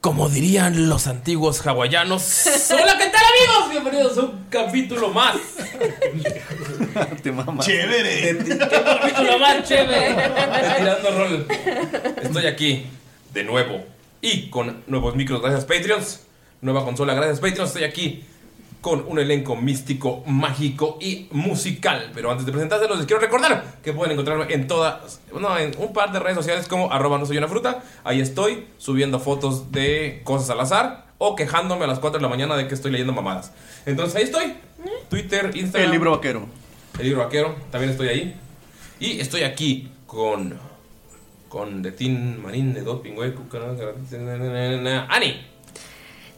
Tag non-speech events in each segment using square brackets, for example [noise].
Como dirían los antiguos hawaianos. [laughs] Hola, ¿qué tal amigos? Bienvenidos a un capítulo más. Te mamas. Un capítulo más chévere. Tirando rol. Estoy aquí de nuevo y con nuevos micros gracias Patreons. Nueva consola gracias Patreons. Estoy aquí con un elenco místico, mágico y musical. Pero antes de presentárselos, les quiero recordar que pueden encontrarme en todas, no, en un par de redes sociales como arroba no soy una fruta. Ahí estoy subiendo fotos de cosas al azar o quejándome a las 4 de la mañana de que estoy leyendo mamadas. Entonces ahí estoy. Twitter, Instagram. El libro vaquero. El libro vaquero, también estoy ahí. Y estoy aquí con. Con The Teen Marín de Doping, güey. Ani,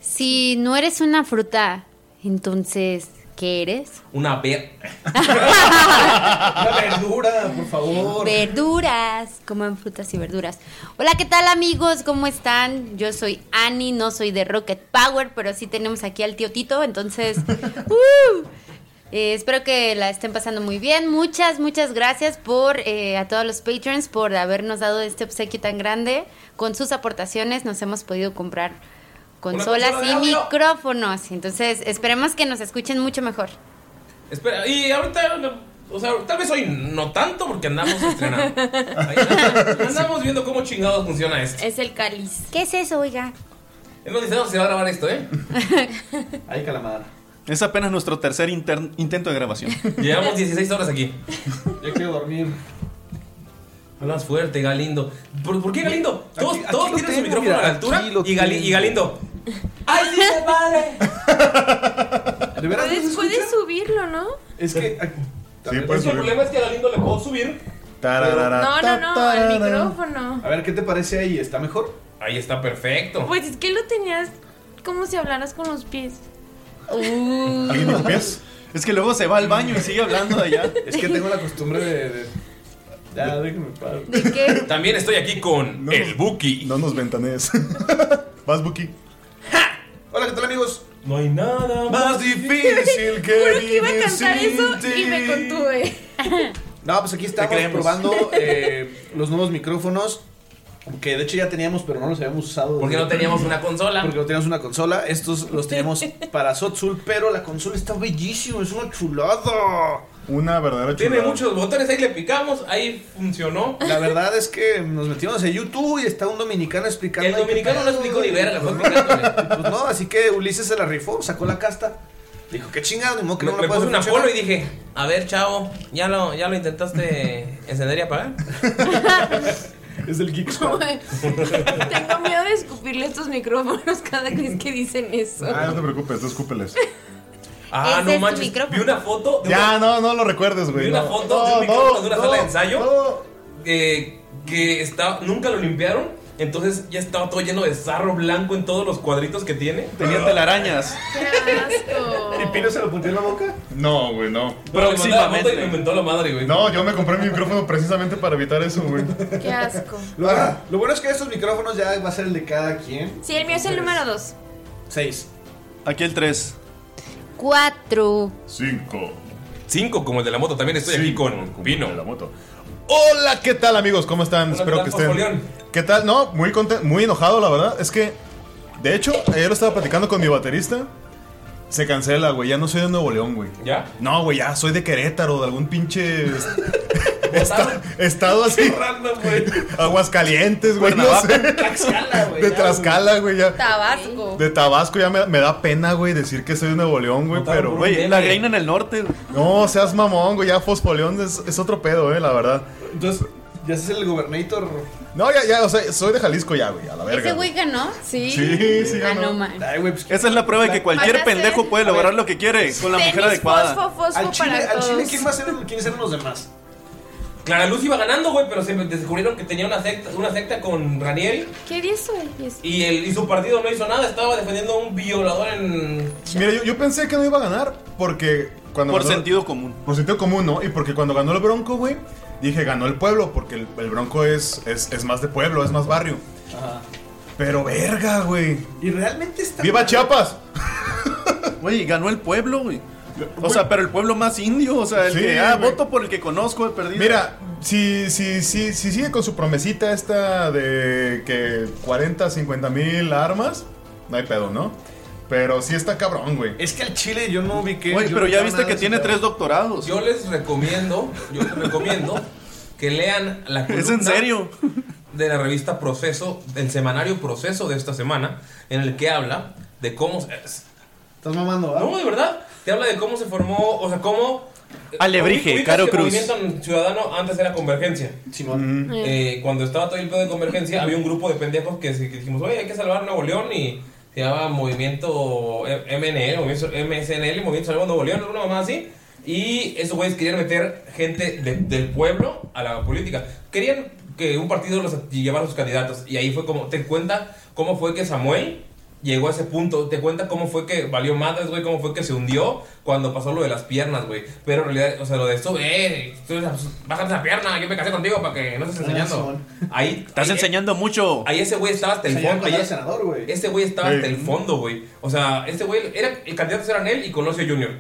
Si no eres una fruta, entonces, ¿qué eres? una [laughs] ver. una verdura, por favor. Verduras, coman frutas y verduras. Hola, ¿qué tal amigos? ¿Cómo están? Yo soy Ani, no soy de Rocket Power, pero sí tenemos aquí al tío Tito, entonces, [laughs] ¡uh! Eh, espero que la estén pasando muy bien. Muchas, muchas gracias por eh, a todos los patrons por habernos dado este obsequio tan grande. Con sus aportaciones nos hemos podido comprar consolas consola de y audio. micrófonos. Entonces, esperemos que nos escuchen mucho mejor. Espera, y ahorita. O sea, tal vez hoy no tanto porque andamos estrenando. Ahí andamos, andamos viendo cómo chingados funciona esto. Es el cáliz. ¿Qué es eso, oiga? Es lo que se va a grabar esto, ¿eh? Ay, calamada. Es apenas nuestro tercer intern- intento de grabación. Llevamos 16 horas aquí. Ya quiero dormir. Habla Más fuerte, Galindo. ¿Por, por qué Galindo? Todos, Aquí- aquí todos lo tienen su tengo, micrófono mira, a la altura aquí lo y, Gali- tengo. y Galindo. ¡Ay, sí, se vale! ¿De veras no se Puedes, escucha? puedes subirlo, ¿no? Es que. ah, Sí, Es puedes que el subir. problema es que a Galindo le puedo subir. Tararara, No, no, no, ta, al tarara. micrófono. A ver, ¿qué te parece ahí? ¿Está mejor? Ahí está perfecto. Pues es que lo tenías como si hablaras con los pies. Uh. ¿Alguien dijo pies? Es que luego se va al baño y sigue hablando de allá. Es que tengo la costumbre de. de- Ya, déjame parar. ¿De qué? También estoy aquí con [laughs] No. el Buki. No nos ventanees. Vas, Buki. Hola, ¿qué tal, amigos? No hay nada Más difícil que Juro que iba a cantar eso y me contuve. [laughs] No, pues aquí Te estamos creemos. [laughs] probando eh, los nuevos micrófonos. Que de hecho ya teníamos, pero no los habíamos usado. Porque no teníamos una consola. Porque no teníamos una consola. Estos los teníamos para Sotsul, pero la consola está bellísima, es una chulada. Una verdadera chulada. Tiene muchos botones, ahí le picamos, ahí [laughs] funcionó. La verdad es que nos metimos en YouTube y está un dominicano explicando. El dominicano no explicó ni verga, fue Pues no, así que Ulises se la rifó, sacó la casta. Dijo, qué chingado, ni modo que Me, no me la puedes puse una hacer funcionar". polo y dije, a ver, chavo, ¿ya lo, ya [laughs] lo intentaste encender y apagar? es [laughs] el Geek [laughs] Tengo miedo de escupirle estos micrófonos cada vez que dicen eso. Ah, no te preocupes, tú escúpeles. Ah, no manches. Vi una foto. de Ya, una- no, no lo recuerdes, güey. Vi una no. foto de un micrófono de una sala de ensayo eh, que está, nunca lo limpiaron, entonces ya estaba todo lleno de sarro blanco en todos los cuadritos que tiene. Tenía telarañas. ¿Y Pino se lo punteó en la boca? No, güey, no. Pero le mandaba Próximamente. foto y me inventó la madre, güey. No, yo me compré mi micrófono precisamente para evitar eso, güey. Qué asco. Lo, lo bueno es que estos micrófonos ya va a ser el de cada quien. Sí, el mío es el número 2. Seis. Aquí el tres. Cuatro. Cinco. Cinco, como el de la moto. También estoy aquí con Pino. La moto. Hola, ¿qué tal amigos? ¿Cómo están? Espero tal, que estén. Fosfolión? ¿Qué tal? No, muy contento, muy enojado, la verdad. Es que, de hecho, ayer lo estaba platicando con mi baterista. Se cancela, güey. Ya no soy de Nuevo León, güey. ¿Ya? No, güey, ya soy de Querétaro, de [laughs] algún pinche est- esta- estado así. Random, güey. Aguascalientes, güey. No sé. De Tlaxcala, güey. Ya. Tabasco. De Tabasco ya me, me da pena, güey, decir que soy de Nuevo León, güey, pero... Güey, la reina en el norte. No, seas mamón, güey, ya Fospoleón es, es otro pedo, eh, la verdad. Entonces, ya es el gobernator. No, ya, ya, o sea, soy de Jalisco ya, güey, a la verga. ¿Ese güey ganó? Sí. Sí, sí, Ah, ganó. no, man. Ay, güey, pues, Esa es la prueba de que cualquier Van a ser- pendejo puede lograr lo que quiere con la mujer Tenis, adecuada. Fosfo, fosfo al chile, para al todos. chile, ¿quién va a ser el- quiénes eran los demás? Clara Luz iba ganando, güey, pero se descubrieron que tenía una secta, una secta con Ranieri ¿Qué día es hoy? Es- y, el, y su partido no hizo nada. Estaba defendiendo a un violador en. Mira, yo, yo pensé que no iba a ganar porque cuando... Por ganó- sentido común. Por sentido común, ¿no? Y porque cuando ganó el Bronco, güey, dije, ganó el pueblo, porque el, el Bronco es, es, es más de pueblo, es más barrio. Uh-huh. Pero verga, güey. Y realmente está. ¡Viva Chiapas! Güey, ganó el pueblo, güey. O sea, pero el pueblo más indio, o sea, el Sí, que, ah, güey. voto por el que conozco de perdido. Mira, si, si, si, si sigue con su promesita esta de que 40, 50 mil armas, no hay pedo, ¿no? Pero sí está cabrón, güey. Es que al chile yo no vi que. Güey, yo pero no ya vi viste nada que de tiene ese tres pedo. doctorados. Yo les recomiendo, yo les recomiendo que lean la ¿Es en columna serio? de la revista Proceso, del semanario Proceso de esta semana, en el que habla de cómo. es- Estás mamando, ¿va? No, de verdad. Te habla de cómo se formó, o sea, cómo. eh, Alebrije, ubicas Caro que Cruz. Movimiento Ciudadano antes era Convergencia. Simón. Eh, cuando estaba todo el pedo de Convergencia, había un grupo de pendejos que, se- que dijimos, oye, hay que salvar Nuevo León y se llamaba Movimiento M- MNL, Movimiento MSNL, Movimiento Salvador Nuevo León, una mamá así. Y esos güeyes querían meter gente de- del pueblo a la política. Querían que un partido los llevara a sus candidatos. Y ahí fue como, te cuenta cómo fue que Samuel llegó a ese punto. Te cuenta cómo fue que valió madres, güey, cómo fue que se hundió cuando pasó lo de las piernas, güey. Pero en realidad, o sea, lo de esto, eh, tú eres- bájate esa pierna, yo me casé contigo para que no estés enseñando. Ahí Estás ahí- eh, enseñando mucho. Ahí ese güey estaba hasta el O sea, ya fondo. cuando ahí- era senador, güey. Ese güey estaba hasta Sí. el fondo, güey. O sea, este güey era el candidato eran él y Colosio Junior.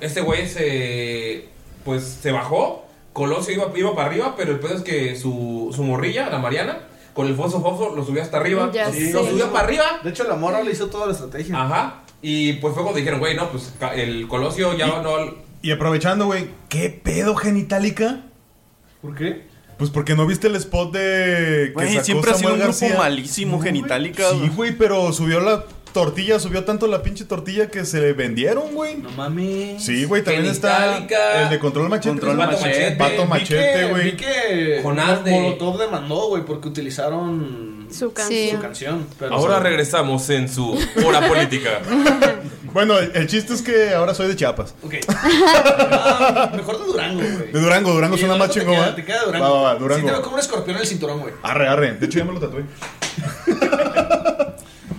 Este güey se pues se bajó, Colosio iba, iba para arriba, pero el pedo es que su, su morrilla, la Mariana, con el Foso Foso lo subió hasta arriba, Ya lo, sé. lo subió para arriba. De hecho, la morra le hizo toda la estrategia. Ajá. Y pues fue cuando dijeron, güey, no, pues ca- el Colosio ya no Y aprovechando, güey, ¿qué pedo genitálica? ¿Por qué? Pues porque no viste el spot de. Güey, sacó siempre ha sido Samuel un grupo García. malísimo, güey. Genitalica. Sí, güey, pero subió la tortilla, subió tanto la pinche tortilla que se vendieron, güey. No mames. Sí, güey, también está Genitalica. el de control machete. Control Pato Machete. Pato Vi machete, güey. güey. Vi que Jonás de- Molotov demandó, güey, porque utilizaron Su Sí. canción. su canción. pero- Ahora regresamos en su hora política. [laughs] Bueno, el, el chiste es que ahora soy de Chiapas. Ok. [laughs] Ah, mejor de Durango, güey. De Durango, Durango Y suena más te chingón. queda- ¿eh? Te queda Durango. Va, va, va, Sí, Durango. Ah, te veo como un escorpión en el cinturón, güey. Arre, arre. De hecho, ya me lo tatué.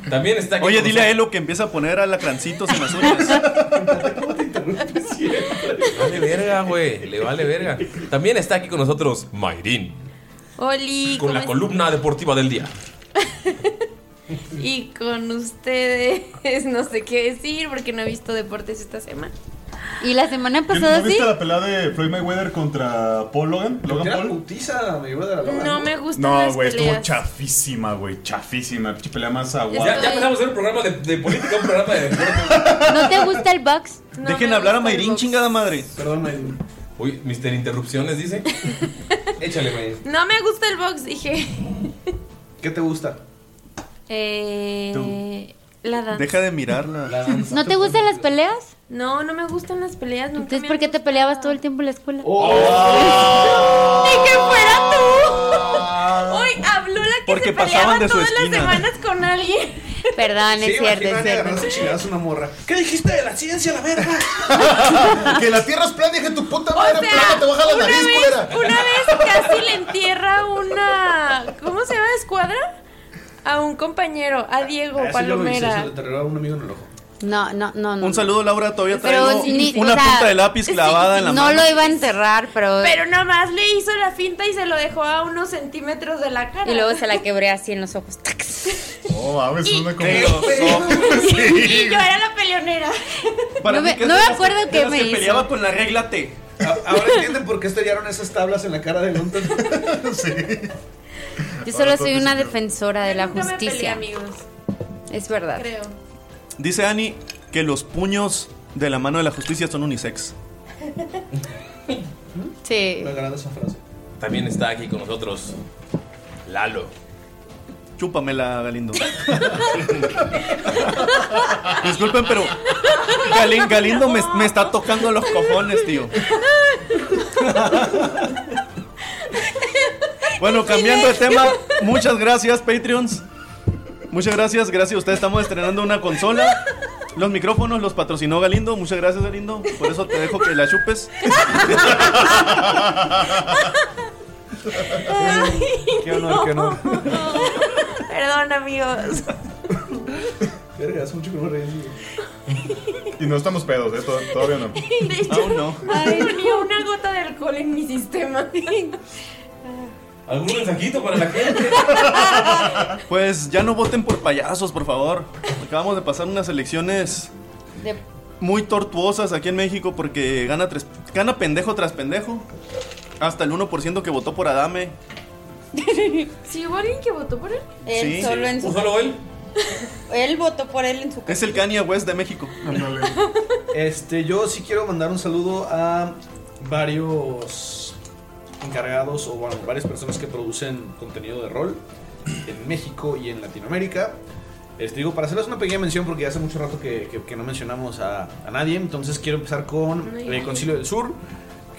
También está aquí Oye, con dile a nosotros- Elo que empieza a poner alacrancitos en las uñas. Le vale verga, güey. Le vale verga. También está aquí con nosotros Mayrin. Oli, Con la ¿cómo columna deportiva del día. es- y con ustedes [laughs] no sé qué decir porque no he visto deportes esta semana. Y la semana ¿Qué- pasada ¿No sí. viste la pelea de Floyd Mayweather contra Paul Logan? ¿Logan Era Paul? putiza, Ah, me llevo de la loca. No me gustan No, las güey, estuvo peleas. chafísima, güey. Chafísima. Pinche pelea más aguada. Ya, ya empezamos a hacer un programa de, de política, un programa de deporte. ¿No te gusta el box? No Dejen me hablar a gusta el Mayrin, box. chingada madre. Perdón, Maylin. Uy, Mister Interrupciones dice. Échale, May. No me gusta el box, dije. ¿Qué te gusta? Eh, la danza. Deja de mirarla. [laughs] ¿No te gustan las peleas? No, no me gustan las peleas. Nunca Entonces, ¿por qué te peleabas todo el tiempo en la escuela? Oh. ¡Y que fuera tú! Ah. Hoy habló la que Porque se peleaba pasaban de su todas las esquina. semanas con alguien. Perdón, Sí, imagínate, agarraste chingadas una morra. ¿Qué dijiste de la ciencia, la verga? [laughs] que la tierra es plana, dije tu puta O madre sea, plana, te baja la una nariz, vez- culera. Una vez casi le entierra una. ¿Cómo se llama? ¿Escuadra? A un compañero, a Diego Ah, eso yo lo hice, Palomera. eso Te a un amigo en el ojo. No, no, no, no. Un saludo, Laura. Todavía Pero traigo ni- o una sea, punta de lápiz clavada en la no mano. lo iba a enterrar, pero. Pero nada más le hizo la finta y se lo dejó a unos centímetros de la cara. Y luego se la quebré así en los ojos. No mames, una [laughs] [laughs] como. Y yo era la peleonera. Para No mí me- que es no de me las acuerdo que- qué de las me que hizo. peleaba con la regla T. Ahora entienden por qué estallaron esas tablas en la cara de [laughs] Lonton. Yo Ahora solo todo soy te una sirvió. defensora de la Nunca me peleé, justicia. amigos. Es verdad. Creo. Dice Annie que los puños de la mano de la justicia son unisex. Sí. Me agrada esa frase. También está aquí con nosotros Lalo. Chúpamela, Galindo. [laughs] Disculpen, pero Galin- Galindo me, me está tocando los cojones, tío. Bueno, cambiando de tema, muchas gracias, Patreons. Muchas gracias, gracias a ustedes. Estamos estrenando una consola. Los micrófonos los patrocinó Galindo. Muchas gracias, Galindo. Por eso te dejo que la chupes. Qué honor, qué honor. Perdón, amigos. Verga, hace mucho que no Y no estamos pedos, eh, to- todavía no. De hecho, Aún no. ay, tenía una gota de alcohol en mi sistema. ¿Algún mensajito para la gente? [laughs] Pues ya no voten por payasos, por favor. Acabamos de pasar unas elecciones De- muy tortuosas aquí en México porque gana, tres, gana pendejo tras pendejo. Hasta el 1% que votó por Adame. ¿Sí hubo alguien que votó por él? Él Sí. solo en su. ¿O [laughs] solo él? Él votó por él en su. Es el Kanye West de México. Este, yo sí quiero mandar un saludo a varios encargados o bueno, varias personas que producen contenido de rol en México y en Latinoamérica. Este, digo, para hacerles una pequeña mención, porque ya hace mucho rato que, que- que no mencionamos a, a nadie, entonces quiero empezar con el Concilio del Sur,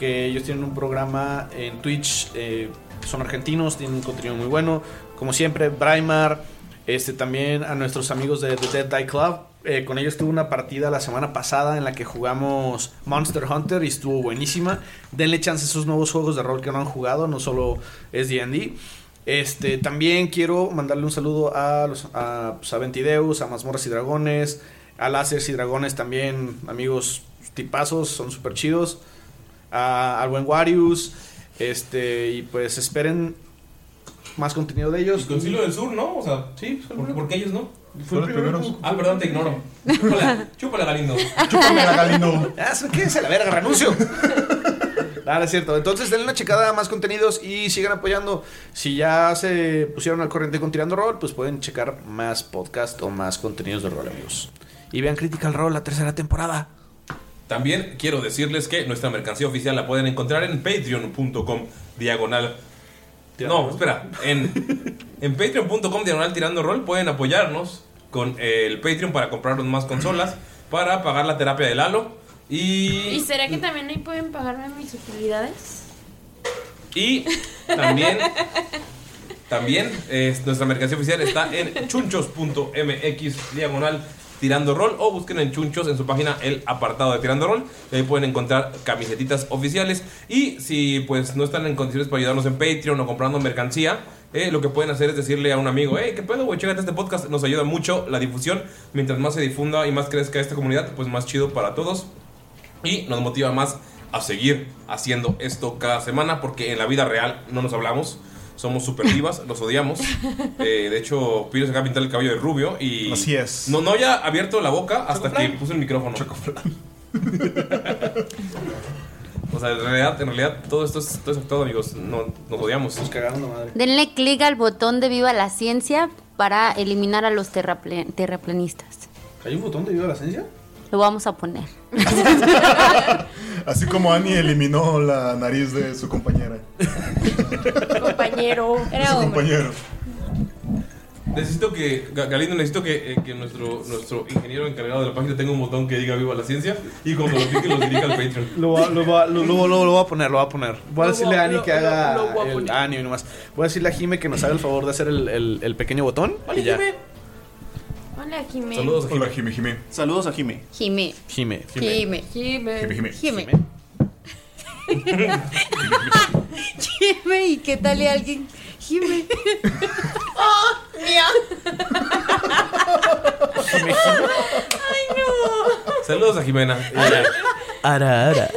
que ellos tienen un programa en Twitch, eh, son argentinos, tienen un contenido muy bueno, como siempre, Braimar, este, también a nuestros amigos de The Dead Die Club, eh, con ellos tuve una partida la semana pasada en la que jugamos Monster Hunter y estuvo buenísima, denle chance a esos nuevos juegos de rol que no han jugado, no solo es D&D. Este, también quiero mandarle un saludo a los a, pues, a Ventideus, a Mazmorras y Dragones, a Lásers y Dragones también, amigos tipazos, son súper chidos. A, al buen Warius, este, y pues esperen más contenido de ellos. El Concilio [laughs] Pues del Sur, ¿no? O sea, pues, sí, ¿por, por qué ellos no? Fue el primero. Ah, perdón, te ignoro. Chúpala, chúpala Galindo. Chúpamela, Galindo. Ah, ¿sabes ¿Qué es a la verga? Renuncio. [laughs] Claro, es cierto. Entonces denle una checada a más contenidos y sigan apoyando. Si ya se pusieron al corriente con Tirando Rol, pues pueden checar más podcast o más contenidos de rol, amigos. Y vean Critical Role, la tercera temporada. También quiero decirles que nuestra mercancía oficial la pueden encontrar en patreon.com diagonal. No, espera, en, en patreon.com diagonal tirando rol pueden apoyarnos con eh, el Patreon para comprarnos más consolas, para pagar la terapia de Lalo ¿Y y, será que también ahí pueden pagarme mis utilidades? y también, también eh, nuestra mercancía oficial está en chunchos.mx diagonal tirando rol o busquen en chunchos en su página el apartado de tirando rol y ahí pueden encontrar camisetitas oficiales y si pues no están en condiciones para ayudarnos en Patreon o comprando mercancía eh, lo que pueden hacer es decirle a un amigo hey qué pedo güey chécate este podcast nos ayuda mucho la difusión mientras más se difunda y más crezca esta comunidad pues más chido para todos y nos motiva más a seguir haciendo esto cada semana porque en la vida real no nos hablamos. Somos super divas, nos [laughs] odiamos. Eh, de hecho, Piro se acaba de pintar el cabello de rubio y. Así es. No, no había abierto la boca hasta que puso el micrófono. [laughs] o sea, en realidad, en realidad todo esto es, todo es actuado, amigos. No, nos odiamos. Nos cagaron la madre. Denle clic al botón de Viva la Ciencia para eliminar a los terraple- terraplanistas. ¿Hay un botón de viva la ciencia? Lo vamos a poner. Así como Annie eliminó la nariz de su compañera. Compañero. su compañero. Necesito que, Ga- Galindo, necesito que, eh, que nuestro, nuestro ingeniero encargado de la página tenga un botón que diga viva la ciencia y cuando lo pique los dirija al Patreon. Lo va, lo, va- lo, lo- lo- lo va a poner, lo va a poner. Voy a Lo decirle va- a Ani lo- que lo- haga lo voy a el poner. Ani nomás. Voy a decirle a Jime que nos haga el favor de hacer el, el- el pequeño botón. y ya. Hola, Jimé. a Jime. Jime. Saludos a Jime. Jime. Jime. Jime. Jime, Jime. Jime. [laughs] Jime, ¿y qué tal y alguien? Jime. ¡Oh, mía! ¡Ay, no! Saludos a Jimena. Ara, ara.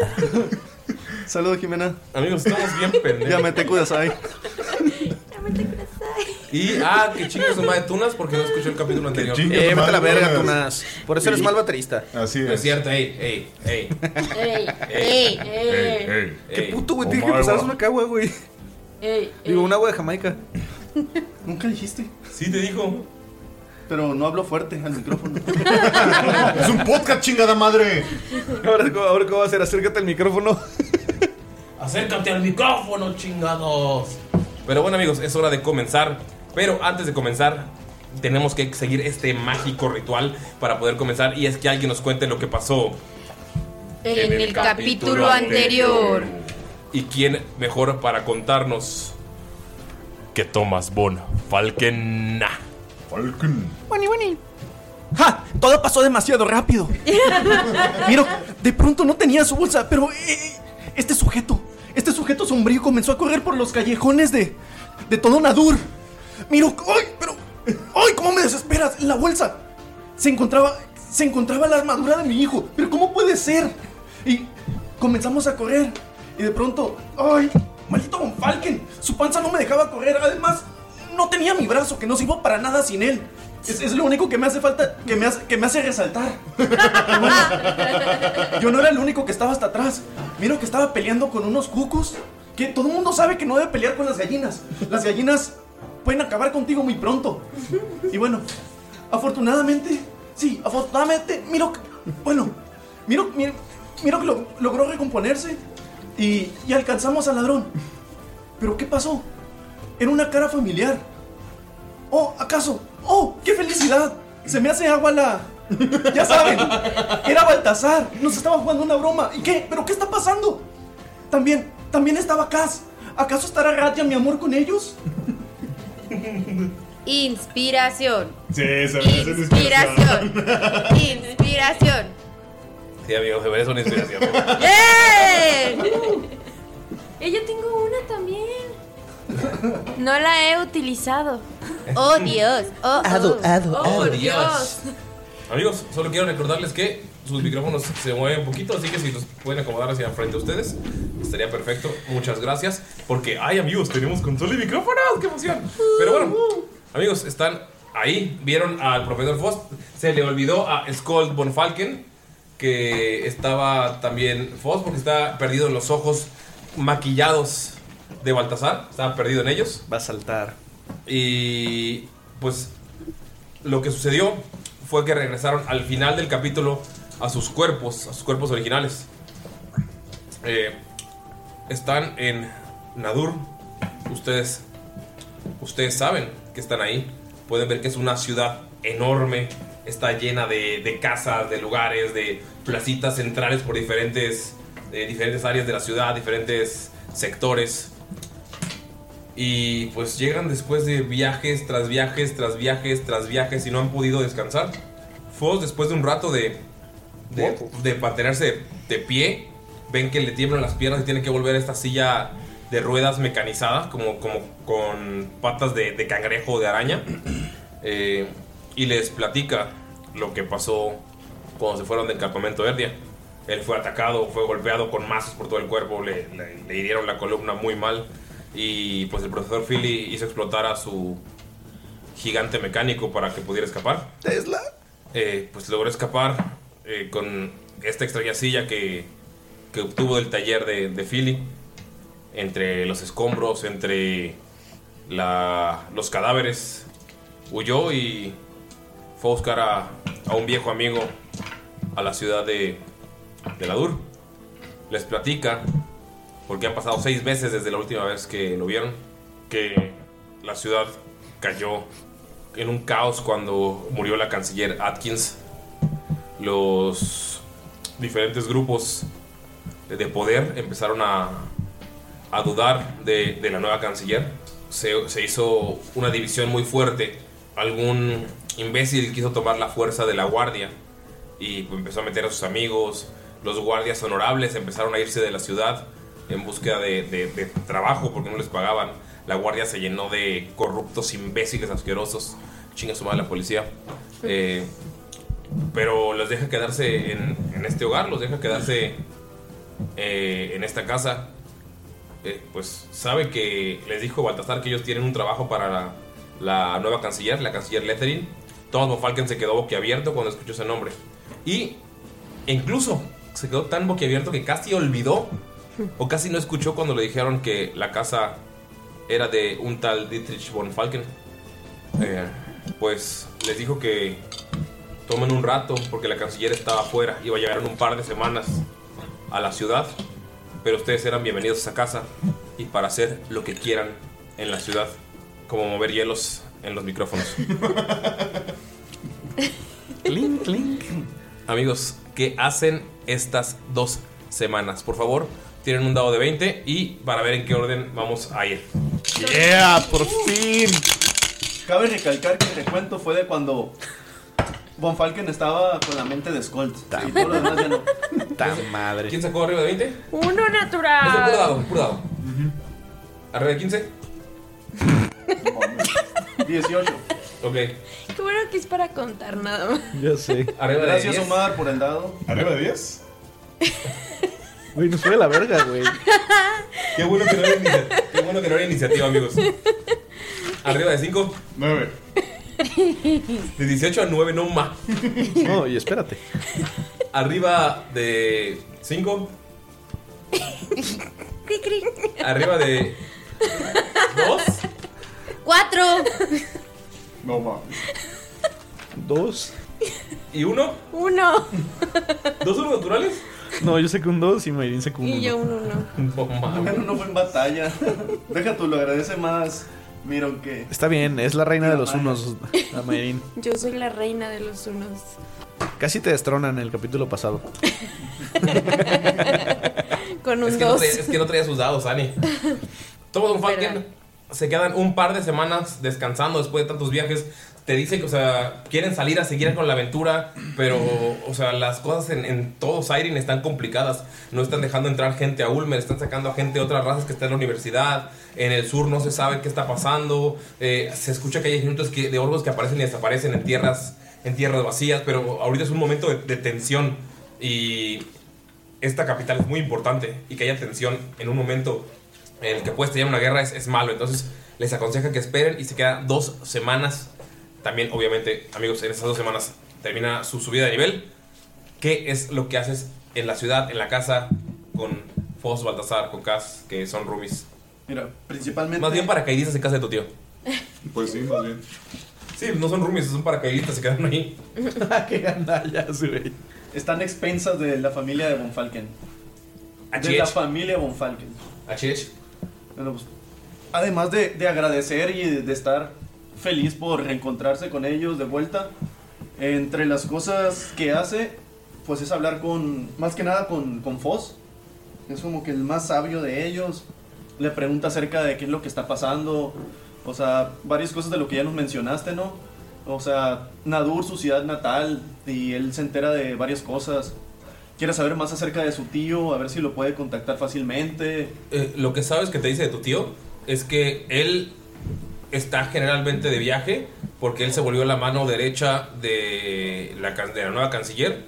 Saludos, Jimena. Amigos, estamos [laughs] bien pendejos. Ya me te cuidas ahí. Y, ah, que chingue su madre Tunas porque no escuchó el capítulo anterior. chingue su Eh, vete a la madre verga, Tunas. Tunas. Por eso eres mal baterista. Así es. Es cierto, ey, ey, ey. ¡Ey! ey, ¡Ey! Qué ey. puto, güey. Oh Tienes my que pasar God. una cagua, güey. ¡Ey! [laughs] Digo, un agua de Jamaica. Nunca dijiste. Sí, te dijo. Pero no hablo fuerte al micrófono. Es un podcast, chingada madre. Ahora, ahora ¿cómo va a hacer? Acércate al micrófono. Acércate al micrófono, chingados. Pero bueno, amigos, es hora de comenzar. Pero antes de comenzar, tenemos que seguir este mágico ritual para poder comenzar. Y es que alguien nos cuente lo que pasó En el capítulo anterior. ¿Y quién mejor para contarnos que Thomas Bon Falken? Falken. Bueno, bueno. ¡Ja! Todo pasó demasiado rápido. Miro, de pronto no tenía su bolsa, pero eh, este sujeto, este sujeto sombrío comenzó a correr por los callejones de, de todo Nadur. Miro, ¡ay! Pero, ¡ay! ¿Cómo me desesperas? La bolsa. Se encontraba, se encontraba la armadura de mi hijo. Pero ¿cómo puede ser? Y comenzamos a correr y de pronto, ¡ay! Maldito Von Falken, su panza no me dejaba correr. Además, no tenía mi brazo que no sirvo para nada sin él. Es, es lo único que me hace falta, que me hace, que me hace resaltar. Yo no era el único que estaba hasta atrás. Miro que estaba peleando con unos cucos. Que todo el mundo sabe que no debe pelear con las gallinas. Las gallinas pueden acabar contigo muy pronto. Y bueno, afortunadamente, sí, afortunadamente, Miro, bueno, Miro, Miro, Miro que lo- logró recomponerse y, y alcanzamos al ladrón. Pero ¿qué pasó? Era una cara familiar. Oh, ¿acaso? Oh, qué felicidad. Se me hace agua la... [laughs] Ya saben, era Baltasar. Nos estaba jugando una broma. ¿Y qué? ¿Pero qué está pasando? También, también estaba Cass. ¿Acaso estará Radia, mi amor, con ellos? Inspiración. Sí, se Inspiración. Inspiración. ¡Eh! Sí, amigos, se merece una inspiración. ¡Ey! Eh, yo tengo una también. No la he utilizado. Oh, Dios. Oh, [laughs] Ado, ado, Oh, ado. Dios. Amigos, solo quiero recordarles que sus micrófonos se mueven un poquito, así que si los pueden acomodar hacia frente a ustedes, estaría perfecto. Muchas gracias, porque, ay amigos, tenemos consola y micrófonos, qué emoción. Pero bueno, amigos, están ahí, vieron al profesor Foss, se le olvidó a Skold von Falken, que estaba también Foss, porque está perdido en los ojos maquillados de Baltasar, estaba perdido en ellos. Va a saltar. Y pues lo que sucedió fue que regresaron al final del capítulo a sus cuerpos, a sus cuerpos originales. Eh, están en Nadur. Ustedes, ustedes saben que están ahí. Pueden ver que es una ciudad enorme. Está llena de, de casas, de lugares, de placitas centrales por diferentes, eh, diferentes áreas de la ciudad, diferentes sectores. Y pues llegan después de viajes tras viajes tras viajes tras viajes y no han podido descansar. Foss después de un rato de, de, de mantenerse de pie, ven que le tiemblan las piernas y tiene que volver a esta silla de ruedas mecanizada, como, como con patas de, de cangrejo o de araña. Eh, y les platica lo que pasó cuando se fueron del campamento Erdia. Él fue atacado, fue golpeado con mazos por todo el cuerpo, le, le- le hirieron la columna muy mal. Y pues el profesor Philly hizo explotar a su gigante mecánico para que pudiera escapar. Tesla. Eh, pues logró escapar eh, con esta extraña silla que, que obtuvo del taller de, de Philly. Entre los escombros, entre la- los cadáveres, huyó y fue a buscar a, a un viejo amigo a la ciudad de, de Ladur. Les platica, porque han pasado seis meses desde la última vez que lo vieron, que la ciudad cayó en un caos cuando murió la canciller Atkins. Los diferentes grupos de poder empezaron a, a dudar de, de la nueva canciller. Se, se hizo una división muy fuerte. Algún imbécil quiso tomar la fuerza de la guardia y empezó a meter a sus amigos. Los guardias honorables empezaron a irse de la ciudad en búsqueda de, de- de trabajo porque no les pagaban. La guardia se llenó de corruptos imbéciles asquerosos. Chinga su madre la policía. Eh, pero los deja quedarse en, en este hogar, los deja quedarse eh, en esta casa. Eh, pues sabe que les dijo Baltasar que ellos tienen un trabajo para la, la nueva canciller, la canciller Letherin. Thomas Bofalken se quedó boquiabierto cuando escuchó ese nombre. Y e incluso se quedó tan boquiabierto que casi olvidó o casi no escuchó cuando le dijeron que la casa era de un tal Dietrich von Falken. Eh, pues les dijo que tomen un rato porque la canciller estaba afuera. Iba a llegar en un par de semanas a la ciudad. Pero ustedes eran bienvenidos a casa y para hacer lo que quieran en la ciudad. Como mover hielos en los micrófonos. [laughs] clink, clink. Amigos, ¿qué hacen estas dos semanas? Por favor, tienen un dado de 20 y para ver en qué orden vamos a ir. ¡Yeah! ¡Por fin! Cabe recalcar que el recuento fue de cuando Von Falken estaba con la mente de Skolt. Y todo lo demás ya no. madre! ¿Quién sacó arriba de 20? Es Uno el puro natural. dado, puro dado. ¿Arriba de [laughs] 15? 18. Ok. Qué bueno que es para contar nada más. Ya sé. Arriba de Gracias, 10. Omar, por el dado. ¿Arriba de 10? Güey, nos fue de la verga, güey. [laughs] Qué bueno que no era, inicia- qué bueno que no era iniciativa, amigos. Arriba de 5. 9. De 18 a 9, no más. No, y espérate. Arriba de 5. Cri, cri. Arriba de 2. Cuatro. No mames. 2. ¿Y 1? Uno. ¿Dos unos naturales? No, yo saqué un 2 y Mayrin sacó un Y yo 1. un uno. No mames. Bueno, no fue en batalla. Deja tú, lo agradece más. Miro que. Está bien, es la reina de los Mira, unos, la Mayrin. Yo soy la reina de los unos. Casi te destronan en el capítulo [laughs] pasado. Con Es un que, no dos. traía, es que no traía sus dados, Ani. Todos un Falken se quedan un par de semanas descansando después de tantos viajes. Te dicen que, o sea, quieren salir a seguir con la aventura, pero, o sea, las cosas en, en todo Siren están complicadas. No están dejando entrar gente a Ulmer, están sacando a gente de otras razas que está en la universidad. En el sur no se sabe qué está pasando. Eh, se escucha que hay minutos que, de orgos que aparecen y desaparecen en tierras, en tierras vacías, pero ahorita es un momento de- de tensión. Y esta capital es muy importante y que haya tensión en un momento en el que puedes tener una guerra es, es malo. Entonces les aconseja que esperen y se quedan dos semanas. También, obviamente, amigos, en esas dos semanas termina su subida de nivel. ¿Qué es lo que haces en la ciudad, en la casa, con Fos, Baltasar, con Cas, que son roomies? Mira, principalmente. Más bien paracaidistas en casa de tu tío. Pues sí, más bien. Sí, no son roomies, son paracaidistas, se quedaron ahí. Qué gandallas, güey. Están expensas de la familia de Von Falken. De la HH. familia Von Falken. HH. Bueno, pues, además de, de agradecer y de, de estar feliz por reencontrarse con ellos de vuelta, entre las cosas que hace, pues es hablar con, más que nada con, con Foz. Es como que el más sabio de ellos. Le pregunta acerca de qué es lo que está pasando. O sea, varias cosas de lo que ya nos mencionaste, ¿no? O sea, Nadur, su ciudad natal, y él se entera de varias cosas. Quiere saber más acerca de su tío, a ver si lo puede contactar fácilmente. Eh, lo que sabes que te dice de tu tío es que él está generalmente de viaje porque él se volvió la mano derecha de la, can- de la nueva canciller.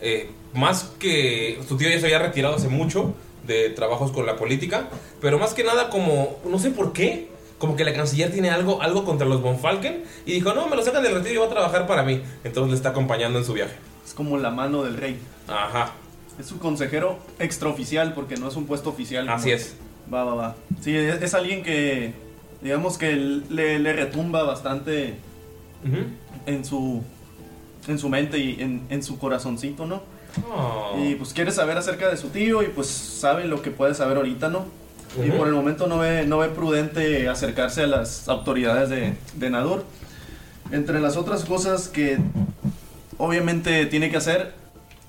Eh, más que tu tío ya se había retirado hace mucho de trabajos con la política, pero más que nada como, no sé por qué, como que la canciller tiene algo, algo contra los Bonfalken y dijo, no, me lo sacan del retiro y va a trabajar para mí. Entonces le está acompañando en su viaje. Ah, Es como la mano del rey. Ajá, Es su consejero extraoficial porque no es un puesto oficial. así es. Va, va, va. Sí, es, es alguien que, digamos que le, le retumba bastante Ujú. en su, en su mente y en, en su corazoncito, ¿no? Oh. [clears throat] Y pues quiere saber acerca de su tío y pues sabe lo que puede saber ahorita, ¿no? Y Ujú. por el momento no ve, no ve prudente acercarse a las autoridades de, de Nadur. Entre las otras cosas que obviamente tiene que hacer,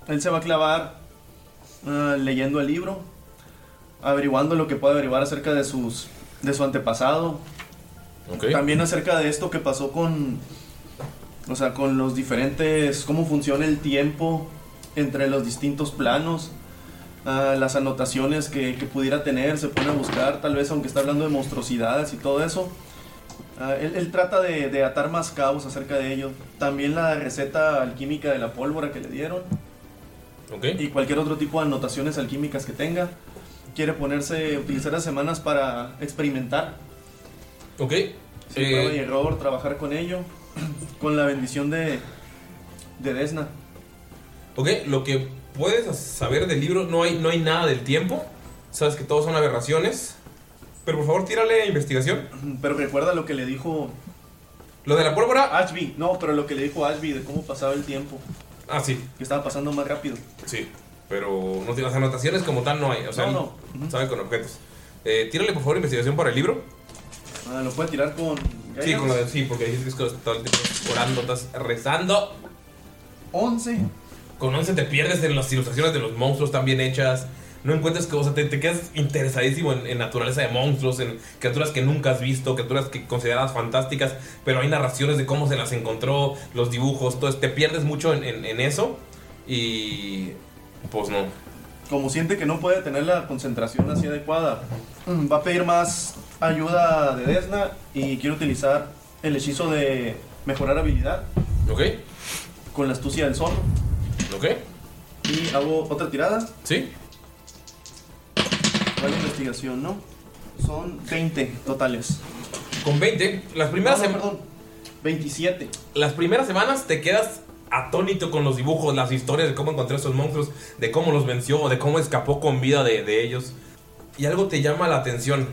él se va a clavar ah, leyendo el libro, averiguando lo que puede averiguar acerca de, sus, de su antepasado, también acerca de esto que pasó con. O sea, con los diferentes. cómo funciona el tiempo entre los distintos planos. ah, las anotaciones que, que pudiera tener, se pone a buscar, tal vez, aunque está hablando de monstruosidades y todo eso. ah, él, él trata de, de atar más cabos acerca de ello. También la receta alquímica de la pólvora que le dieron. Y cualquier otro tipo de anotaciones alquímicas que tenga. Quiere ponerse, utilizar las semanas para experimentar. Ok. Sí, Eh, prueba y error, trabajar con ello, con la bendición de, de Desna. Ok, lo que puedes saber del libro, no hay, no hay nada del tiempo. Sabes que todos son aberraciones. Pero por favor, tírale investigación. Pero recuerda lo que le dijo. Lo de la pólvora. Ashby, no, pero lo que le dijo Ashby de cómo pasaba el tiempo. Ah, sí. Que estaba pasando más rápido. Sí, pero no, tiene- las anotaciones como tal no hay. O sea, No, él sabe con objetos. Eh, tírale por favor investigación para el libro. Ah, lo puede tirar con. Sí, con la de- sí, porque dijiste que estás todo el tiempo orando, estás rezando. 11. Con 11 te pierdes en las ilustraciones de los monstruos tan bien hechas. No encuentras que, o sea, te, te quedas interesadísimo en, en naturaleza de monstruos, en criaturas que nunca has visto, criaturas que considerabas fantásticas, pero hay narraciones de cómo se las encontró, los dibujos, todo. eso. Te pierdes mucho en, en- en eso y. Pues no. Como siente que no puede tener la concentración así adecuada, mm, va a pedir más ayuda de Desna y quiere utilizar el hechizo de mejorar habilidad. Ok. Con la astucia del zorro. Ok. Y hago otra tirada. Sí. Vale, investigación, ¿no? Son 20 totales. Con 20, las primeras No, no, semanas. perdón, 27. Las primeras semanas te quedas atónito con los dibujos, las historias de cómo encontró esos monstruos, de cómo los venció, de cómo escapó con vida de, de ellos. Y algo te llama la atención.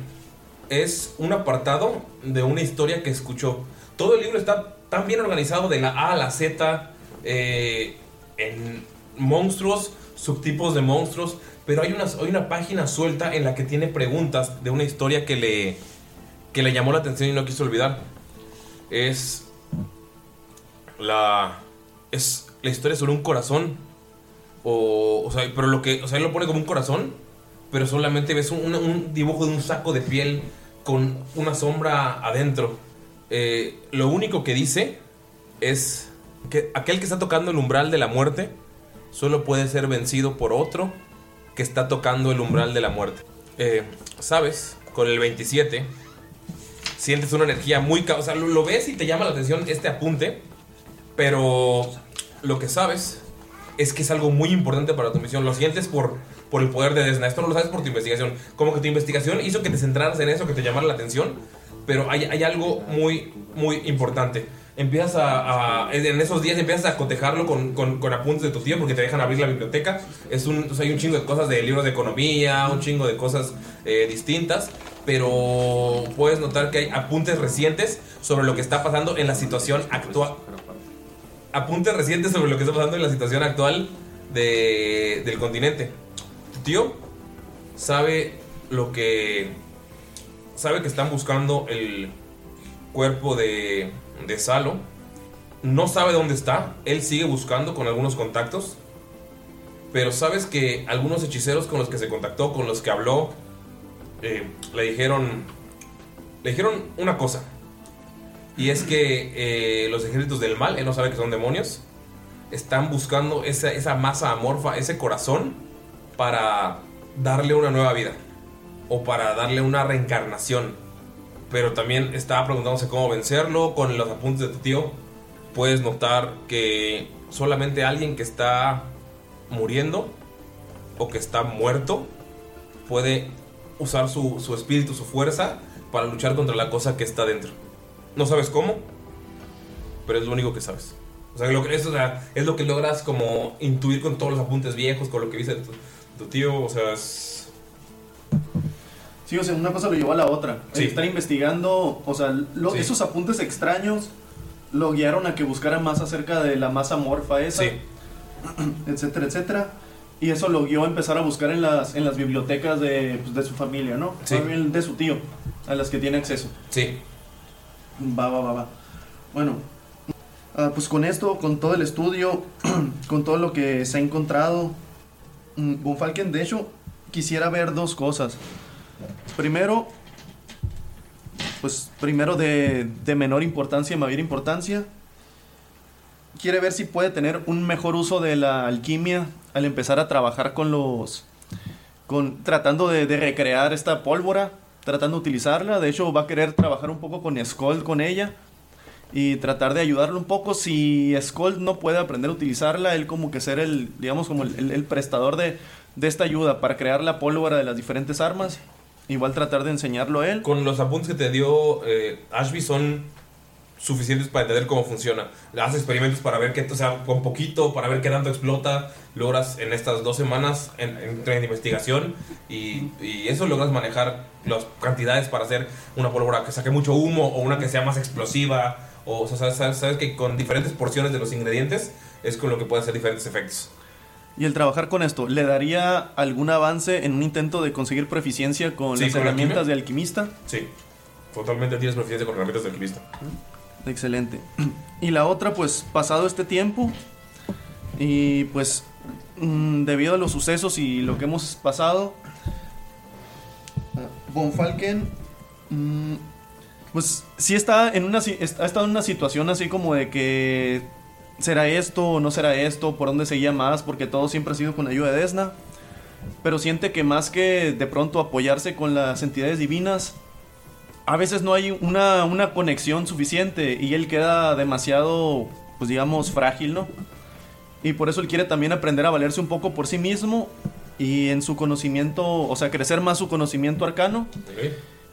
Es un apartado de una historia que escuchó. Todo el libro está tan bien organizado de la A a la Z, eh, en monstruos, subtipos de monstruos, pero hay una, hay una página suelta en la que tiene preguntas de una historia que le, que le llamó la atención y no quiso olvidar. Es la es la historia sobre un corazón o, o sea pero lo que o sea él lo pone como un corazón pero solamente ves un, un dibujo de un saco de piel con una sombra adentro Eh, lo único que dice es que aquel que está tocando el umbral de la muerte solo puede ser vencido por otro que está tocando el umbral de la muerte Eh, sabes con el 27 sientes una energía muy ca- o sea lo- lo ves y te llama la atención este apunte pero lo que sabes es que es algo muy importante para tu misión. Lo sientes por, por el poder de Desna. Esto no lo sabes por tu investigación. Como que tu investigación hizo que te centraras en eso, que te llamara la atención. Pero hay, hay algo muy, muy importante. Empiezas a, a- En esos días empiezas a cotejarlo con, con- con apuntes de tu tío porque te dejan abrir la biblioteca. Es un, o sea, hay un chingo de cosas de libros de economía, un chingo de cosas eh, distintas. Pero puedes notar que hay apuntes recientes sobre lo que está pasando en la situación actual apuntes recientes sobre lo que está pasando en la situación actual de- del continente. Tu tío sabe lo que. Sabe que están buscando el cuerpo de, de Salo. No sabe dónde está. Él sigue buscando con algunos contactos. Pero sabes que algunos hechiceros con los que se contactó, con los que habló, eh, le dijeron. Le dijeron una cosa. Y es que eh, los ejércitos del mal, él no sabe que son demonios, están buscando esa, esa masa amorfa, ese corazón, para darle una nueva vida. O para darle una reencarnación. Pero también estaba preguntándose cómo vencerlo. Con los apuntes de tu tío, puedes notar que solamente alguien que está muriendo o que está muerto puede usar su, su espíritu, su fuerza, para luchar contra la cosa que está dentro. No sabes cómo, pero es lo único que sabes. O sea, lo que, es, o sea, es lo que logras como intuir con todos los apuntes viejos, con lo que viste de tu, tu tío, o sea, es... Sí, o sea, una cosa lo llevó a la otra. El Sí. estar investigando, o sea, lo- Sí. esos apuntes extraños lo guiaron a que buscara más acerca de la masa morfa esa, [clears throat] etcétera, etcétera. Y eso lo guió a empezar a buscar en las, en las bibliotecas de, pues, de su familia, ¿no? Sí. Más bien De su tío, a las que tiene acceso. Sí. Va, va, va, va. Bueno, ah, pues con esto, con todo el estudio, [clears throat] con todo lo que se ha encontrado, mm, Von Falken, de hecho, quisiera ver dos cosas. Primero, pues primero de, de menor importancia y mayor importancia, quiere ver si puede tener un mejor uso de la alquimia al empezar a trabajar con los... Con, tratando de, de recrear esta pólvora, tratando de utilizarla. De hecho, va a querer trabajar un poco con Skull con ella y tratar de ayudarlo un poco. Si Skull no puede aprender a utilizarla, él como que ser el, digamos, como el, el- el prestador de, de esta ayuda para crear la pólvora de las diferentes armas. Igual tratar de enseñarlo a él. Con los apuntes que te dio eh, Ashby son suficientes para entender cómo funciona. Haz experimentos para ver qué, o sea, con poquito, para ver qué tanto explota. Logras en estas dos semanas en, en, en investigación y, y eso logras manejar las cantidades para hacer una pólvora que saque mucho humo o una que sea más explosiva. O, o sea, sabes- sabes, sabes que con diferentes porciones de los ingredientes es con lo que puedes hacer diferentes efectos. Y el trabajar con esto, ¿le daría algún avance en un intento de conseguir proficiencia con Sí, las con la herramientas alquimia. de alquimista? Sí, totalmente tienes proficiencia con herramientas de alquimista. Excelente. [clears throat] Y la otra, pues, pasado este tiempo, y pues, mm, debido a los sucesos y lo que hemos pasado, Von Falken, mm, pues, sí está en una, si- está- ha estado en una situación así como de que será esto o no será esto, por dónde seguía más, porque todo siempre ha sido con ayuda de Desna. Pero siente que más que de pronto apoyarse con las entidades divinas, a veces no hay una, una conexión suficiente y él queda demasiado, pues digamos, frágil, ¿no? Y por eso él quiere también aprender a valerse un poco por sí mismo y en su conocimiento, o sea, crecer más su conocimiento arcano.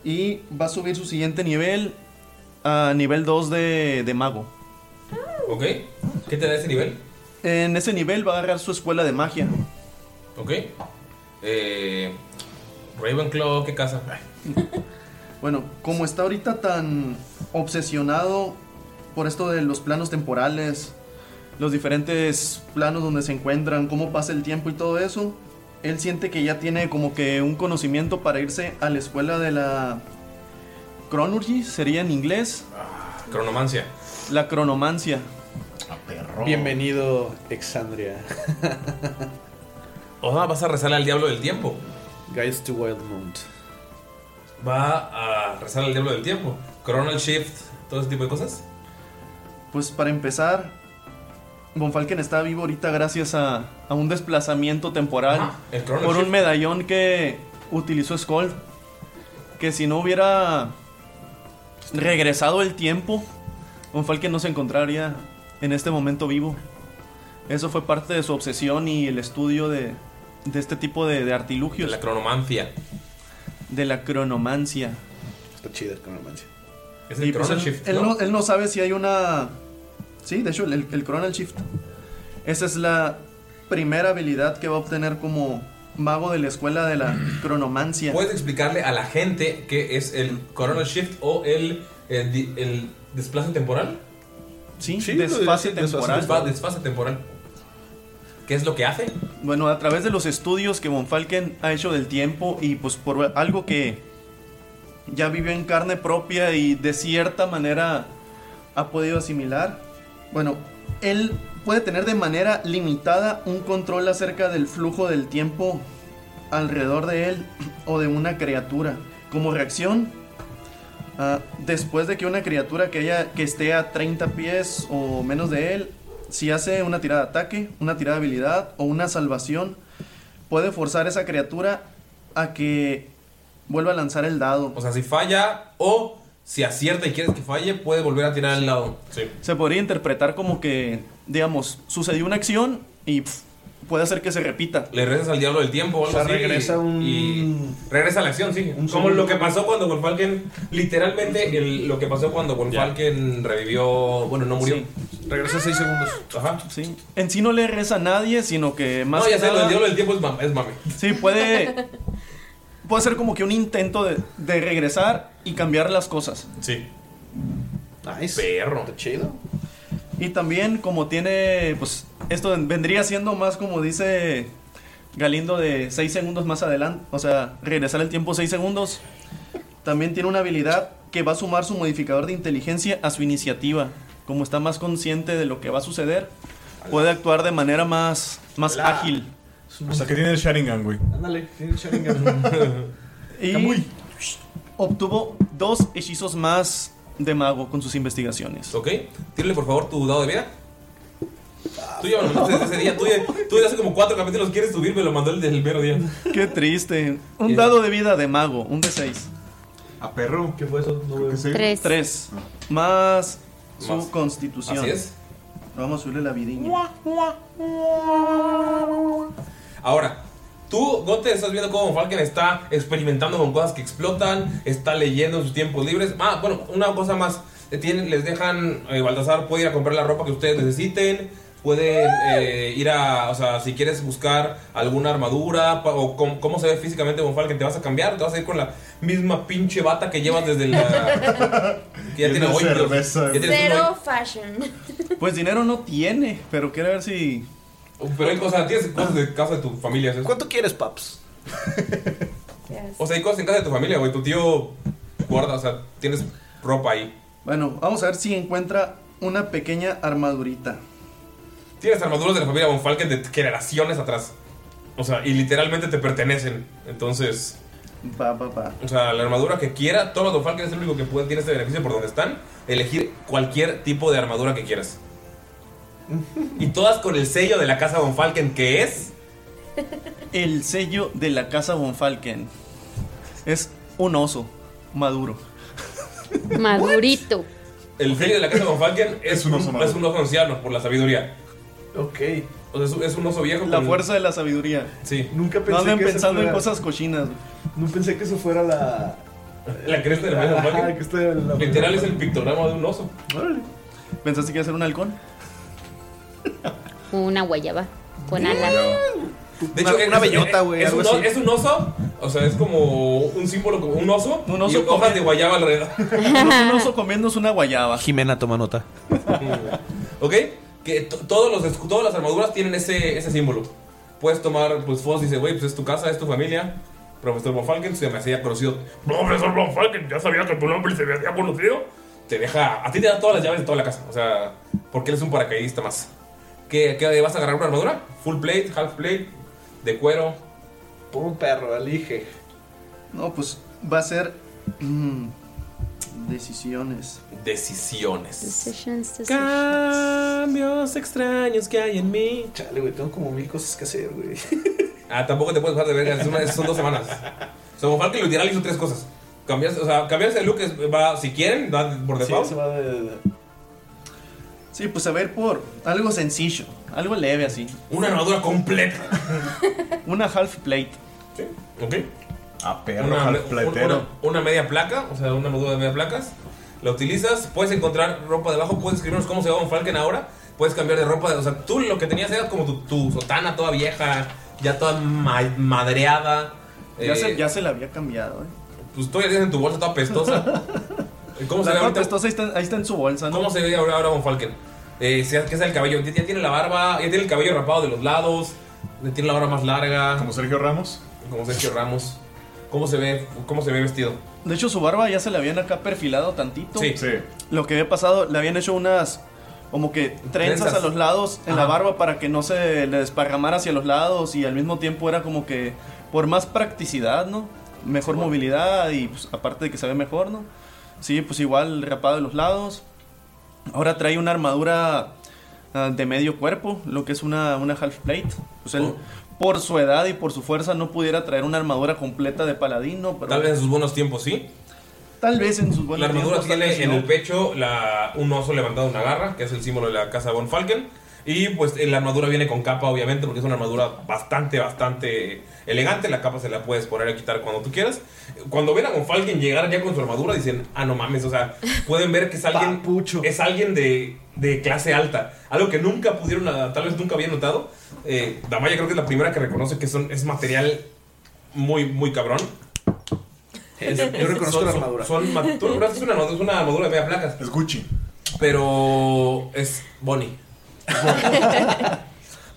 Y va a subir su siguiente nivel a nivel 2 de, de mago. ¿Ok? ¿Qué te da ese nivel? En ese nivel va a agarrar su escuela de magia. ¿Ok? Eh, Ravenclaw, ¿qué casa? Bueno, como está ahorita tan obsesionado por esto de los planos temporales, los diferentes planos donde se encuentran, cómo pasa el tiempo y todo eso, él siente que ya tiene como que un conocimiento para irse a la escuela de la chronology, sería en inglés, Cronomancia. la cronomancia. Bienvenido, Exandria. [laughs] O sea, vas a rezarle al diablo del tiempo. Guys to Wild Mount. Va a rezar al diablo del tiempo. Chronal Shift, todo ese tipo de cosas. Pues para empezar, Von Falken está vivo ahorita gracias a, a un desplazamiento temporal el Chrono por Shift. un medallón que utilizó Skull. Que si no hubiera regresado el tiempo, Von Falken no se encontraría en este momento vivo. Eso fue parte de su obsesión y el estudio de, de este tipo de, de artilugios. De la cronomancia. De la cronomancia. Está chida el cronomancia. Es el Y, pues, Chronal él- Shift, él, ¿no? ¿no? él no sabe si hay una. Sí, de hecho, el, el Chronal Shift. Esa es la primera habilidad que va a obtener como mago de la escuela de la cronomancia. Puedes explicarle a la gente qué es el Coronal Shift o el, el, di- el desplazo temporal. Sí, Sí, desfase lo- temporal. Desfa- Desfase temporal. ¿Qué es lo que hace? Bueno, a través de los estudios que Von Falken ha hecho del tiempo y pues por algo que ya vivió en carne propia y de cierta manera ha podido asimilar. Bueno, él puede tener de manera limitada un control acerca del flujo del tiempo alrededor de él o de una criatura. Como reacción, ah, después de que una criatura que, haya- que esté a 30 pies o menos de él, si hace una tirada de ataque, una tirada de habilidad o una salvación, puede forzar a esa criatura a que vuelva a lanzar el dado. O sea, si falla o si acierta y quieres que falle, puede volver a tirar al lado. Sí. se podría interpretar como que, digamos, sucedió una acción y pf, puede hacer que se repita. Le rezas al diablo del tiempo o algo O sea, así, regresa y- un- y regresa a la acción, sí. Como segundo. lo que pasó cuando Von Falken. Literalmente el- lo que pasó cuando Von Falken revivió. Bueno, no murió. Regresa 6 segundos. Ajá. Sí. En sí no le reza a nadie, sino que más no, ya que sé, lo nada- del diablo del tiempo es, mam- es mame. Sí, puede. Puede ser como que un intento de, de regresar y cambiar las cosas. Sí. Nice. Perro. chido. Y también como tiene, pues esto vendría siendo más como dice Galindo de 6 segundos más adelante, o sea, regresar el tiempo 6 segundos. También tiene una habilidad que va a sumar su modificador de inteligencia a su iniciativa. Como está más consciente de lo que va a suceder, puede actuar de manera más, más ágil. O sea, que tiene el Sharingan, güey. Ándale, tiene el Sharingan. [laughs] y obtuvo dos hechizos más de mago con sus investigaciones. Ok, tírale por favor tu dado de vida. Tú ya me lo mandaste desde ese día. Tú, ya- tú desde hace como cuatro capítulos quieres subir, me lo mandó el del mero día. Qué triste. Un dado de vida de mago, un de 6. ¿A perro? ¿Qué fue eso? No veo. Tres. Tres. Más su Más. constitución. Así es. Vamos a subirle la vidinha. Ahora, tú, Gote, estás viendo cómo Falken está experimentando con cosas que explotan, está leyendo en sus tiempos libres. Ah, bueno, una cosa más. eh, tienen- les dejan, eh, Baltasar puede ir a comprar la ropa que ustedes necesiten. Pueden eh, ir a, o sea, si quieres buscar alguna armadura pa- o com- cómo se ve físicamente Von Falken, te vas a cambiar, te vas a ir con la misma pinche bata que llevas desde la... que ya tiene Tiene hoyos, cerveza. ya tienes un hoyo. Cero fashion. Pues dinero no tiene, pero quiere ver si. Oh, Pero hay cosas, tienes cosas de casa de tu familia. ¿sí? ¿Cuánto quieres, Paps? O sea, hay cosas en casa de tu familia, güey. Tu tío guarda, o sea, tienes ropa ahí. Bueno, vamos a ver si encuentra una pequeña armadurita. Tienes armaduras de la familia Von Falken de generaciones atrás. O sea, y literalmente te pertenecen. Entonces, Va, va, va. o sea, la armadura que quiera, todos los Von Falken es el único que puede, tiene este beneficio por donde están. Elegir cualquier tipo de armadura que quieras. Y todas con el sello de la casa Von Falken, que es. El sello de la casa Von Falken es un oso maduro. Madurito. El sello de la casa Von [laughs] Falken es, Es un oso un, maduro. es un oso anciano por la sabiduría. Ok. O sea, es un- es un oso viejo. La con- fuerza de la sabiduría. Sí. Nunca No pensé anden que eso pensando en fuera- cosas cochinas. güey. No pensé que eso fuera la. La cresta de la familia Von Ajá, Falken. que está la- Literal es el pictograma de un oso. Órale. ¿Pensaste que iba a ser [laughs] un halcón? Una guayaba. Con alas. De Una- hecho, es- una bellota, es- güey, Es, algo un o- así. es un oso, o sea, es como un símbolo, como un oso. Un oso Y hojas comiendo. de guayaba alrededor. Un oso comiéndose una guayaba. Jimena toma nota. ¿Ok? Que to- todos los, escu- todas las armaduras tienen ese, ese símbolo. Puedes tomar, pues Foss dice, güey, pues es tu casa, es tu familia. Profesor Von Falken, se me hacía conocido. Profesor Von Falken, ya sabía que tu nombre se me hacía conocido. Te deja, a ti te da todas las llaves de toda la casa. O sea, porque él es un paracaidista más. ¿Qué, qué vas a agarrar una armadura? Full plate, half plate, de cuero. Pum, perro, elige. No, pues va a ser. mm, decisiones. Decisiones. Decisions, decisions. Cambios extraños que hay en mí. Chale, güey, tengo como mil cosas que hacer, güey. Ah, tampoco te puedes bajar de verga. es una- son dos semanas. O sea, Von Falken literal hizo tres cosas. Cambiarse, o sea, cambiarse de look es- va, si quieren, va por Sí, default. se va de- de- Sí, pues a ver por algo sencillo, algo leve así. una armadura completa. [laughs] Una half plate. Sí, ok. A perro, Una, al una- una- platero. una media placa, o sea, una armadura de media placas. La utilizas, puedes encontrar ropa debajo, puedes escribirnos cómo se va Von Falken ahora. Puedes cambiar de ropa, o sea, tú lo que tenías era como tu, tu sotana toda vieja, ya toda ma- madreada. Ya, eh, se, ya se la había cambiado, ¿eh? Pues tú ya tienes en tu bolsa toda [laughs] pestosa. ¿Cómo se, La ve ropa ahorita- pestosa ahí está, ahí está en su bolsa, ¿no? ¿Cómo se ve ahora, ahora Von Falken? Eh, se- ¿Qué es el cabello? Ya ya tiene la barba, ya tiene el cabello rapado de los lados, ya tiene la barba más larga, Como Sergio Ramos. como Sergio Ramos. ¿Cómo se ve, cómo se ve vestido? De hecho, su barba ya se la habían acá perfilado tantito. Sí. Sí. Lo que había pasado, le habían hecho unas como que trenzas, Trenzas. a los lados en la Ajá. barba para que no se le desparramara hacia los lados y al mismo tiempo era como que por más practicidad, ¿no? Mejor movilidad y pues, aparte de que se ve mejor, ¿no? Sí, pues igual rapado de los lados. Ahora trae una armadura ah, de medio cuerpo, lo que es una, una half plate. Pues Oh. él, por su edad y por su fuerza, no pudiera traer una armadura completa de paladino, pero Tal vez en sus buenos tiempos, sí. tal vez en sus La buenos armadura tiempos, tal tiene vez en no. el pecho la, un oso levantado en una garra, que es el símbolo de la casa Von Falken. Y pues eh, la armadura viene con capa, obviamente, porque es una armadura bastante, bastante elegante. La capa se la puedes poner y quitar cuando tú quieras. Cuando ven a Von Falken llegar ya con su armadura, dicen, ah, no mames, o sea, pueden ver que es alguien, Papucho. es alguien de, de clase alta. Algo que nunca pudieron, ah, tal vez nunca habían notado. Eh, Damaya creo que es la primera que reconoce que son, es material muy, muy cabrón. Es- yo reconozco son- la son- armadura. Son, ma- tú lo compraste, es una, armadura- es una armadura de media placa. Es Gucci. Pero es [laughs] Bonnie.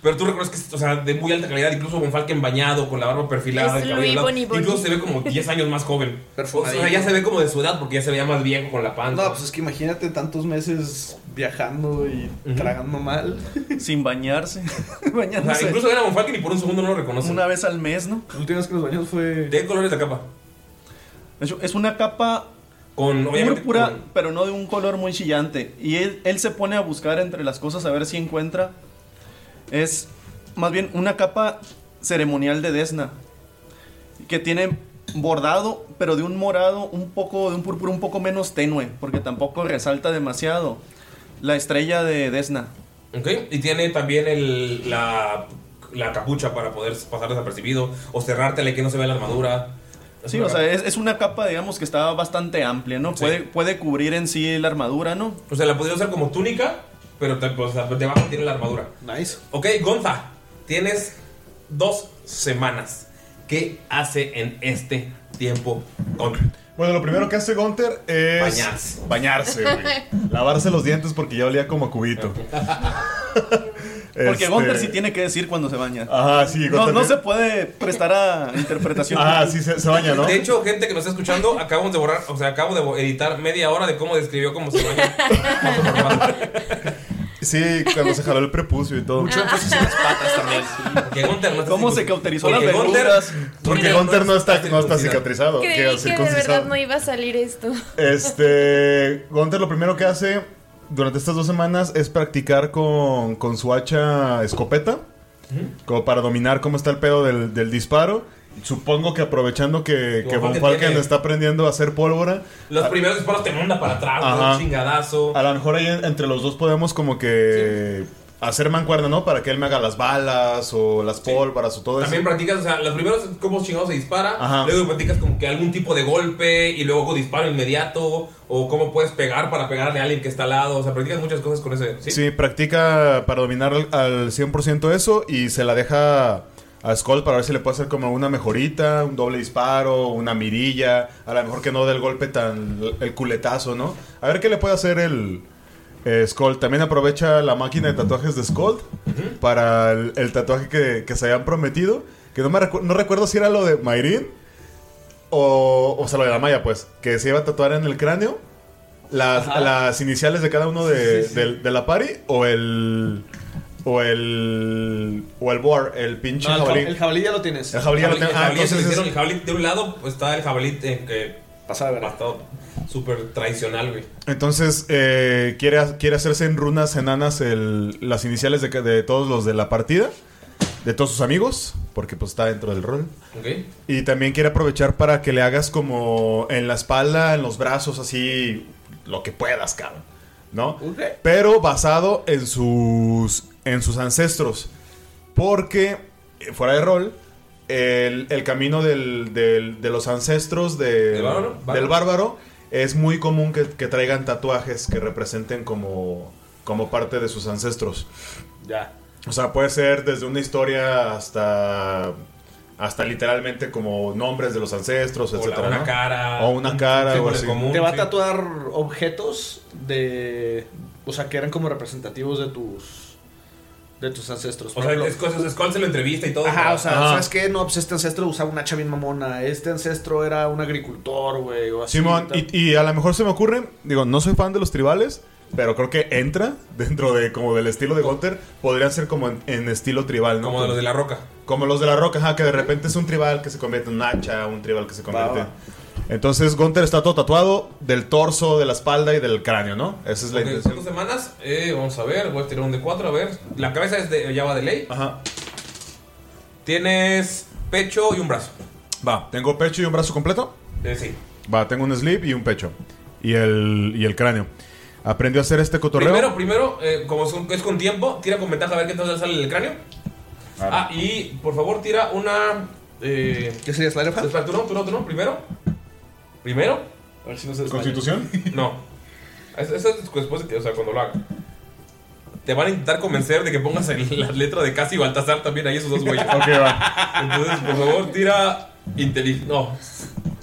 Pero tú reconoces que es o sea, de muy alta calidad, incluso Von Falken bañado, con la barba perfilada, Es el cabello Louis al lado. Bonnie Bonnie. Incluso se ve como 10 años más joven. O sea, ya se ve como de su edad, porque ya se veía más viejo con la panza. No, pues es que imagínate tantos meses viajando y tragando mal. [laughs] Sin bañarse. O sea, incluso era Von Falken y por un segundo no lo reconoce. Una vez al mes, ¿no? La última vez que nos bañamos fue. ¿De qué color es la capa? De hecho, es una capa Con, obviamente, púrpura, con- pero no de un color muy chillante. Y él, él se pone a buscar entre las cosas a ver si encuentra. Es más bien una capa ceremonial de Desna. Que tiene bordado, pero de un morado un poco, de un púrpura un poco menos tenue. Porque tampoco resalta demasiado la estrella de Desna. Ok, y tiene también el, la, la capucha para poder pasar desapercibido o cerrártela y que no se vea la armadura. Sí, o sea, es, es una capa, digamos, que está bastante amplia, ¿no? Puede, puede cubrir en sí la armadura, ¿no? O sea, la podría usar como túnica, pero te- o sea, debajo tiene la armadura. Nice. Ok, Gonza, tienes dos semanas. ¿Qué hace en este tiempo Gonza? Bueno, lo primero que hace Gunter es. Bañarse. Bañarse, güey. Lavarse los dientes porque ya olía como a cubito. Porque Este- Gunter sí tiene que decir cuando se baña. Ajá, sí, No, Gunter no tiene- se puede prestar a interpretación. Ah, sí, se, se baña, ¿no? De hecho, gente que nos está escuchando, acabamos de borrar, o sea, acabo de bo- editar media hora de cómo describió cómo se baña. Sí, cuando se jaló el prepucio y todo. Mucho énfasis en las patas también. Que Gunter no está ¿Cómo se circun- cauterizó Porque las Gunter- verrugas? Porque Gunter no está, no está [laughs] cicatrizado. Creí que que de verdad circuncisado. no iba a salir esto. Este. Gunter lo primero que hace durante estas dos semanas es practicar con, con su hacha escopeta. Como para dominar cómo está el pedo del, del disparo. Supongo que aprovechando que, Tu que mamá Von que Falken tiene- está aprendiendo a hacer pólvora. Los a- primeros disparos te manda para atrás, Ajá. un chingadazo. A lo mejor ahí en- entre los dos podemos como que hacer mancuerna, ¿no? Para que él me haga las balas o las pólvoras o todo También eso. practicas, o sea, los primeros cómo chingados se dispara, Pues Ajá. luego practicas como que algún tipo de golpe y luego disparo inmediato o cómo puedes pegar para pegarle a alguien que está al lado, o sea, practicas muchas cosas con ese, ¿sí? Sí, practica para dominar al- al 100% eso y se la deja a Skull para ver si le puede hacer como una mejorita, un doble disparo, una mirilla, a lo mejor que no del golpe tan el culetazo, ¿no? A ver qué le puede hacer el eh, Skull. También aprovecha la máquina de tatuajes de Skull para el, el tatuaje que, que se habían prometido, que no, me recu- no recuerdo si era lo de Mayrin o, o sea, lo de la Maya, pues, que se iba a tatuar en el cráneo. Las, las iniciales de cada uno de, del- de la party o el. O el. O el boar, el pinche No, el, jabalí. ja- el jabalí ya lo tienes. El jabalí ya lo Jabalí- tengo. el Ah, jabalí, se lo entonces hicieron, es- el jabalí de un lado pues, está el jabalí eh, que Pasada, ¿verdad? bastado súper tradicional, güey. Entonces, eh, quiere, quiere hacerse en runas enanas el- las iniciales de, ca- de todos los de la partida, de todos sus amigos, porque pues está dentro del rol. ¿Ok? Y también quiere aprovechar para que le hagas como en la espalda, en los brazos, así lo que puedas, cabrón. ¿No? Ok. Pero basado en sus. en sus ancestros. Porque, eh, fuera de rol, el, el camino del- del- de los ancestros de- ¿Del bárbaro? del bárbaro es muy común que, que traigan tatuajes que representen como, como parte de sus ancestros. Ya. O sea, puede ser desde una historia hasta hasta literalmente como nombres de los ancestros, O la- etcétera, una ¿no? cara. o una cara sí, o con el así. común, Te va a sí. tatuar objetos de. O sea, que eran como representativos de tus. De tus ancestros. O Por sea, ejemplo, es cosas, es cuál se lo entrevista y todo. Ajá, o sea, Ah. Ajá. ¿sabes qué? No, pues este ancestro usaba un hacha bien mamona. Este ancestro era un agricultor, güey, o así. Simón, tal. y, y a lo mejor se me ocurre, digo, no soy fan de los tribales, pero creo que entra [laughs] dentro de como del estilo de Gunter, podrían ser como en, en estilo tribal, ¿no? como de los de la roca. Como los de la roca, ajá, que de repente es un tribal que se convierte en un hacha, un tribal que se convierte. Va, va. Entonces Gunter está todo tatuado del torso, de la espalda y del cráneo, ¿no? Esa es la Ok, son dos intención. semanas. Eh, vamos a ver, voy a tirar un de cuatro, a ver. La cabeza es de, ya va de ley. Ajá. Tienes pecho y un brazo. Va, tengo pecho y un brazo completo. Eh, sí. Va, tengo un sleeve y un pecho. Y el, y el cráneo. Aprendió a hacer este cotorreo. Primero, primero, eh, como es con, es con tiempo, tira con ventaja a ver qué tal sale el cráneo. Ah, y por favor, tira una. Eh, ¿Qué sería Slayer of Hand? espera, tú no, tú no, tú no, primero. Primero, A ver si no se desmaya. ¿Constitución? no. Eso eso es después de que, o sea, cuando lo haga. Te van a intentar convencer de que pongas el- la letra de Casi y Baltasar también ahí, esos dos güeyes. ok, va. Entonces, por favor, tira. Inteligencia. No,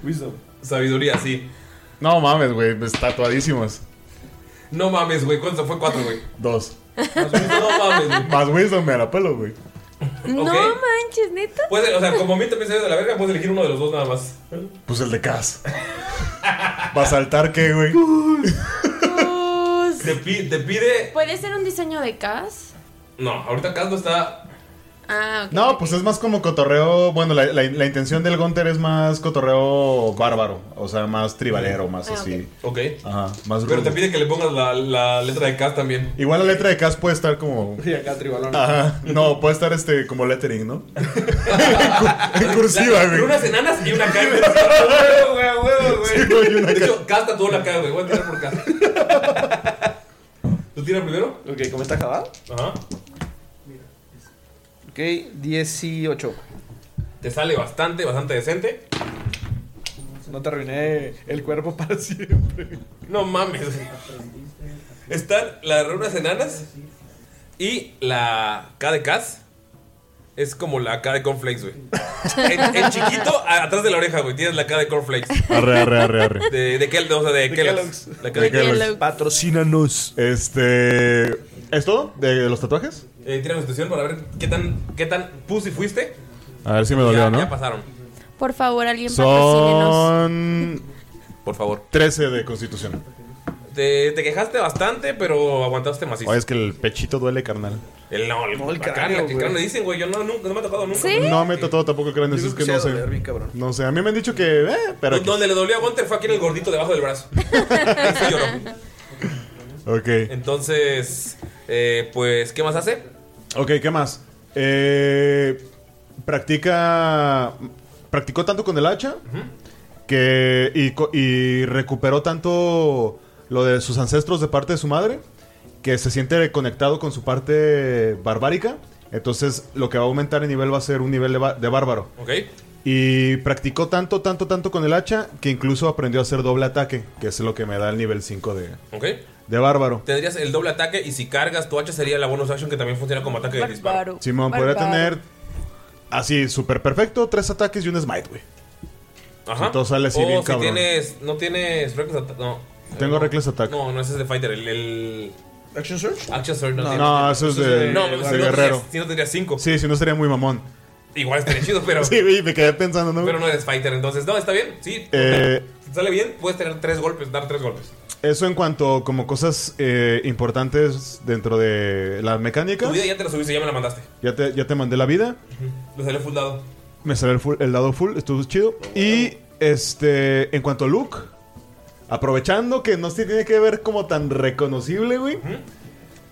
Wisdom. Sabiduría, sí. No mames, güey, pues, tatuadísimos. No mames, güey. ¿Cuánto fue? Cuatro, güey. Dos. No mames, güey. Más wisdom me la pelo, güey. [laughs] No manches, neta. Puedes, o sea, como a mí también se ve de la verga, puedes elegir uno de los dos nada más. Pues el [laughs] de Cas. ¿Va a saltar qué, güey? Te, pi- te pide. pues. ¿Puede ser un diseño de Cas? No, ahorita Casdo está. Ah, ok. No, pues es más como cotorreo. Bueno, la, la- la intención del Gunter es más cotorreo bárbaro. O sea, más tribalero, más Ah, ok. así. Ok. Ajá, más Pero te rudo. pide que le pongas la, la letra de Cas también. Igual la letra de Cas puede estar como. Y acá tribalón. Ajá. No, puede estar este como lettering, [laughs] ¿no? [laughs] en cursiva, Pero güey. unas enanas y una K. güey. [laughs] Huevo, güey, huevo, güey. Sí, güey, una De K. hecho, Cas tatuó la K, güey. Voy a tirar por Cas. [laughs] ¿Tú tiras primero? Ok, ¿cómo está acabado? Ajá. Ok, 18. Te sale bastante, bastante decente. No te arruiné el cuerpo [laughs] para siempre. No mames. Están las runas enanas y la K de Cas. Es como la K de Cornflakes, güey. En, en chiquito, a- atrás de la oreja, güey. Tienes la K de Cornflakes. Arre, arre, arre, arre. De, de Kel- no, o sea, de, Kellogg's. Kellogg's. La K de Kellogg's. Patrocínanos. Este. ¿Es todo? ¿De los tatuajes? Eh, tira constitución para ver qué tan, qué tan pussy fuiste. A ver si me ya, dolió, ya ¿no? pasaron, Por favor, alguien patrocínenos. Son por favor. 13 de constitución. Te, te quejaste bastante, pero aguantaste macizo. Oye, es que el pechito duele, carnal. El, no, el, No, el la cráneo, carne, que güey. cráneo dicen, güey. Yo no, nunca, no me ha tocado nunca. ¿Sí? No me he tatuado tampoco el cráneo, Yo así es creo que que no sí ha de doler sé. bien, cabrón. No sé, a mí me han dicho que. Eh, pero. aquí. Donde le dolió a Gunter fue aquí en el gordito debajo del brazo. Ahí sí lloró. Ok. Entonces, eh, pues, ¿qué más hace? Ok, ¿qué más? Eh, practica. Practicó tanto con el hacha que. Y, co- y recuperó tanto lo de sus ancestros de parte de su madre que se siente conectado con su parte barbárica. Entonces, lo que va a aumentar el nivel va a ser un nivel de, ba- de bárbaro. Ok. Y practicó tanto, tanto, tanto con el hacha que incluso aprendió a hacer doble ataque, que es lo que me da el nivel 5 de, Ok. de bárbaro. Tendrías el doble ataque y si cargas tu hacha sería la bonus action que también funciona como ataque de disparo. Simón podría tener así, súper perfecto, tres ataques y un smite, güey. Ajá. Entonces sale así O bien si cabrón. tienes, no tienes reckless attack, no. Tengo Eh, reckless attack. No, no ese es de fighter, el, el Action Search. action surge no, tiene. No, eso es de, No, de pero si no guerrero. tendrías- si no tendrías 5. Sí, si no sería muy mamón. Igual estaría chido, pero, [laughs] Sí, güey, me quedé pensando, ¿no? pero no eres fighter. Entonces, no, está bien. Sí, Eh, si sale bien. Puedes tener tres golpes, dar tres golpes. eso en cuanto como cosas eh, importantes dentro de la mecánica. Tu vida ya te la subiste, ya me la mandaste. Ya te, ya te mandé la vida. Le salió full dado. Me salió el, full- el dado full, estuvo chido. Y este, en cuanto a look, aprovechando que no se tiene que ver como tan reconocible, güey,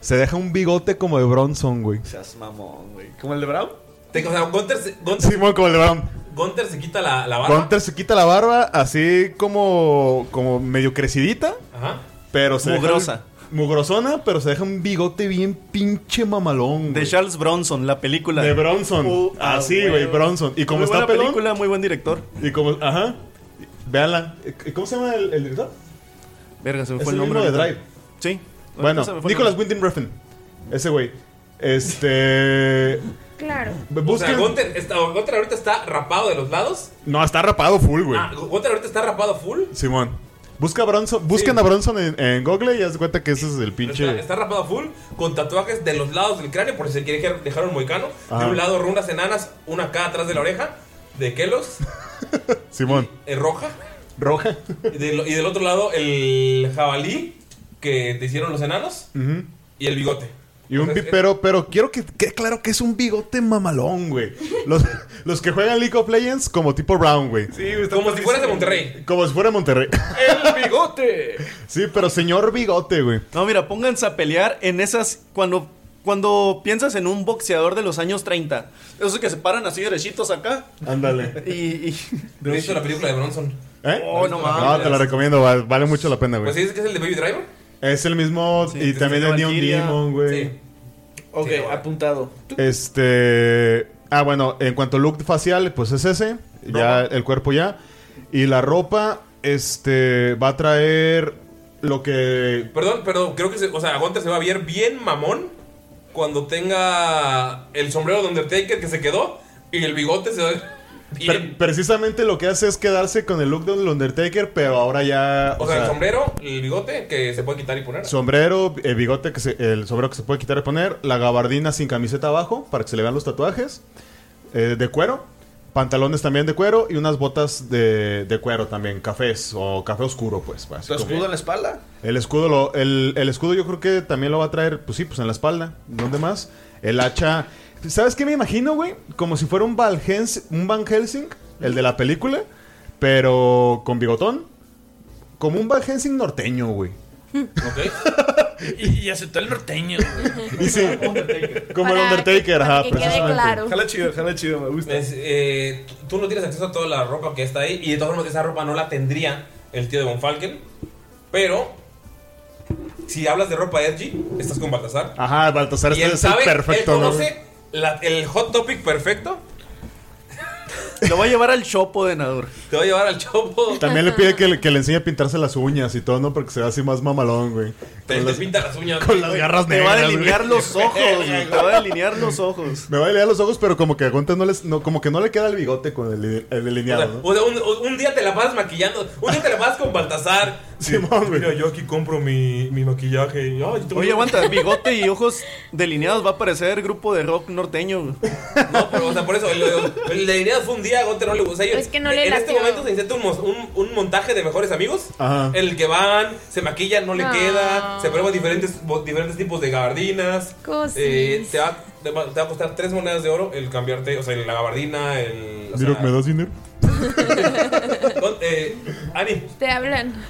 se deja un bigote como de Bronson, güey. Seas mamón, güey. ¿Como el de Brown? Te, o sea, Gunter se, Gunter, Simón, como el de Bronson. Gunter se quita la, la barba. Gunter se quita la barba así como, como medio crecidita, Ajá. pero se deja- Mugrosa. mugrosona, pero se deja un bigote bien pinche mamalón. De güey. Charles Bronson, la película. De Bronson. Uh, ah, así, güey, huevo. Bronson. Y como muy está buena pelón, película, muy buen director. Y como, ajá. Veanla. ¿Cómo se llama el, el director? Verga, se me Es fue el el nombre. mismo de ahorita. Sí. Bueno, Ahorita se me fue el Nicholas nombre. Winding Refn. Ese güey. Este. [laughs] Claro. O sea, Busquen. Gunter, está- Gunter ahorita está rapado de los lados. no, está rapado full, güey. Ah, Gunter ahorita está rapado full. Simón. Busca a Bronson, busquen Sí. a Bronson en, en Google y haz de cuenta que ese es el pinche. Está, está rapado full con tatuajes de los lados del cráneo por si se quiere dejar- dejar un moicano. Ajá. De un lado runas enanas, una acá atrás de la oreja, de [laughs] Kelos, Simón. eh, roja. Roja. Y, del- y del otro lado el jabalí que te hicieron los enanos y el bigote. Y un O sea, Pues es- pipero, pero quiero que quede claro que es un bigote mamalón, güey. Los, [laughs] los que juegan League of Legends como tipo Brown, güey. Como si fueras de Monterrey. Como si fuera Monterrey. [laughs] ¡El bigote! Sí, pero señor bigote, güey. No, mira, pónganse a pelear en esas. Cuando, cuando piensas en un boxeador de los años 30. Esos que se paran así derechitos acá. Ándale. Y. y- ¿No visto la película de Bronson? ¿Eh? Oh, no No, mames. te la recomiendo, va- vale mucho la pena, Pues güey. sí, es que es el de Baby Driver. Es el mismo Sí, y te también de enseñó Neon Valkyria. Demon, güey. Sí. Ok, Sí, ahora. apuntado. Este, ah bueno, en cuanto a look facial, pues es ese, ya el cuerpo ya y la ropa este va a traer lo que Perdón, pero creo que se, o sea, Gunter se va a ver bien mamón cuando tenga el sombrero de Undertaker que se quedó y el bigote se va a ver. Pre- precisamente lo que hace es quedarse con el look del Undertaker, pero ahora ya. O sea, el sombrero, el bigote que se puede quitar y poner. [laughs] Sombrero, el bigote, que se- el sombrero que se puede quitar y poner, la gabardina sin camiseta abajo para que se le vean los tatuajes, eh, de cuero, pantalones también de cuero y unas botas de, de cuero también, cafés o café oscuro, pues. así ¿Tu como- escudo en la espalda? El escudo, lo- el, el escudo yo creo que también lo va a traer, pues sí, pues en la espalda. ¿Dónde más? El hacha. ¿Sabes qué me imagino, güey? Como si fuera un, Val Hens- un Van Helsing, el de la película, pero con bigotón. Como un Van Helsing norteño, güey. Y, y aceptó el norteño. Y sí, como el Para Undertaker, que- para ajá, que quede precisamente. claro. Jala chido, jala chido, me gusta. Es, eh, tú- tú no tienes acceso a toda la ropa que está ahí. Y de todas formas, esa ropa no la tendría el tío de Von Falken. Pero, si hablas de ropa edgy, estás con Baltasar. Ajá, Baltasar Y él este es sabe, el perfecto. él ¿no? conoce la- el hot topic perfecto. Lo voy a llevar al chopo de Nadur. Te va a llevar al chopo. También le pide que le, que le enseñe a pintarse las uñas y todo, ¿no? Porque se ve así más mamalón, güey. [laughs] Te, te pinta las uñas. con las garras Te va a negras, delinear güey. los ojos, güey. Te va a delinear los ojos. Me va a delinear los ojos, pero como que a Gontes no les, no, como que no le queda el bigote con el, el O sea, delineado, ¿no? o sea, un, un día te la pasas maquillando, un día te la pasas con [laughs] Baltasar. Simón, güey. Mira, yo aquí compro mi, mi maquillaje. Ay, tú- Oye, aguanta, bigote y ojos delineados va a parecer grupo de rock norteño. [laughs] No, pero, o sea, por eso, el, el de Ineas fue un día, Gonte no le gustó. O sea, yo- Es que no le En este latió. momento se intenta un, mos- un- un montaje de mejores amigos. Ajá. En el que van, se maquillan, no le No. queda, se prueban diferentes, bo- diferentes tipos de gabardinas. Cosis. Eh, te, va, te va- te va a costar tres monedas de oro el cambiarte, o sea, la gabardina, el. o Miro, sea, ¿me das dinero? Gon- eh, Ani, Te hablan.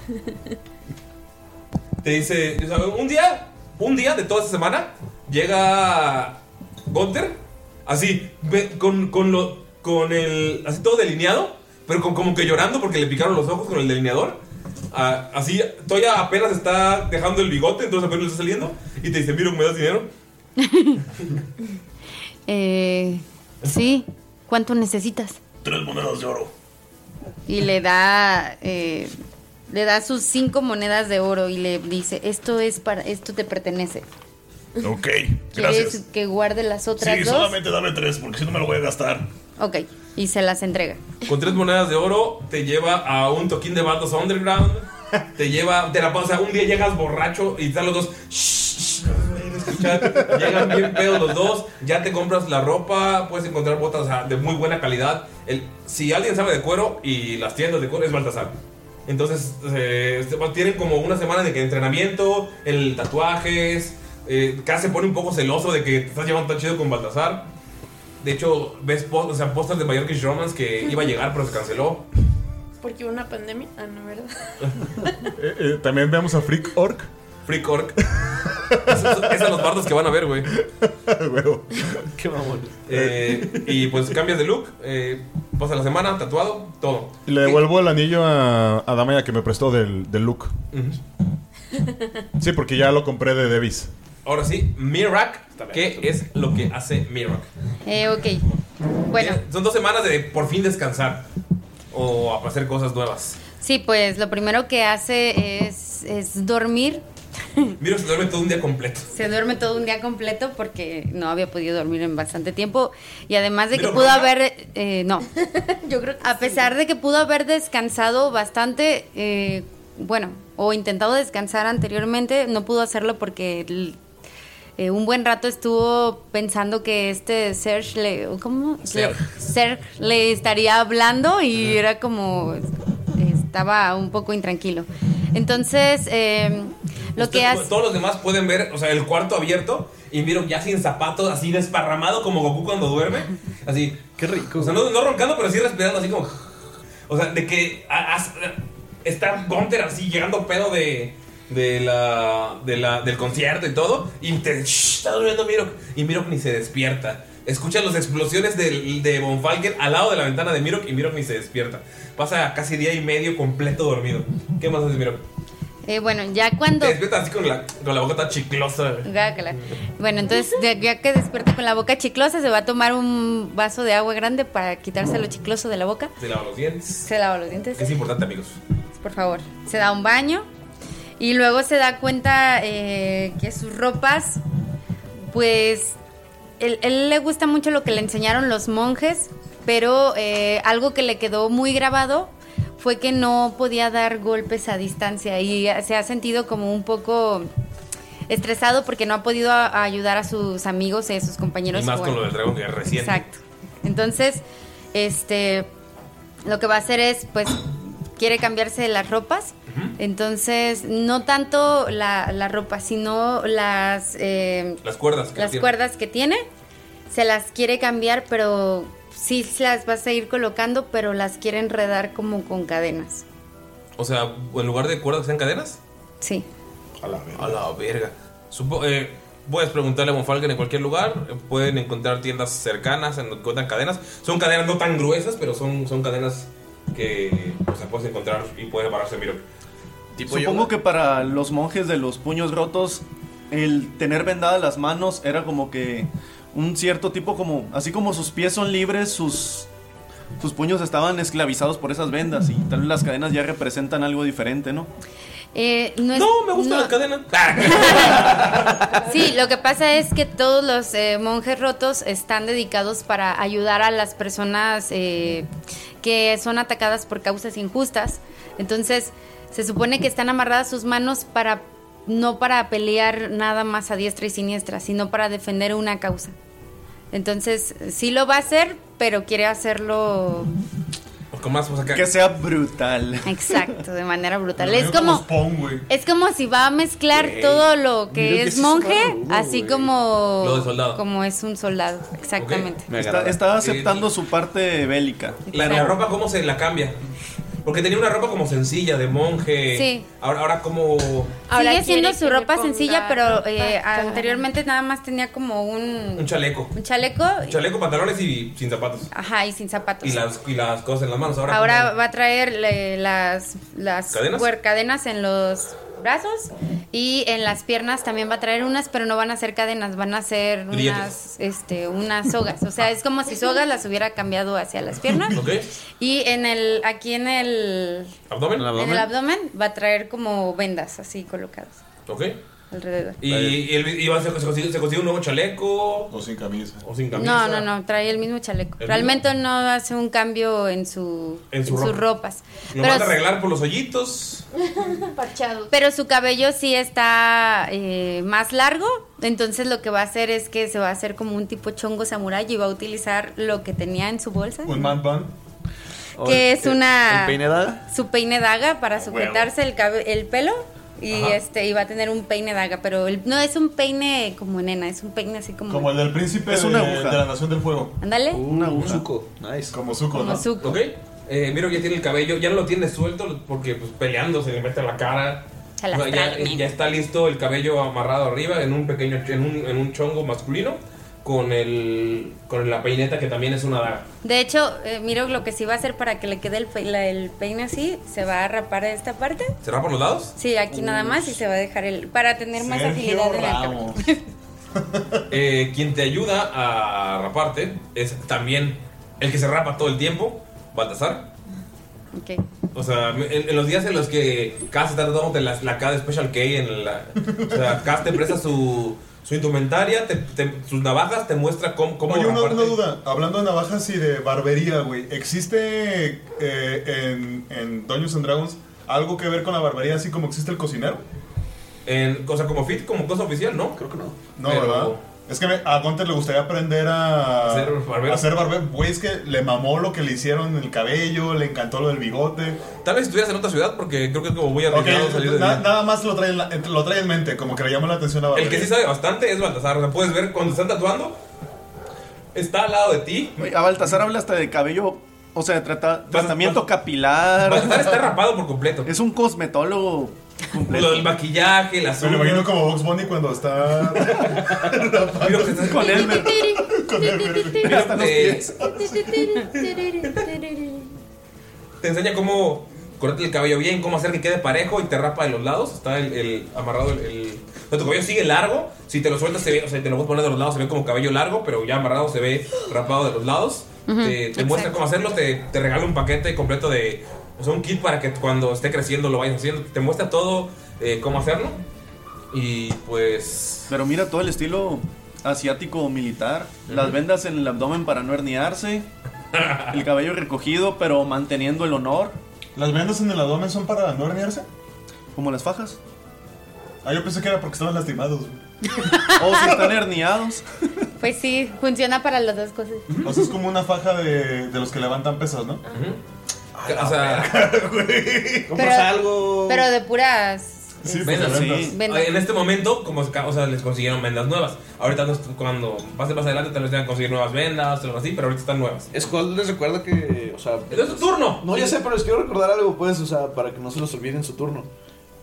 [laughs] te dice, o sea, un día, un día de toda esta semana, llega Gunter, así, ve- con, con, lo, con el, así todo delineado, pero con- como que llorando porque le picaron los ojos con el delineador. Ah, así, todavía apenas está dejando el bigote, entonces apenas le está saliendo, y te dice, mira, ¿me das dinero? [laughs] Eh, sí, ¿cuánto necesitas? Tres monedas de oro. Y le da, eh, le da sus cinco monedas de oro y le dice, esto es para, esto te pertenece. Ok, ¿Quieres gracias. que guarde las otras Sí, dos? solamente dame tres, porque si no me lo voy a gastar. Ok, y se las entrega. Con tres monedas de oro te lleva a un toquín de bandos underground. Te lleva, te la pasa. Un día llegas borracho y están los dos. "Shh, shh, no nos vayan a escuchar". Llegan bien pedos los dos. Ya te compras la ropa. Puedes encontrar botas o sea, de muy buena calidad. El- si alguien sabe de cuero y las tiendas de cuero es Baltasar. Entonces eh, se- tienen como una semana de que entrenamiento, el tatuajes. eh, casi se pone un poco celoso de que te estás llevando tan chido con Baltasar. De hecho, ves po- o sea, postas de Mayor que Romance que iba a llegar, pero se canceló. Porque hubo una pandemia. Ah, no, ¿verdad? Eh, eh, también veamos a Freak Orc. Freak Orc. Esos esos son los bardos que van a ver, güey. [laughs] Huevo. Qué mamón. Eh, y pues cambias de look, eh, pasa la semana, tatuado, todo. Y le devuelvo el anillo a, a Damaya que me prestó del, del look. Sí, porque ya lo compré de Devis. Ahora sí, Mirak, ¿qué es lo que hace Mirak? Eh, ok, bueno, Son dos semanas de por fin descansar o hacer cosas nuevas. sí, pues lo primero que hace es, es dormir. Miro se duerme todo un día completo. Se duerme todo un día completo porque no había podido dormir en bastante tiempo. Y además de que ¿Pero pudo ronca? haber... eh, no. [laughs] Yo creo que A pesar de que pudo haber descansado bastante, eh, bueno, o intentado descansar anteriormente, no pudo hacerlo porque el- eh, un buen rato estuvo pensando que este Serge le, o ¿cómo? [laughs] Serge. Le- Serge le estaría hablando y era como estaba un poco intranquilo. Entonces, eh, lo que Ustedes- hace Todos los demás pueden ver, o sea, el cuarto abierto y Miro ya sin zapatos, así desparramado como Goku cuando duerme. Así. Qué rico. O sea, no, no roncando, pero sí respirando así como. O sea, de que a- a- está Gunter así llegando pedo de. De la, de la- del concierto y todo. Y te shh, está durmiendo Miro. Y Miro ni se despierta. Escuchas las explosiones del- de Von Falken al lado de la ventana de Miro. Y Miro ni se despierta. Pasa casi día y medio completo dormido. ¿Qué más haces, Miro? eh, bueno, ya cuando... Te despiertas así con la, con la boca toda chiclosa. Guácala. Bueno, entonces de- ya que despierta con la boca chiclosa, se va a tomar un vaso de agua grande para quitarse lo chicloso de la boca. Se lava los dientes. Se lava los dientes, Es importante, amigos. por favor. Se da un baño y luego se da cuenta eh, que sus ropas, pues, él, él le gusta mucho lo que le enseñaron los monjes pero eh, algo que le quedó muy grabado fue que no podía dar golpes a distancia y se ha sentido como un poco estresado porque no ha podido a- a ayudar a sus amigos y a sus Y compañeros. más con jugar. lo del dragón que es reciente. Exacto. Entonces, este, lo que va a hacer es, pues, quiere cambiarse las ropas. Entonces, no tanto la, la ropa, sino las, eh, Las cuerdas. que las tiene. cuerdas que tiene. Se las quiere cambiar, pero sí se las va a seguir colocando, pero las quiere enredar como con cadenas. O sea, en lugar de cuerdas que sean cadenas. Sí. A la verga. A la verga. Supo- eh, puedes preguntarle a Monfalken en cualquier lugar. eh, Pueden encontrar tiendas cercanas en donde encuentran cadenas. Son cadenas no tan gruesas, pero son, son cadenas que o sea, puedes encontrar y puedes pararse miro. Supongo que para los monjes de los puños rotos, el tener vendadas las manos era como que un cierto tipo como, así como sus pies son libres, sus, sus puños estaban esclavizados por esas vendas y tal vez las cadenas ya representan algo diferente, ¿no? Eh, no, es- No, me gusta no- la cadena. [laughs] [laughs] Sí, lo que pasa es que todos los eh, monjes rotos están dedicados para ayudar a las personas eh, que son atacadas por causas injustas. Entonces, se supone que están amarradas sus manos para no para pelear nada más a diestra y siniestra, sino para defender una causa. Entonces, sí lo va a hacer, pero quiere [laughs] hacerlo Que sea brutal. exacto, de manera brutal. Me Es veo como como es como si va a mezclar Güey, todo lo mira que que es sí monje, está rudo, así güey. como Lo de soldado. como es un soldado, exactamente. Está, está aceptando su parte bélica. Y la, la ropa, ¿cómo se la cambia? Porque tenía una ropa como sencilla, de monje. Sí. Ahora, ahora como. Sigue siendo su ropa sencilla, pero eh, anteriormente nada más tenía como un, Un chaleco. un chaleco, Un chaleco, pantalones y sin zapatos. ajá, y sin zapatos. Y las, y las cosas en las manos. Ahora, Ah, pues Ahora va a traer le- las las ¿Cadenas? puer- cadenas en los brazos y en las piernas también va a traer unas, pero no van a ser cadenas, van a ser Grilletes. unas este unas sogas, o [laughs] sea, es como si sogas las hubiera cambiado hacia las piernas. ¿Ok? Y en el aquí en el ¿Abdomen? en el abdomen va a traer como vendas así colocadas ¿Ok? alrededor. Y, y él y va- se, se consigue, se consigue un nuevo chaleco. O sin camisa. O sin No, camisa. no, no, trae el mismo chaleco. ¿El Realmente no hace un cambio en su En su en sus ropa. ropas. Lo Pero van a arreglar por los hoyitos. Parchado. Pero su cabello sí está eh, más largo, entonces lo que va a hacer es que se va a hacer como un tipo chongo samurái y va a utilizar lo que tenía en su bolsa, Un man bun. que es una ¿El peine daga? su peine daga para huevo. sujetarse el, cabe- el pelo y Ajá. este y va a tener un peine daga, pero el- no es un peine como nena, es un peine así como Como el del príncipe Es una de, aguja. de la Nación del Fuego. Ándale. Una Zuko. Nice. Como Zuko, Como ¿no? Zuko. ¿Ok? Eh, miro que ya tiene el cabello, ya no lo tiene suelto porque pues, peleando se le mete en la cara. Se las O sea, ya, eh, trae. ya está listo el cabello amarrado arriba en un pequeño, en un, en un chongo masculino con el con la peineta que también es una daga. De hecho, eh, miro lo que sí va a hacer para que le quede el, pe- la- el peine así, se va a rapar esta parte. ¿Será por los lados? Sí, aquí nada más y se va a dejar el para tener más Sergio agilidad en el cabello. [laughs] Eh, quien te ayuda a raparte es también el que se rapa todo el tiempo, Baltasar. Ok. O sea, en, en los días en los que Cass está tratando de la, la K de Special K, en la, o sea, Cass te presta su, su indumentaria, te- te- sus navajas, te muestra cómo, cómo Oye, una, raparte. una duda. Hablando de navajas y de barbería, güey. ¿Existe eh, en, en Dungeons and Dragons algo que ver con la barbería así como existe el cocinero? En, o sea, como fit, como cosa oficial, ¿no? Creo que no. No, Pero- ¿verdad? Es que me- a Gunter le gustaría aprender a... A ser barbero. a ser barbero. Güey, es que le mamó lo que le hicieron en el cabello, le encantó lo del bigote. Tal vez estuvieras en otra ciudad porque creo que es como muy arriesgado Ok, salir de na- ahí. nada más lo trae, en la- lo trae en mente, como que le llama la atención a El que sí sabe bastante es Baltasar. O sea, puedes ver cuando están tatuando, está al lado de ti. Güey, A Baltasar habla hasta de cabello, o sea, de trata- tratamiento capilar. Baltasar está rapado por completo. Es un cosmetólogo. Lo del maquillaje, las Me lo imagino como Box Bunny cuando está. [laughs] Con él, me- te, te enseña cómo cortarte el cabello bien, cómo hacer que quede parejo y te rapa de los lados. Está el, el amarrado el, el- o sea, tu cabello sigue largo. Si te lo sueltas, se ve, o sea, te lo puedes poner de los lados, se ve como cabello largo, pero ya amarrado se ve rapado de los lados. Ujú, te te muestra exacto. cómo hacerlo, te, te regala un paquete completo de. O sea, un kit para que cuando esté creciendo lo vayas haciendo. Te muestra todo eh, cómo hacerlo. Y [laughs] pues. Pero mira todo el estilo asiático militar. Las vendas en el abdomen para no herniarse. El cabello recogido, pero manteniendo el honor. ¿Las vendas en el abdomen son para no herniarse? ¿Como las fajas? Ah, yo pensé que era porque estaban lastimados. Oh, O si Oh, están herniados. [laughs] Pues sí, funciona para las dos cosas. O sea, es como una faja de, de los que levantan pesas, ¿no? O sea, Pero- Pero de puras. vendas. sí. Vendas. Oye, En este momento, como ca- o sea, les consiguieron vendas nuevas. Ahorita no es- cuando pase más adelante tal vez tengan que conseguir nuevas vendas o algo así, pero ahorita están nuevas. Skull les recuerda que, o sea... ¡Es su turno! No, ya sé, pero les quiero recordar algo, pues, o sea, para que no se los olvide en su turno.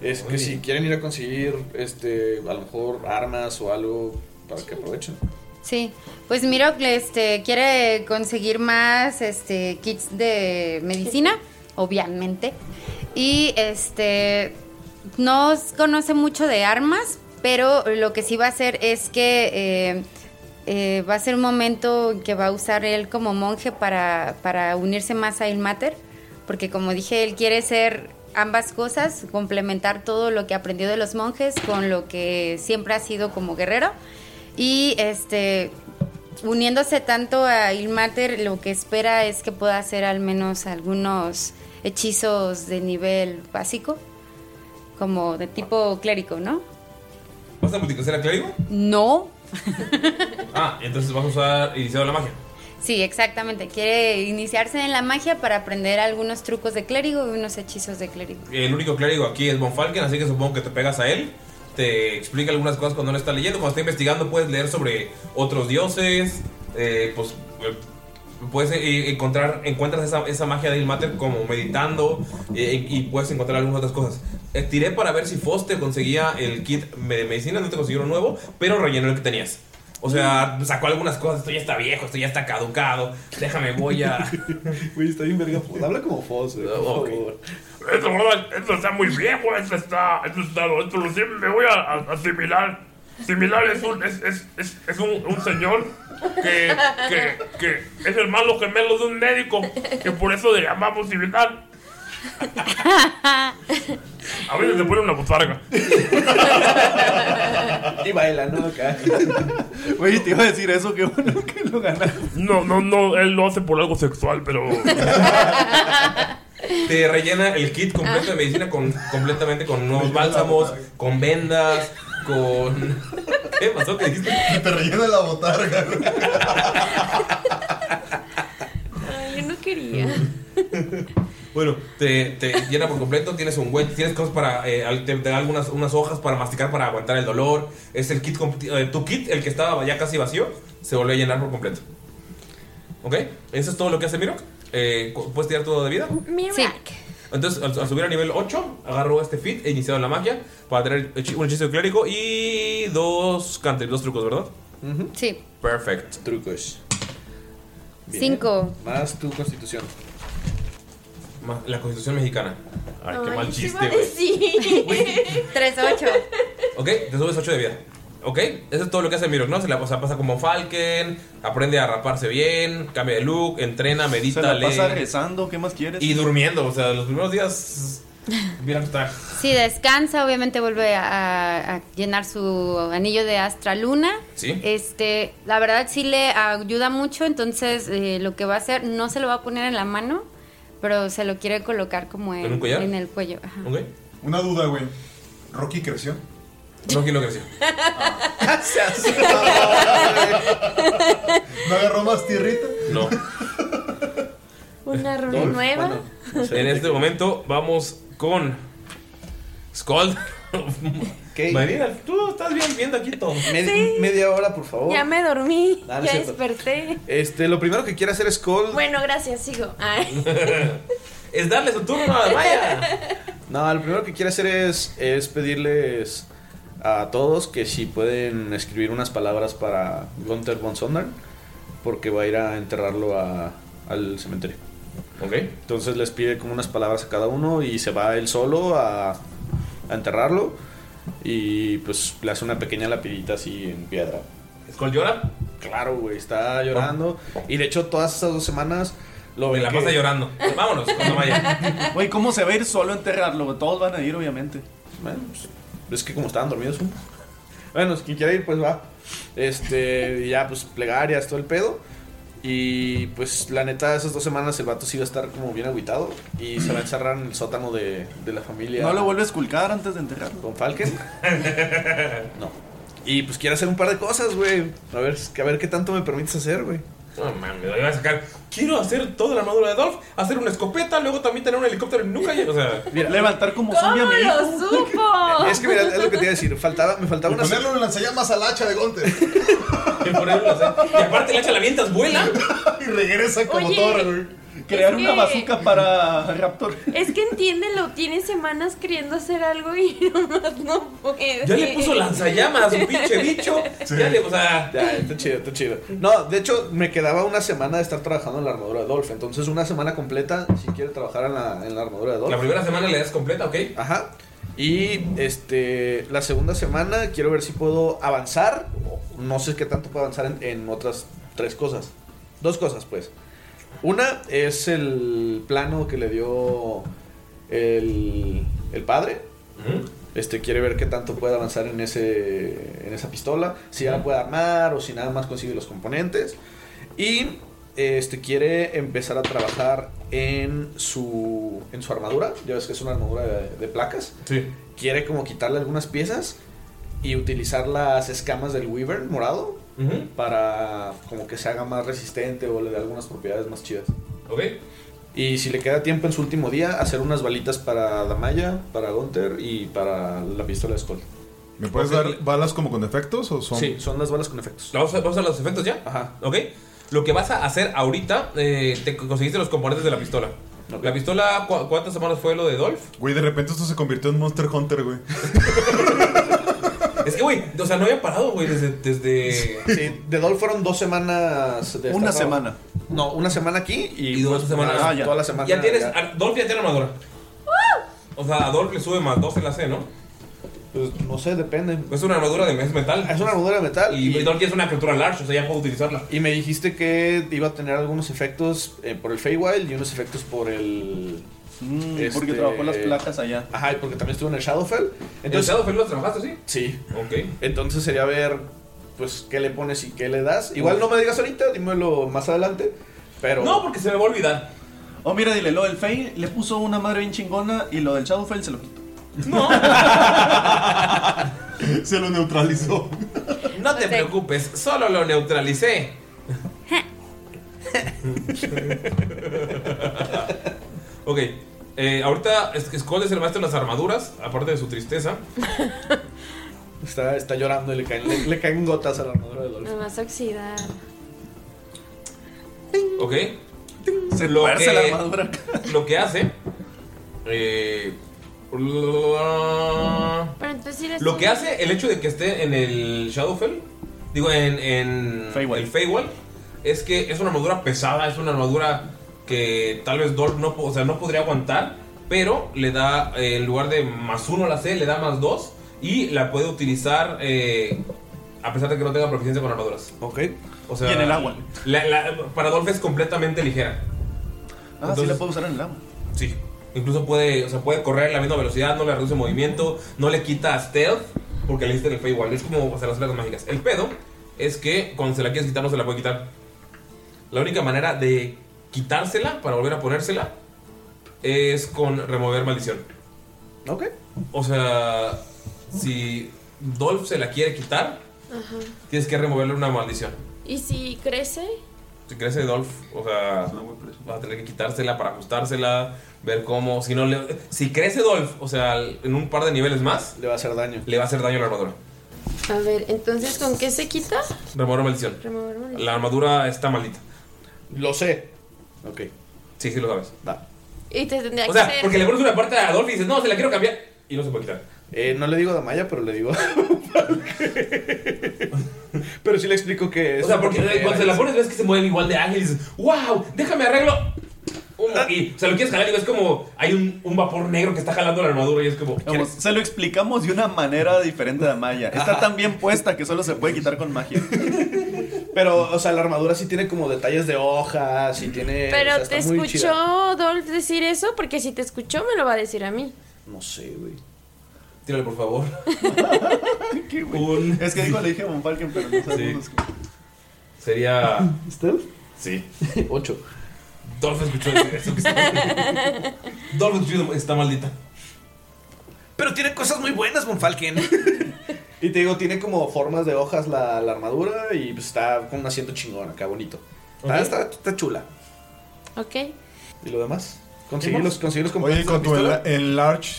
Es que si quieren ir a conseguir, este, a lo mejor armas o algo, para que aprovechen. Sí. Pues Mirocle este, quiere conseguir más este, kits de medicina, obviamente. Y este no s- conoce mucho de armas, pero lo que sí va a hacer es que eh, eh, va a ser un momento en que va a usar él como monje para, para unirse más a Ilmater. Porque como dije, él quiere ser ambas cosas, complementar todo lo que aprendió de los monjes con lo que siempre ha sido como guerrero. Y este uniéndose tanto a Ilmater, lo que espera es que pueda hacer al menos algunos hechizos de nivel básico, como de tipo clérigo, ¿no? ¿Vas a multicacer a clérigo? No. Ah, entonces vas a usar iniciado la magia. Sí, exactamente. Quiere iniciarse en la magia para aprender algunos trucos de clérigo y unos hechizos de clérigo. El único clérigo aquí es Von Falken, así que supongo que te pegas a él. Te explica algunas cosas cuando no está leyendo. Cuando está investigando, puedes leer sobre otros dioses. eh, pues eh, puedes eh, encontrar, encuentras esa, esa magia de Ilmater como meditando eh, y puedes encontrar algunas otras cosas. Eh, Tiré para ver si Foster conseguía el kit me- de medicina, no te consiguió uno nuevo, pero rellenó el que tenías. O sea, sacó algunas cosas. Esto ya está viejo, esto ya está caducado. Déjame, voy a. Güey, está bien verga. Habla como Foz, eh, güey, por ok. favor. Esto, esto está muy viejo, esto está, esto está, esto lo siempre me voy a, a- a asimilar. Similar es un, es, es, es, es un, un señor que, que, que es hermano gemelo de un médico, que por eso le llamamos similar. A veces se pone una botarga. Y baila, ¿no? Acá. Güey, te iba a decir eso, qué bueno que lo ganaste. No, no, no, él lo hace por algo sexual, pero. Te rellena el kit completo de medicina con, completamente con nuevos bálsamos, con vendas, con. ¿Qué pasó? ¿Qué dijiste? Te rellena la botarga. Ay, yo no quería. Bueno, te, te llena por completo, tienes un güey, tienes cosas para. eh, al- te, te da algunas unas hojas para masticar para aguantar el dolor. Es el kit. compl- eh, tu kit, el que estaba ya casi vacío, se volvió a llenar por completo. ¿Ok? Eso es todo lo que hace Mirok. Eh, cu- ¿Puedes tirar todo de vida? Entonces, al, al subir a nivel 8, agarro este fit e iniciado la magia para tener hechi- un hechizo de clérigo y dos cantes, dos trucos, ¿verdad? Sí, Perfecto. Trucos. Bien. cinco. Más tu constitución. Ma- La constitución mexicana. Ay, qué mal Sí, chiste, va a güey. decir. [laughs] Tres, ocho. Ok, te subes 8 de vida. Ok, eso es todo lo que hace Mirok, ¿no? Se la pasa, pasa como Falken, aprende a raparse bien, cambia de look, entrena, Se medita, la lee. pasa rezando, ¿qué más quieres? Y durmiendo, o sea, los primeros días. Mira, está. Si descansa, obviamente vuelve a, a llenar su anillo de astraluna. Sí. Este, la verdad sí le ayuda mucho, entonces eh, lo que va a hacer no se lo va a poner en la mano, pero se lo quiere colocar como en, ¿En un collar? en el cuello. ajá. Ok. Una duda, güey. ¿Rocky creció? Rocky [laughs] no creció. ¿No agarró más tierrita? No. Una rola nueva. En este momento vamos con Skull. ¿Qué? [laughs] Marina, tú estás bien viendo aquí todo. Me- Media hora, por favor. [laughs] Ya me dormí. Ah, no es ya cierto. desperté. Este, lo primero que quiere hacer Skull. Bueno, gracias, sigo. Ah, Ay. [laughs] Es darle su turno a la Maya. No, lo primero que quiere hacer es, es pedirles a todos que si pueden escribir unas palabras para Gunther von Sondern, porque va a ir a enterrarlo a- al cementerio. Ok. Entonces les pide como unas palabras a cada uno y se va él solo a, a enterrarlo y pues le hace una pequeña lapidita así en piedra. Skull llora. Oh. Claro, güey, está llorando y de hecho todas esas dos semanas lo Me ven la que- pasa llorando. Vámonos con la Maya. Güey, ¿cómo se va a ir solo a enterrarlo? güey? Todos van a ir, obviamente. Bueno, pues, es que como estaban dormidos. ¿no? Bueno, quien quiera ir, pues va. Este, y ya, pues plegarias, todo el pedo. Y pues la neta, esas dos semanas el vato sí iba a estar como bien agüitado y se va a encerrar en el sótano de, de la familia. ¿No lo vuelves a esculcar antes de enterrarlo? ¿Con Falken? no. Y pues quiero hacer un par de cosas, güey. A ver, a ver qué tanto me permites hacer, güey. No mames, ahí va a sacar. Quiero hacer toda la armadura de Dolph, hacer una escopeta, luego también tener un helicóptero en nuca. y- O sea, levantar como zombie a mi hijo. supo? Es que mira, es lo que te iba a decir. Faltaba, me faltaba una. Ponerle un lanzallamas al hacha de Gonte. Y aparte el hacha la avientas, [laughs] vuela. y regresa como Oye, Thor, güey. Crear es una que- bazooka para Raptor. Es que entiéndelo, tiene semanas queriendo hacer algo y [laughs] nomás no [laughs] puede. Ya le puso lanzallamas, un pinche bicho. Ya le, o sea. Ya, está chido, está chido. No, de hecho, me quedaba una semana de estar trabajando en la armadura de Dolph. Entonces, una semana completa, si quiere trabajar en la, en la armadura de Dolph. La primera semana le das completa, ¿ok? Ajá. Y este, la segunda semana quiero ver si puedo avanzar. No sé qué tanto puedo avanzar en, en otras tres cosas. Dos cosas, pues. Una es el plano que le dio el, el padre. Este quiere ver qué tanto puede avanzar en ese en esa pistola, si ya la puede armar o si nada más consigue los componentes y este quiere empezar a trabajar en su en su armadura, ya ves que es una armadura de, de placas. Sí. Quiere como quitarle algunas piezas y utilizar las escamas del Weaver morado Ujú. para como que se haga más resistente o le dé algunas propiedades más chidas. Ok. Y si le queda tiempo en su último día, hacer unas balitas para Damaya, para Gunther y para la pistola de Skull. ¿Me puedes dar balas como con efectos o son? Sí, son las balas con efectos. Vamos a, vamos a los efectos ya. Ajá. Ok. Lo que vas a hacer ahorita, eh, te conseguiste los componentes de la pistola. La pistola, ¿cu- ¿cuántas semanas fue lo de Dolph? Güey, de repente esto se convirtió en Monster Hunter, [laughs] güey. Es que, güey, o sea, no había parado, güey, desde. desde... Sí, de Dolph fueron dos semanas. De Una estar- semana. No, una semana aquí y, Y dos pues, semanas. una- toda la semana. Ya tienes. ya. a- Dolph ya tiene armadura. O sea, a Dolph le sube más 12 la C, ¿no? Pues no sé, depende. Es una armadura de es metal. Es una armadura de metal. Y, Dolph ya es una criatura large, o sea, ya puedo utilizarla. Y me dijiste que iba a tener algunos efectos eh, por el Feywild y unos efectos por el. Mm, porque trabajó las placas allá. Ajá, y porque también estuvo en el Shadowfell. ¿En Shadowfell lo trabajaste, sí? Sí. Ok. Entonces sería ver, pues, qué le pones y qué le das. Igual no me digas ahorita, dímelo más adelante. Pero. No, porque se me va a olvidar. Oh, mira, dile, lo del Fey le puso una madre bien chingona y lo del Shadowfell se lo quitó. No. se lo neutralizó. No te preocupes, solo lo neutralicé. ok, eh, ahorita es- Skull es el maestro de las armaduras, aparte de su tristeza. [laughs] Está, está llorando y le caen, le, le caen gotas a la armadura de Dolph. Nada más oxidar. Ok. Se lo tuerce la armadura. Lo que hace. eh, Pero entonces sí les- Lo que hace el hecho de que esté en el Shadowfell, digo, en, en el Feywild, es que es una armadura pesada, es una armadura que tal vez Dolph no, po- o sea, no podría aguantar, pero le da, eh, en lugar de más uno a la C, le da más dos y la puede utilizar eh, a pesar de que no tenga proficiencia con armaduras. Ok. O sea, Y en el agua. la- la- para Dolph es completamente ligera. Ah, sí Entonces- la puedo usar en el agua. Sí. Incluso puede, o sea, puede correr a la misma velocidad, no le reduce movimiento, no le quita stealth, porque le diste el Feywild. Es como o sea, las placas mágicas. El pedo es que cuando se la quieres quitar, no se la puede quitar. La única manera de quitársela para volver a ponérsela es con remover maldición. Ok. O sea, si Dolph se la quiere quitar, Ajá. tienes que removerle una maldición. ¿Y si crece? Si crece Dolph, o sea, vas a tener que quitársela para ajustársela, ver cómo. Si no le- si crece Dolph, o sea, en un par de niveles más, le va a hacer daño. Le va a hacer daño a la armadura. A ver, entonces, ¿con qué se quita? Remover maldición. Remover maldición. La armadura está maldita. Lo sé. Ok. Sí, sí lo sabes. Y te tendría O que sea, hacer. porque le pones una parte a Dolph y dices, no, se la quiero cambiar. Y no se puede quitar. Eh, no le digo a Maya, pero le digo. [laughs] pero sí le explico que es. O sea, porque cuando se la pones ves que se mueve igual de ágil y dices, wow, déjame arreglo. Un- Ah. Y, o sea, lo quieres jalar y ves como hay un, un vapor negro que está jalando la armadura y es como... Vamos, se lo explicamos de una manera diferente a Maya. Está tan bien puesta que solo se puede quitar con magia. Pero, o sea, la armadura sí tiene como detalles de hojas y tiene. Pero o sea, está te muy chida. escuchó Dolph decir eso, porque si te escuchó me lo va a decir a mí. No sé, güey. Tírale, por [laughs] favor. Es que dijo, le dije a Von Falken, pero no sabemos. Sería... ¿Stealth? [laughs] Sí. Ocho. Dolph escuchó eso que está. Dolph escuchó está maldita. Pero tiene cosas muy buenas, Monfalken. y te digo, tiene como formas de hojas la, la armadura y pues, está con un asiento chingón acá, bonito. Está, Ok. está- está chula. Ok. ¿Y lo demás? Conseguí los, conseguí los componentes Oye, ¿y de la con tu pistola. enla- enlarge,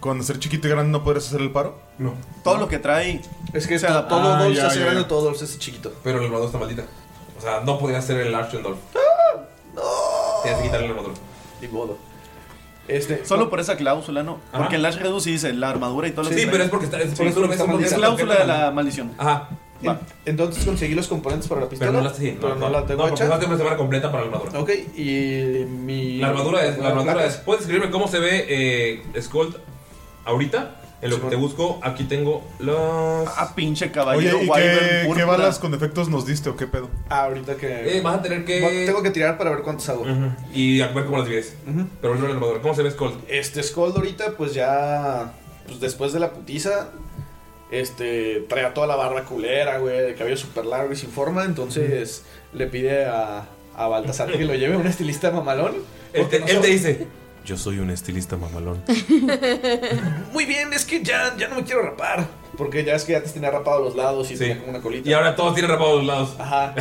con ser chiquito y grande, ¿no podrías hacer el paro? No. Todo lo que trae. Es que se adaptó todo Dolph, Ah, ya, se hace ya, grande ya. Todo es chiquito. Pero la armadura está maldita. O sea, no podía hacer el Arch en Dolph. ¡Ah! Tienes que quitarle la armadura. Ni modo. Este, Solo por esa cláusula, ¿no? Ajá. Porque el Lash Reduce dice la armadura y todo lo Sí, que trae. pero es porque está- es por eso lo ves, está es porque maldita. está Es cláusula de maldita. la maldición. Ajá. Va. Entonces conseguí los componentes para la pistola. Pero no la, sí, pero no la tengo No, porque hecha. no tengo la semana completa para la armadura. Ok, y mi. La armadura es. La armadura placa. es. ¿Puedes escribirme cómo se ve eh, Skull ahorita? En lo que te busco, aquí tengo las. Ah, pinche Oye, caballero ¿y Wyvern qué, púrpura. qué balas con efectos nos diste o qué pedo? Ah, ahorita que. Eh, vas a tener que. Tengo que [laughs] tirar para ver cuántos hago. Y a ver cómo las divides. Pero no la armadura. ¿Cómo se ve Skull? Este Scold ahorita, pues ya. Pues después de la putiza. Este. Trae a toda la barra culera, güey. De cabello súper largo y sin forma. Entonces. Le pide a. A Baltasar que lo lleve a un estilista mamalón. Él porque te, no él se- te dice: Yo soy un estilista mamalón. Muy bien, es que ya, ya no me quiero rapar. Porque ya es que antes tenía rapado los lados y tenía como una colita. Y ahora todos tienen rapados los lados. Ajá.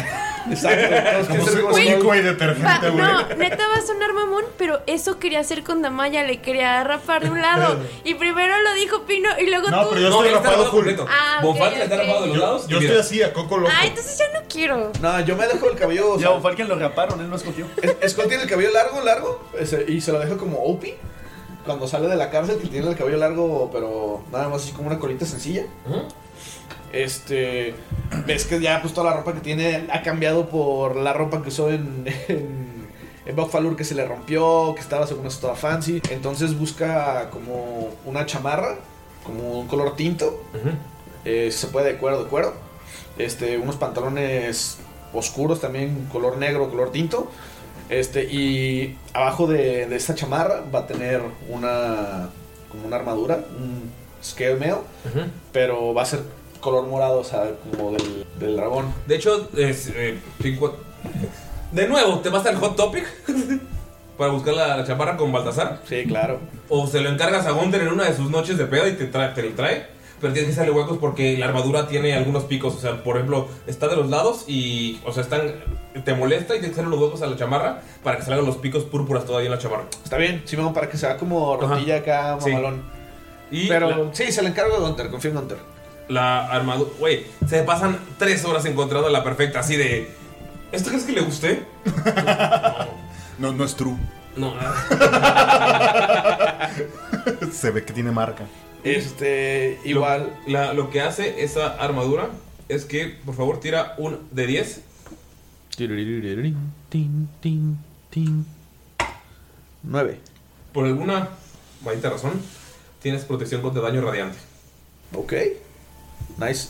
Exacto. Como ser soy como chico y Va, detergente, güey. no, neta va a sonar mamón, pero eso quería hacer con Damaya, le quería rapar de un lado. Y primero lo dijo Pino y luego No, tú. pero yo estoy él está rapado rapado full. completo. Ah, ok, Bonfalken está ok. rapado de los lados. Yo y estoy mira. así a coco loco. Ah, entonces ya no quiero. No, yo me dejo el cabello. o [laughs] Ya, sea, o Falken lo raparon, él no escogió. Es- Skull tiene el cabello largo, largo, ese, y se lo deja como Opie. Cuando sale de la cárcel, que tiene el cabello largo, pero nada más así como una colita sencilla. ¿Mm? Este. Ves que ya, pues toda la ropa que tiene ha cambiado por la ropa que usó en. en en Buckfalur que se le rompió, que estaba según esto toda fancy. Entonces busca como una chamarra, como un color tinto. eh, si se puede de cuero, de cuero. Este, unos pantalones oscuros también, color negro, color tinto. Este, y abajo de, de esta chamarra va a tener una como una armadura, un scale mail, pero va a ser color morado, o sea, como del, del dragón. De hecho, es, eh, cinco- de nuevo, te vas al hot topic [laughs] para buscar la, la chaparra con Baltasar. Sí, claro. O se lo encargas a Gunter en una de sus noches de pedo y te, tra- te lo trae. Pero tienes que hacerle huecos porque la armadura tiene algunos picos. O sea, por ejemplo, está de los lados y. O sea, están. Te molesta y tienes que hacerle los huecos a la chamarra para que salgan los picos púrpuras todavía en la chamarra. Está bien, sí, vamos para que se vea como Ajá. rotilla acá, Sí. mamalón. Y Pero la- sí, se le encargo de Hunter, confío en Hunter. La armadura. Güey, se pasan tres horas encontrando la perfecta, así de. ¿Esto crees que le guste? No, no es true. No. [laughs] [laughs] Se ve que tiene marca. Este, igual, Lo, la- lo que hace esa armadura es que, por favor, tira un de 10. nueve. Por alguna maldita razón, tienes protección contra daño radiante. Ok. Nice.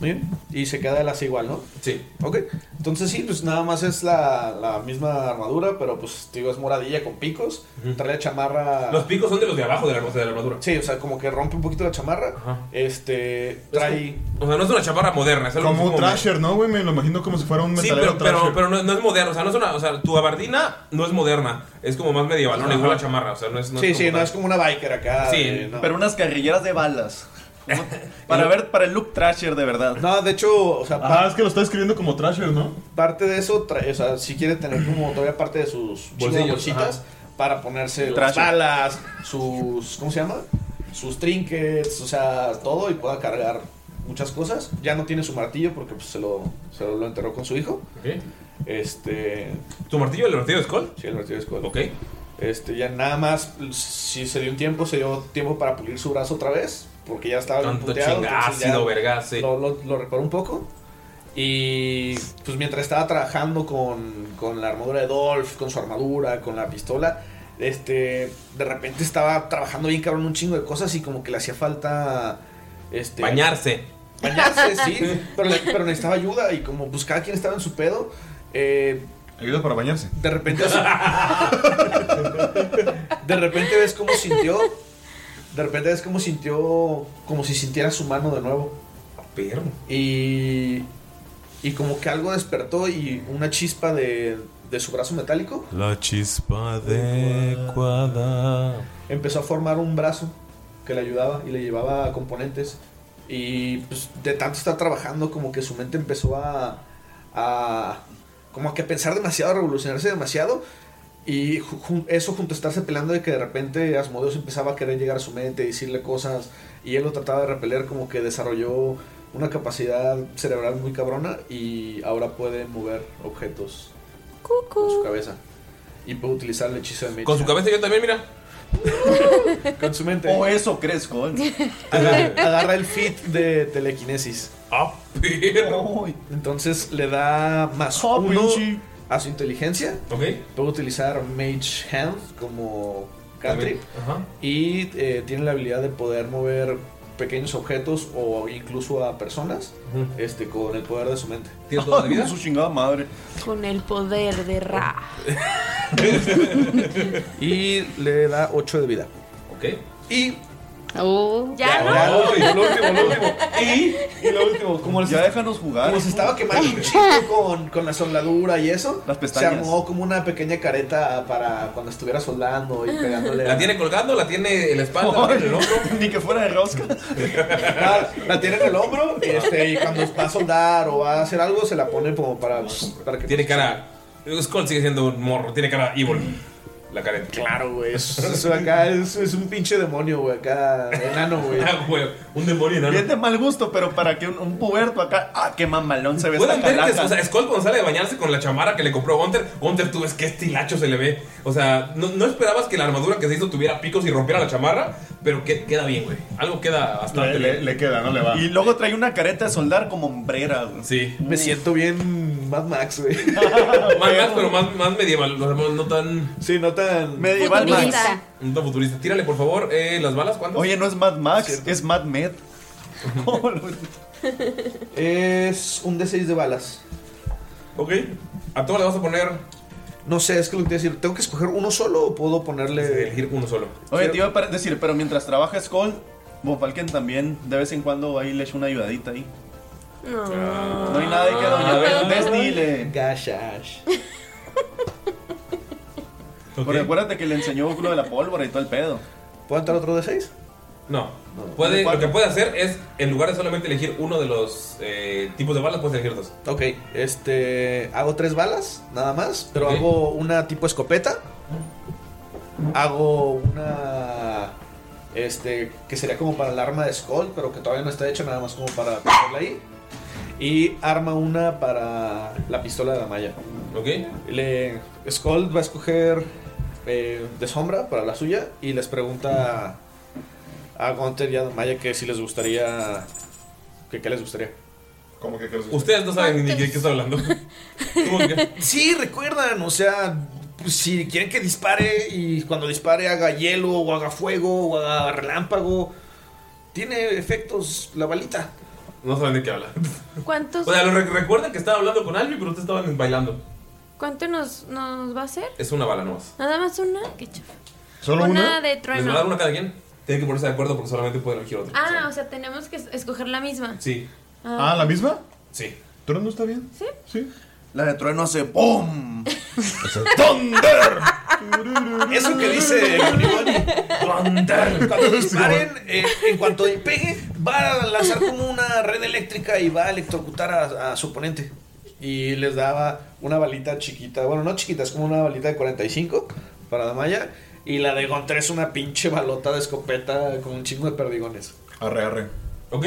Muy bien. Y se queda las igual, ¿no? Sí. Ok. Entonces sí, pues nada más es la, la misma armadura, pero pues te digo, es moradilla con picos. Trae la chamarra. Los picos son de los de abajo de la, o sea, de la armadura. Sí, o sea, como que rompe un poquito la chamarra. Ajá. Este. Trae. O sea, no es una chaparra moderna, es algo Como así un Trasher, ¿no, güey? Me lo imagino como si fuera un Sí, metalero pero, pero, Thrasher. pero no, no es moderna. O sea, no es una, o sea, tu gabardina no es moderna. Es como más medieval, no igual la chamarra. O sea, no es. No sí, es como sí, no tal. es como una biker acá. Sí, de- no. Pero unas carrilleras de balas. Como- Para ver, para el look Trasher de verdad. [laughs] No, de hecho, o sea, Ajá, par- Ah, es que lo está escribiendo como Trasher, ¿no? parte de eso, trae, o sea, si quiere tener como todavía parte de sus chingo de Bolsillos, bolsitas para ponerse las Trasher. balas, sus. ¿Cómo se llama? Sus trinkets, o sea, todo y pueda cargar muchas cosas. Ya no tiene su martillo porque pues, se, lo, se lo enterró con su hijo. Ok. Este. ¿Tu martillo, el martillo de Skull? Sí, el martillo de Skull. Ok. Este, ya nada más, si se dio un tiempo, se dio tiempo para pulir su brazo otra vez, porque ya estaba bien Tanto puteado, chinga- entonces ya ácido, verga, sí. Lo, lo- lo reparó un poco. Y pues mientras estaba trabajando con, con la armadura de Dolph, con su armadura, con la pistola, este, de repente estaba trabajando bien cabrón un chingo de cosas y como que le hacía falta... Este, [laughs] Bañarse. Bañarse, sí, [laughs] pero, le- pero necesitaba ayuda y como pues cada quien estaba en su pedo, eh, Ayuda para bañarse. de repente. [laughs] de repente ves cómo sintió. De repente ves cómo sintió. Como si sintiera su mano de nuevo. Perro. Y. Y como que algo despertó y una chispa de, de su brazo metálico La chispa adecuada. empezó a formar un brazo que le ayudaba y le llevaba componentes. Y pues, de tanto estar trabajando, como que su mente empezó a. a como que a pensar demasiado, a revolucionarse demasiado. Y ju- jun- eso junto a estarse peleando de que de repente Asmodeus empezaba a querer llegar a su mente y decirle cosas. Y él lo trataba de repeler, como que desarrolló una capacidad cerebral muy cabrona. Y ahora puede mover objetos con su cabeza. Y puede utilizar el hechizo de Mage [laughs] Con su Hand. cabeza yo también, mira. Con su mente. O eso crees, Col. Agarra, agarra el fit de telequinesis. Ah, pero. Entonces le da más uno a su inteligencia. Ok. Puede utilizar Mage Hand como cantrip. Ajá. Y eh, tiene la habilidad de poder mover pequeños objetos o incluso a personas Ujú. este, con el poder de su mente. ¿Tiene toda la vida? Su chingada madre. Con el poder de Ra. y le da 8 de vida. Ok. Y. ya no. lo último, lo último, lo último. Y, y lo último, como les- Ya déjanos jugar. Como se estaba quemando un chingo con, con la soldadura y eso. Las Se pestañas. armó como una pequeña careta para cuando estuviera soldando y pegándole. La tiene colgando, la tiene en la espalda, la tiene en el hombro. Ni que fuera de rosca. Ah, [laughs] la tiene en el hombro y, este, y cuando va a soldar o va a hacer algo se la pone como para, [laughs] para que. Tiene cara. Skull sigue siendo un morro, tiene cara evil. La cara. Claro, güey. Es, es- acá es, es un pinche demonio, güey. Acá enano, güey. Ah, un demonio enano. Bien de mal gusto, pero para que un, un puberto acá. Ah, qué mamalón se ve Pueden esta ver que, calaca. o sea, Skull cuando sale de bañarse con la chamara que le compró Gunter, Gunter, tú ves que este hilacho se le ve. O sea, no, no esperabas que la armadura que se hizo tuviera picos y rompiera la chamarra, pero que, queda bien, güey. Algo queda bastante Le- le- bien. le queda, no le va. Y luego trae una careta de soldar como hombrera. güey. Sí. Me siento bien Mad Max, güey. Más, más, pero más, más medieval, no, no tan, Sí, no tan. Medieval Max. Futurista. no tan futurista. Tírale, por favor, eh, las balas, ¿cuántas? Oye, no es Mad Max, es Mad Med. Es un D6 de balas. Ok. A todas le vas a poner, No sé, es que lo que te iba a decir. ¿Tengo que escoger uno solo o puedo ponerle.? elegir uno solo. Oye, te iba a par- decir, pero mientras trabaja Skull, Bofalken también de vez en cuando ahí le echa una ayudadita ahí. Ah, No hay nada de que doña Destiny le. [laughs] Gashash. Porque acuérdate que le enseñó lo de la pólvora y todo el pedo. ¿Puedo entrar otro D6? No. Puede, lo que puede hacer es, en lugar de solamente elegir uno de los eh, tipos de balas, puedes elegir dos. Ok, este. Hago tres balas, nada más. Pero Ok. hago una tipo escopeta. Hago una. Este. Que sería como para el arma de Skull, pero que todavía no está hecha, nada más como para ponerla ahí. Y arma una para la pistola de la malla. ¿Ok? Le, Skull va a escoger eh, de sombra para la suya y les pregunta a Gunther y a Maya que si les gustaría. que qué les gustaría. Como que que los- Ustedes no saben ni de qué está hablando. ¿Cómo que? Sí, recuerdan, o sea, pues, si quieren que dispare y cuando dispare haga hielo o haga fuego o haga relámpago, tiene efectos la [laughs] balita. No saben de qué habla. ¿Cuántos, O sea, lo rec- recuerdan que estaba hablando con Albi, pero ustedes estaban bailando. ¿Cuánto nos, nos va a hacer? Es una bala nomás. ¿Nada más una? Qué chafa. ¿Solo una una? de ¿Les va a dar una trueno. a cada quien? Tienen que ponerse de acuerdo porque solamente pueden elegir otra. Ah, o sea, tenemos que es- escoger la misma. Sí, Ah, ¿la misma? sí. ¿Pero no está bien? ¿Sí? Sí. La de trueno [laughs] hace ¡BOOM! ¡Thunder! Eso que dice [laughs] Boniboni. Cuando disparen, eh, en cuanto pegue, va a lanzar como una red eléctrica y va a electrocutar a, a su oponente. Y les daba una balita chiquita, bueno, no chiquita, es como una balita de 45 para Damaya. Y la de Gontre es una pinche balota de escopeta con un chingo de perdigones. Arre, arre. ¿Ok?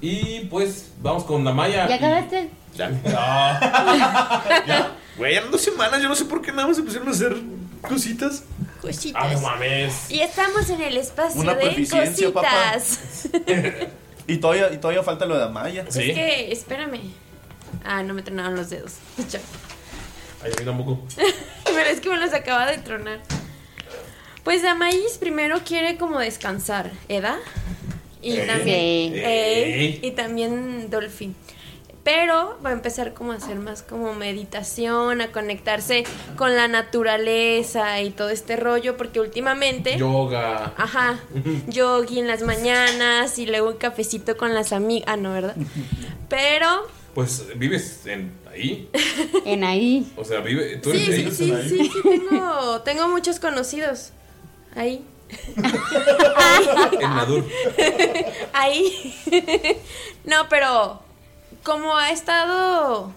Y pues vamos con Damaya. ¿Ya y- acabaste? Ah. Güey, eran dos semanas, yo no sé por qué nada más se pusieron a hacer cositas. Ah, no Cositas. mames. Y estamos en el espacio Una de proficiencia, papá. cositas. Y todavía, y todavía falta lo de Amaya. Sí. Es que, espérame. Ah, no me tronaron los dedos. [laughs] Chafa. Ay, a mí tampoco. Pero es que me los acaba de tronar. Pues Amaís primero quiere como descansar, ¿Eda? Y Ey. también. Ey. Ey. Ey. Y también Dolphin. Pero va a empezar como a hacer más como meditación, a conectarse con la naturaleza y todo este rollo, porque últimamente. Yoga. Ajá, [laughs] yogi en las mañanas y luego un cafecito con las amigas. Ah, no, ¿verdad? Pero Pues vives en ahí. En ahí. O sea, vive, tú eres Sí, de sí, ahí. sí, sí, sí, tengo, tengo muchos conocidos. Ahí. En Nadur. Ahí. No, pero como ha estado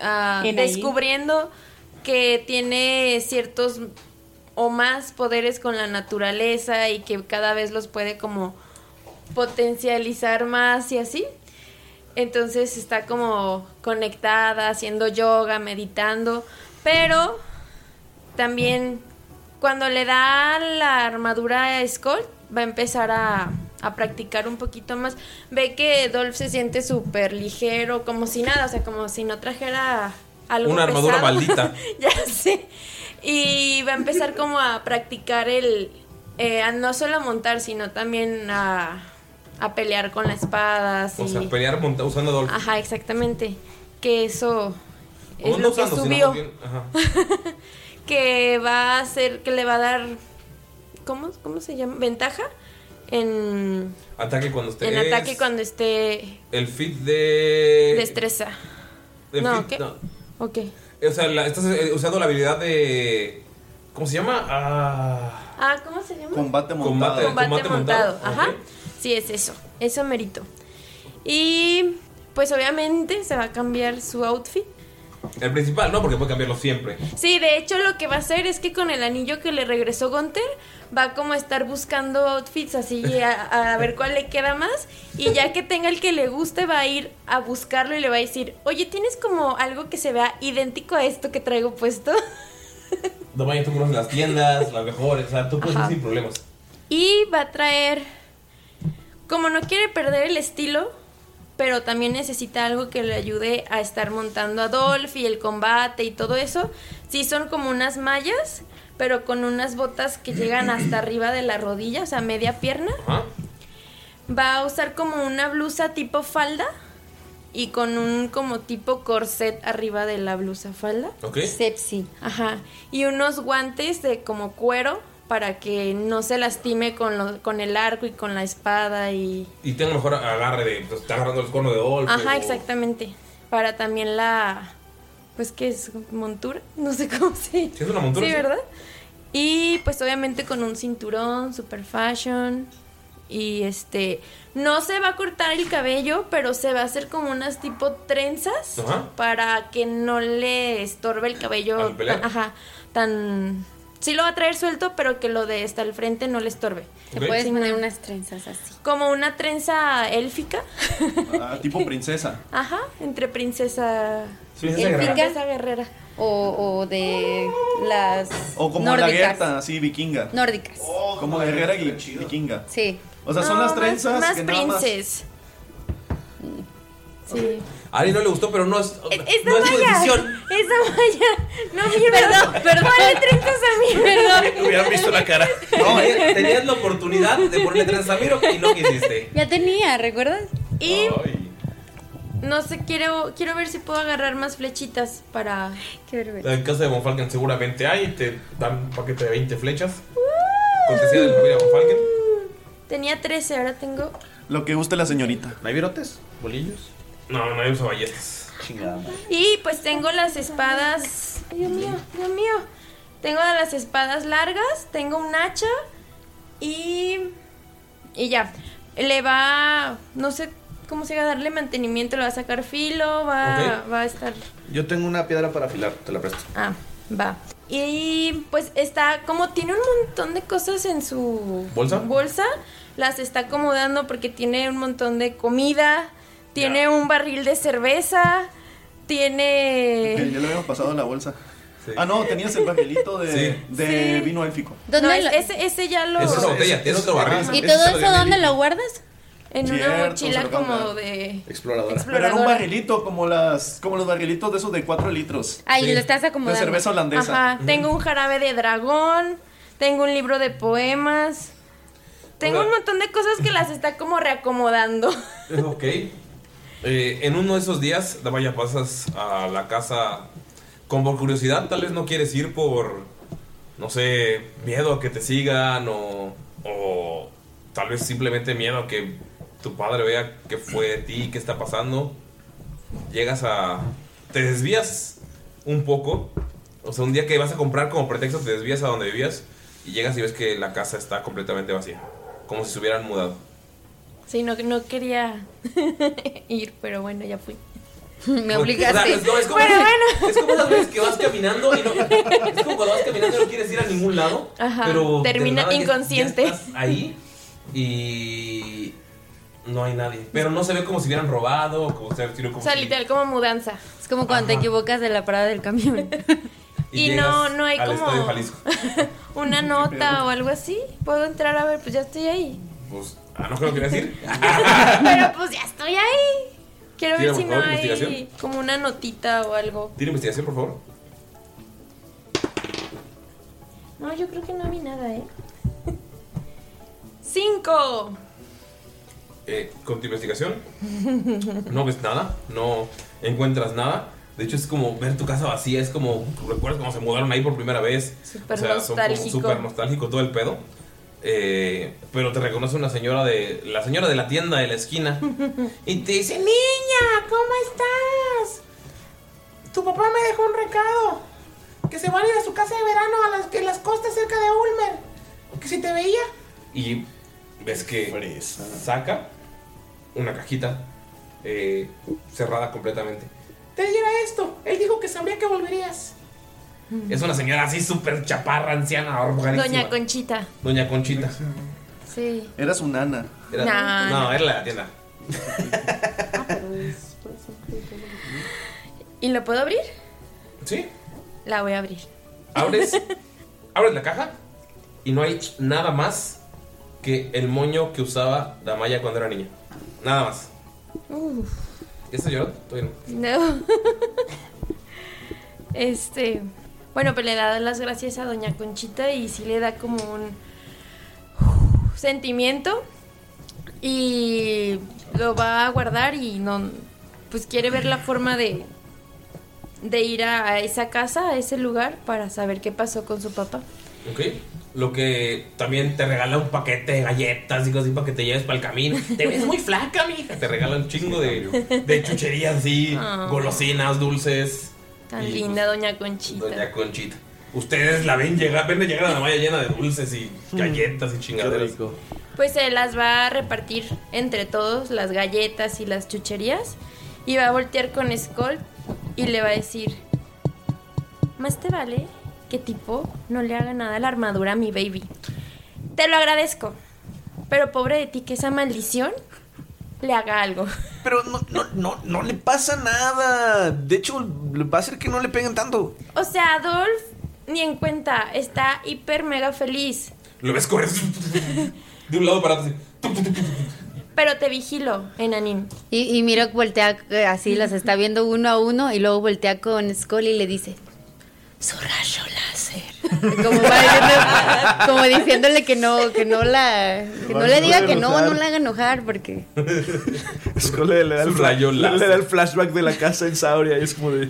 ah, ¿En ahí? descubriendo que tiene ciertos o más poderes con la naturaleza y que cada vez los puede como potencializar más y así. Entonces está como conectada, haciendo yoga, meditando, pero también cuando le da la armadura a Skull, va a empezar a, a practicar un poquito más. Ve que Dolph se siente súper ligero, como si nada, o sea, como si no trajera algo Una armadura pesado. maldita. [laughs] ya sé. Y va a empezar como a practicar el... eh, a no solo montar, sino también a, a pelear con las espadas. O y- sea, pelear monta- usando Dolph. Ajá, exactamente. Que eso O es no lo que usando, sino subió. más bien- ajá. que va a hacer, que le va a dar, ¿cómo, cómo se llama? Ventaja en, Ataque cuando estés. en ataque cuando esté El fit de. destreza. del no, fit- ¿qué? Eh, no. Ok. O sea, la- estás eh, usando la habilidad de. ¿Cómo se llama? Ah, Ah, ¿cómo se llama? Combate montado. Combate, Combate, combate montado. montado. Ajá. Sí, es eso. Eso merito. Y pues obviamente se va a cambiar su outfit. El principal, ¿no? Porque puede cambiarlo siempre. Sí, de hecho lo que va a hacer es que con el anillo que le regresó Gunter va como a estar buscando outfits así a, a ver cuál le queda más y ya que tenga el que le guste va a ir a buscarlo y le va a decir, oye, ¿tienes como algo que se vea idéntico a esto que traigo puesto? [laughs] No vayas, tú conoces las [laughs] tiendas, las mejores. O sea, tú puedes ir Ajá. sin problemas. Y va a traer, como no quiere perder el estilo, pero también necesita algo que le ayude a estar montando a Dolph y el combate y todo eso. Sí son como unas mallas, pero con unas botas que llegan hasta arriba de la rodilla, o sea, media pierna. Va a usar como una blusa tipo falda y con un como tipo corset arriba de la blusa falda. Ok. Sepsi. Ajá. Y unos guantes de como cuero para que no se lastime con, lo- con el arco y con la espada y... Y tengo mejor agarre de. Pues, está agarrando el corno de Dolph. Ajá, o- exactamente. Para también la... Pues que es montura, [laughs] no sé cómo se... es una montura, Sí, sí. ¿verdad? Y pues obviamente con un cinturón, super fashion. Y este... No se va a cortar el cabello, pero se va a hacer como unas tipo trenzas Ajá. para que no le estorbe el cabello. ¿Al pelear? Ajá, tan... Sí lo va a traer suelto, pero que lo de hasta el frente no le estorbe. Te Ok. puedes poner unas trenzas así. Como una trenza élfica. Ah, tipo princesa. Ajá, entre princesa... Sí, princesa guerrera. princesa guerrera. O, o de las O como la nórdicas. guerta, así vikinga. nórdicas. como la guerrera y vikinga. Sí. Oh, O sea, son No, las más- trenzas Más, que nada más- princes. Sí. A Ari no le gustó, pero no es. Esa no es tu valla. decisión. Esa valla. No, mi perdón, perdón. trenzas a mí? Perdón. [laughs] Hubieran visto la cara. [laughs] No, eh, tenías la oportunidad de ponerle trenzas a Miro y no quisiste. Ya tenía, ¿recuerdas? Y no sé, quiero, quiero ver si puedo agarrar más flechitas para. En casa de Von Falken seguramente hay. Te dan un paquete de 20 flechas. Cortesía de la familia Von Falken. Tenía 13, ahora tengo. Lo que guste la señorita. ¿No hay virotes? ¿Bolillos? No, nadie usa ballestas. Chingada madre. Y pues tengo las espadas. Ay, Dios mío, Dios mío. Tengo las espadas largas, tengo un hacha y. Y ya. Le va. No sé cómo se va a darle mantenimiento, le va a sacar filo, va, va a estar. Yo tengo una piedra para afilar, te la presto. Ah, va. Y pues está, como tiene un montón de cosas en su ¿Bolsa? bolsa, las está acomodando porque tiene un montón de comida, tiene un barril de cerveza, tiene... Que ya le habíamos pasado la bolsa. Ah, no, tenías el papelito de, de vino élfico. No, es- ese, ese ya lo... Es una botella, tiene otro barril. ¿Y todo eso dónde lo guardas? En Cierto, una mochila se lo cambia. como de... Exploradora. Pero era un Exploradora. barrilito como las como los barrilitos de esos de 4 litros. Ahí lo estás acomodando. De cerveza holandesa. Ajá. Tengo un jarabe de dragón. Tengo un libro de poemas. Tengo Ahora- un montón de cosas que las está como reacomodando. [laughs] Ok. Eh, en uno de esos días, vaya, pasas a la casa con por curiosidad. Tal vez no quieres ir por, no sé, miedo a que te sigan o, o tal vez simplemente miedo a que tu padre vea qué fue de ti, qué está pasando. llegas a. Te desvías un poco. O sea, un día que vas a comprar como pretexto, te desvías a donde vivías y llegas y ves que la casa está completamente vacía. Como si se hubieran mudado. Sí, no, no quería [laughs] ir, pero bueno, ya fui. [laughs] Me obligaste. O sea, no, es como- bueno, bueno. Es como las veces que vas caminando y no. Es como cuando vas caminando y no quieres ir a ningún lado. Ajá, pero de termina nada ya- ya inconsciente. estás ahí y. No hay nadie. Pero no se ve como si hubieran robado o como, se- sino como O sea, si- literal, como mudanza. Es como cuando te equivocas de la parada del camión. Y, no, llegas no hay al Estadio como Jalisco. [laughs] una nota o algo así. Puedo entrar a ver, pues ya estoy ahí. Pues, ah, no creo que decir. Pero pues ya estoy ahí. Quiero Tira, ver si por no favor, hay investigación. como una notita o algo. Tira investigación, por favor. No, yo creo que no vi nada, ¿eh? [laughs] [laughs] Cinco. Eh, con tu investigación, no ves nada, no encuentras nada. De hecho, es como ver tu casa vacía, es como, ¿recuerdas cuando se mudaron ahí por primera vez? Súper son como nostálgico. súper nostálgico todo el pedo. Eh, pero te reconoce una señora de, la señora de la tienda de la esquina. Y te dice, niña, ¿cómo estás? Tu papá me dejó un recado. Que se van a ir a su casa de verano a las, en las costas cerca de Ulmer. Que si te veía. Y ves que saca una cajita eh, cerrada completamente. Te llega esto. Él dijo que sabría que volverías. Es una señora así súper chaparra, anciana, arrugadísima. Doña Conchita. Doña Conchita. Sí. Eras un nana. Era- Nah. No, era la tienda. ¿Y lo puedo abrir? Sí. La voy a abrir. Abres, abres la caja y no hay nada más que el moño que usaba Damaya cuando era niña. Nada más. [laughs] Uf, ¿Ya estás llorando? Todavía no. no. [laughs] este. Bueno, pues le da las gracias a Doña Conchita y sí le da como un uf, sentimiento. Y lo va a guardar y no. Pues quiere ver la forma de. De ir a a esa casa, a ese lugar, para saber qué pasó con su papá. Ok. Lo que también te regala un paquete de galletas y cosas así para que te lleves para el camino. Te ves muy [laughs] flaca, mija. Te regala un chingo de, de chucherías así, Ah. golosinas, dulces. Tan Y, pues, linda Doña Conchita. Doña Conchita. Ustedes la ven llegar, ven llegar a la malla llena de dulces y Mm. galletas y chingaderas. Pues se las va a repartir entre todos, las galletas y las chucherías. Y va a voltear con Skull y le va a decir: Más te vale que tipo no le haga nada a la armadura a mi baby. Te lo agradezco. Pero pobre de ti que esa maldición le haga algo. [laughs] Pero no, no, no, no le pasa nada. De hecho, va a ser que no le peguen tanto. O sea, Adolf, ni en cuenta, está hiper mega feliz. Lo ves correr [laughs] de un lado para otro. así. Pero te vigilo, enanín. Y, y Mirok voltea eh, así, las está viendo uno a uno y luego voltea con Skull y le dice, su rayo láser. Como, va diciendo- como diciéndole que no, que no la, que no le diga que no, no la haga enojar porque... Skull le, le da, el, Su rayo le- le láser. da el flashback de la casa en Sauria y es como de.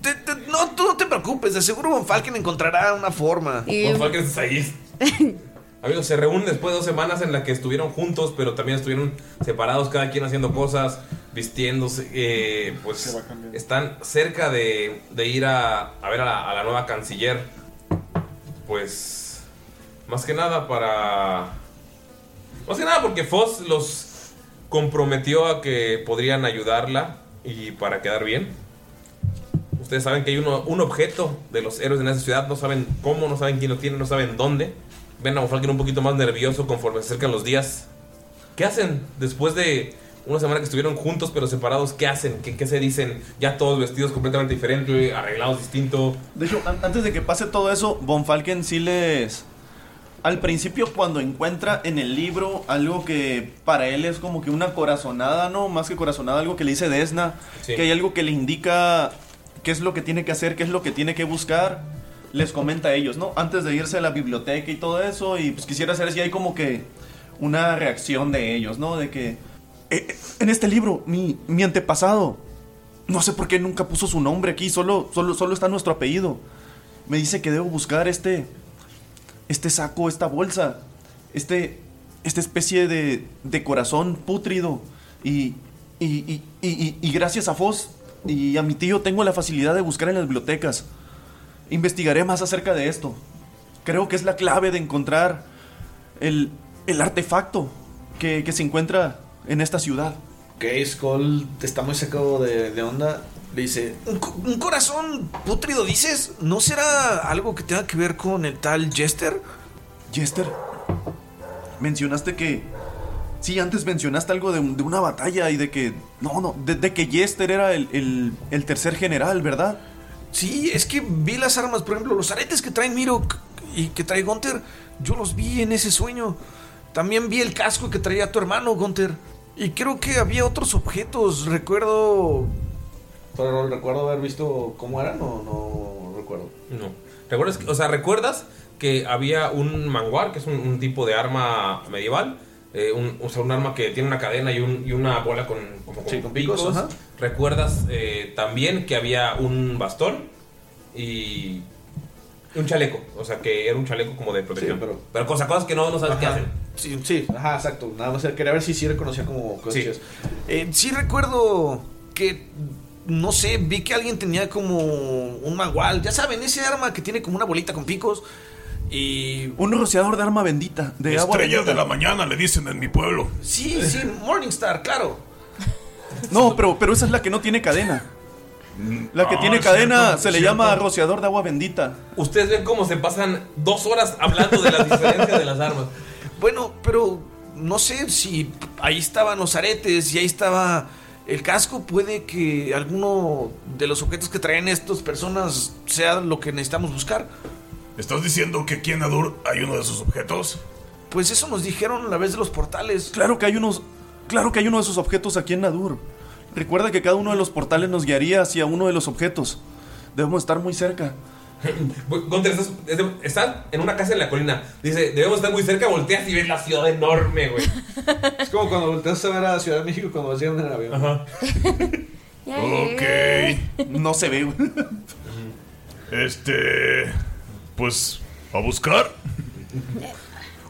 "Te- te- no, tú no te preocupes, de seguro Von Falken encontrará una forma. Y- Von Falken está ahí. Amigos, se reúnen después de dos semanas en la que estuvieron juntos, pero también estuvieron separados, cada quien haciendo cosas, vistiéndose. eh, pues están cerca de, de ir a, a ver a la, a la nueva canciller. Pues, más que nada para. Más que nada porque Foss los comprometió a que podrían ayudarla y para quedar bien. Ustedes saben que hay uno- un objeto de los héroes de esa ciudad, no saben cómo, no saben quién lo tiene, no saben dónde. Ven a Mofalken un poquito más nervioso conforme se acercan los días. ¿Qué hacen después de una semana que estuvieron juntos pero separados? ¿Qué hacen? ¿Qué, qué se dicen? Ya todos vestidos completamente diferente, arreglados distinto. De hecho, an- antes de que pase todo eso, Von Falken sí les. Al principio, cuando encuentra en el libro algo que para él es como que una corazonada, ¿no? Más que corazonada, algo que le dice Desna, Sí. que hay algo que le indica qué es lo que tiene que hacer, qué es lo que tiene que buscar, les comenta a ellos, ¿no? Antes de irse a la biblioteca y todo eso, y pues quisiera saber si hay como que una reacción de ellos, ¿no? De que. "Eh, eh, en este libro, mi, mi antepasado no sé por qué nunca puso su nombre aquí, solo, solo, solo está nuestro apellido. Me dice que debo buscar este. Este saco, esta bolsa. Este. Esta especie de. de corazón pútrido. Y. Y, y- y- y- y gracias a Foz y a mi tío tengo la facilidad de buscar en las bibliotecas. Investigaré más acerca de esto. Creo que es la clave de encontrar el, el artefacto que, que se encuentra en esta ciudad. Ok, Skull está muy sacado de, de onda. Le dice, ¿Un, co- un corazón pútrido, dices? ¿No será algo que tenga que ver con el tal Jester? Jester, mencionaste que... Sí, antes mencionaste algo de, un- de una batalla y de que... No, no, de, de que Jester era el, el- el tercer [laughs] general, ¿verdad? Sí, es que vi las armas, por ejemplo, los aretes que traen Mirok y que trae Gunther, yo los vi en ese sueño. También vi el casco que traía tu hermano, Gunther. Y creo que había otros objetos, recuerdo... pero recuerdo haber visto cómo eran o no recuerdo. No. ¿Recuerdas, que- o sea, ¿recuerdas que había un manguar, que es un, un tipo de arma medieval? Eh, un, o sea, un arma que tiene una cadena y, un- y una bola con, como con Sí, con picos, ajá. ¿Recuerdas eh, también que había un bastón y un chaleco? O sea, que era un chaleco como de protección. pero, cosa- cosas que no, no sabes qué hacen. Sí, sí, ajá, exacto. Nada más quería ver si sí reconocía como cosas. chidas. Eh, sí recuerdo que, no sé, vi que alguien tenía como un magual, ya saben, ese arma que tiene como una bolita con picos. Y... Un rociador de arma bendita, de agua Estrella bendita. de la mañana, le dicen en mi pueblo. Sí, sí, Morningstar, claro. No, pero, pero esa es la que no tiene cadena. Mm, La que Ah, tiene es cadena cierto, se le es cierto. llama rociador de agua bendita. Ustedes ven cómo se pasan dos horas hablando de [laughs] las diferencias de las armas. Bueno, pero no sé si ahí estaban los aretes y ahí estaba el casco. Puede que alguno de los objetos que traen estas personas sea lo que necesitamos buscar. ¿Estás diciendo que aquí en Adur hay uno de esos objetos? Pues eso nos dijeron a la vez de los portales. Claro que hay unos. Claro que hay uno de esos objetos aquí en Nadur. Recuerda que cada uno de los portales nos guiaría hacia uno de los objetos. Debemos estar muy cerca. Gunter, estás, estás en una casa en la colina. Dice, debemos estar muy cerca, volteas y ves la ciudad enorme, güey. Es como cuando volteas a ver a Ciudad de México cuando vas llegando en el avión. Ajá. Ok. No se ve. Este. Pues. A buscar.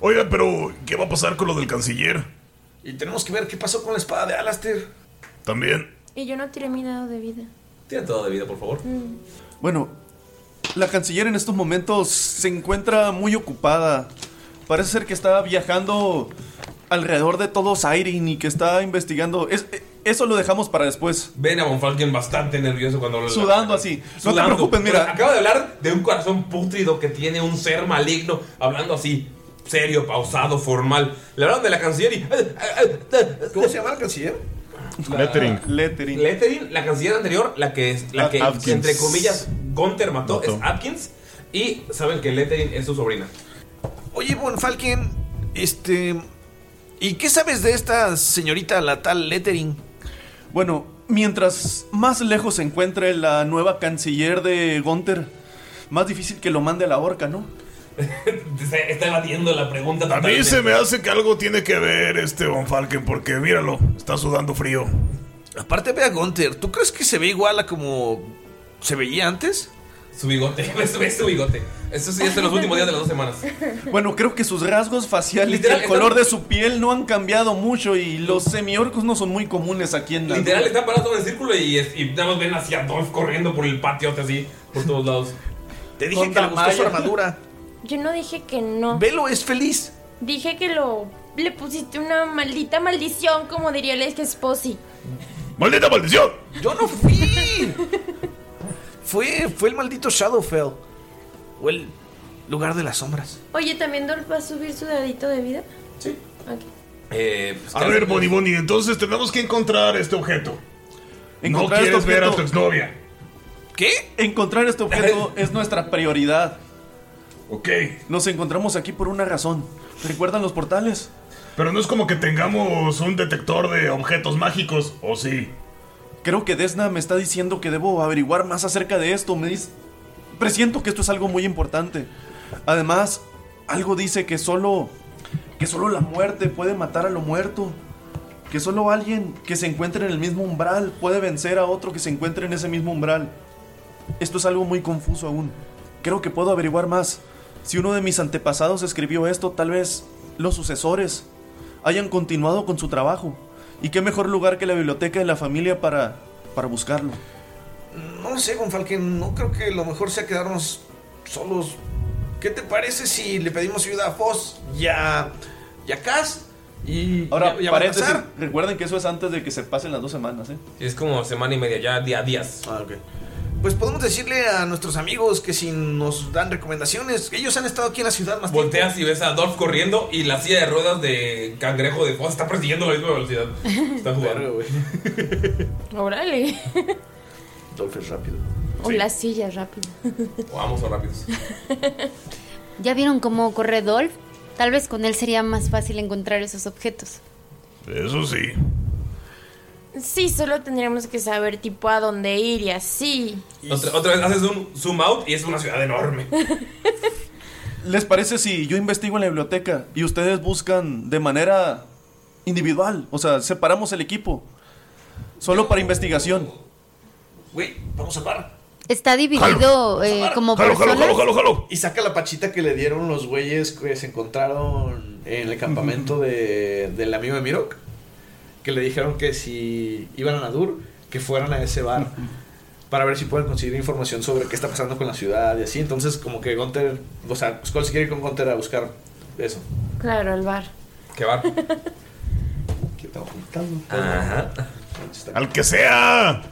Oiga, pero. ¿Qué va a pasar con lo del canciller? Y tenemos que ver qué pasó con la espada de Alastair. También. Y yo no tiré mi dado de vida. Tira todo de vida, por favor. Mm. Bueno, la canciller en estos momentos se encuentra muy ocupada. Parece ser que está viajando alrededor de todo Sairin y que está investigando. Es- eso lo dejamos para después. Ven a Von Falken bastante nervioso cuando habla. Sudando así. No te preocupes, mira. Acaba de hablar de un corazón pútrido que tiene un ser maligno, hablando así, serio, pausado, formal. Le hablaron de la canciller y. eh, ¿Cómo se llama la canciller? Lettering. Lettering. Lettering, la canciller anterior, la que, es, la Ad- que Atkins. entre comillas, Gunter mató, Mató. es ah, Atkins. Y saben que Lettering es su sobrina. Oye, Von Falken, este. ¿Y qué sabes de esta señorita, la tal Lettering? Bueno, mientras más lejos se encuentre la nueva canciller de Gunther, más difícil que lo mande a la horca, ¿no? Se- Está evadiendo la pregunta. A [laughs] mí se me hace que algo tiene que ver este Von Falken, porque míralo, está sudando frío. Aparte, ve a Gunther. ¿Tú crees que se ve igual a como se veía antes? Su bigote, [laughs] ves, ves su bigote. Eso sí, es de los últimos días de las dos semanas. Bueno, creo que sus rasgos faciales y Literal, el color está- de su piel no han cambiado mucho y los semiorcos no son muy comunes aquí en la- Literal, están parados todos en círculo y, es- y nada más ven hacia Adolf corriendo por el patio, así, por todos lados. Te dije que le gustó su armadura. Yo no dije que no. Velo es feliz. Dije que lo. Le pusiste una maldita maldición, como diría el ex esposi. ¡Maldita maldición! ¡Yo no fui! fue, fue el maldito Shadowfell. O el lugar de las sombras. Oye, ¿también Dolph va a subir su dadito de vida? Sí. Ok. Eh, pues, a ver, Bonnie Bonnie, entonces tenemos que encontrar este objeto. No Encontrar quieres este ver a objeto. tu exnovia. ¿Qué? Encontrar este objeto es nuestra prioridad. Ok. Nos encontramos aquí por una razón. ¿Recuerdan los portales? Pero no es como que tengamos un detector de objetos mágicos, ¿o sí? Creo que Desna me está diciendo que debo averiguar más acerca de esto. Me dice. Presiento que esto es algo muy importante. Además, algo dice que solo. que solo la muerte puede matar a lo muerto. Que solo alguien que se encuentre en el mismo umbral puede vencer a otro que se encuentre en ese mismo umbral. Esto es algo muy confuso aún. Creo que puedo averiguar más. Si uno de mis antepasados escribió esto, tal vez los sucesores hayan continuado con su trabajo ¿Y qué mejor lugar que la biblioteca de la familia para, para buscarlo? No lo sé, Gonfalken. No creo que lo mejor sea quedarnos solos. ¿Qué te parece si le pedimos ayuda a Foz y a, y a Cass? Y Ahora, y a- y a paréntesis, Baltasar? recuerden que eso es antes de que se pasen las dos semanas, ¿eh? Es como semana y media, ya día a días. Ah, ok. Pues podemos decirle a nuestros amigos que si nos dan recomendaciones, ellos han estado aquí en la ciudad más tiempo. Volteas y ves a Dolph corriendo y la silla de ruedas de cangrejo de Foz está persiguiendo a la misma velocidad. Está jugando. [laughs] [laughs] Órale. Dolph es rápido. Oh, O la silla rápido. Vamos a rápidos. ¿Ya vieron cómo corre Dolph? Tal vez con él sería más fácil encontrar esos objetos. Eso sí. Sí, solo tendríamos que saber tipo a dónde ir y así. Otra, otra vez haces un zoom out y es una ciudad enorme. ¿Les parece si yo investigo en la biblioteca y ustedes buscan de manera individual? O sea, separamos el equipo. Solo para investigación. Güey, vamos al bar. Está dividido eh, como personas. Y saca la pachita que le dieron los güeyes que se encontraron en el campamento de, del amigo de Mirok. Que le dijeron que si iban a Nadur, que fueran a ese bar. Para ver si pueden conseguir información sobre qué está pasando con la ciudad y así. Entonces, como que Gunter. O sea, Skull se quiere ir con Gunter a buscar eso. Claro, al bar. [laughs] ¿Qué bar? Que está ocultando. Ajá. Al que sea.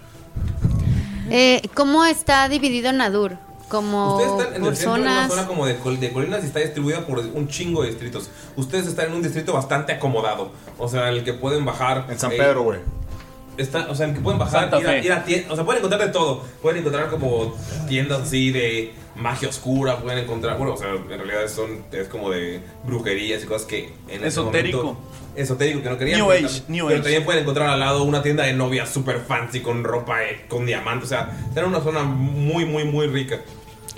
Eh, ¿Cómo está dividido Nadur? Como Ustedes están en el centro de una personas. zona como de, col- de colinas y está distribuida por un chingo de distritos. Ustedes están en un distrito bastante acomodado. O sea, en el que pueden bajar. En San Pedro, güey. Está, o sea, en que pueden bajar, Santa ir a, Fe. tiendas. O sea, pueden encontrar de todo. Pueden encontrar como tiendas así de magia oscura. Pueden encontrar. Bueno, o sea, en realidad son, es como de brujerías y cosas que en ese Esotérico. momento- esotérico que no querían. New pero Age, tam- New pero Age. también pueden encontrar al lado una tienda de novias super fancy con ropa eh, con diamantes. O sea, están en una zona muy, muy, muy rica.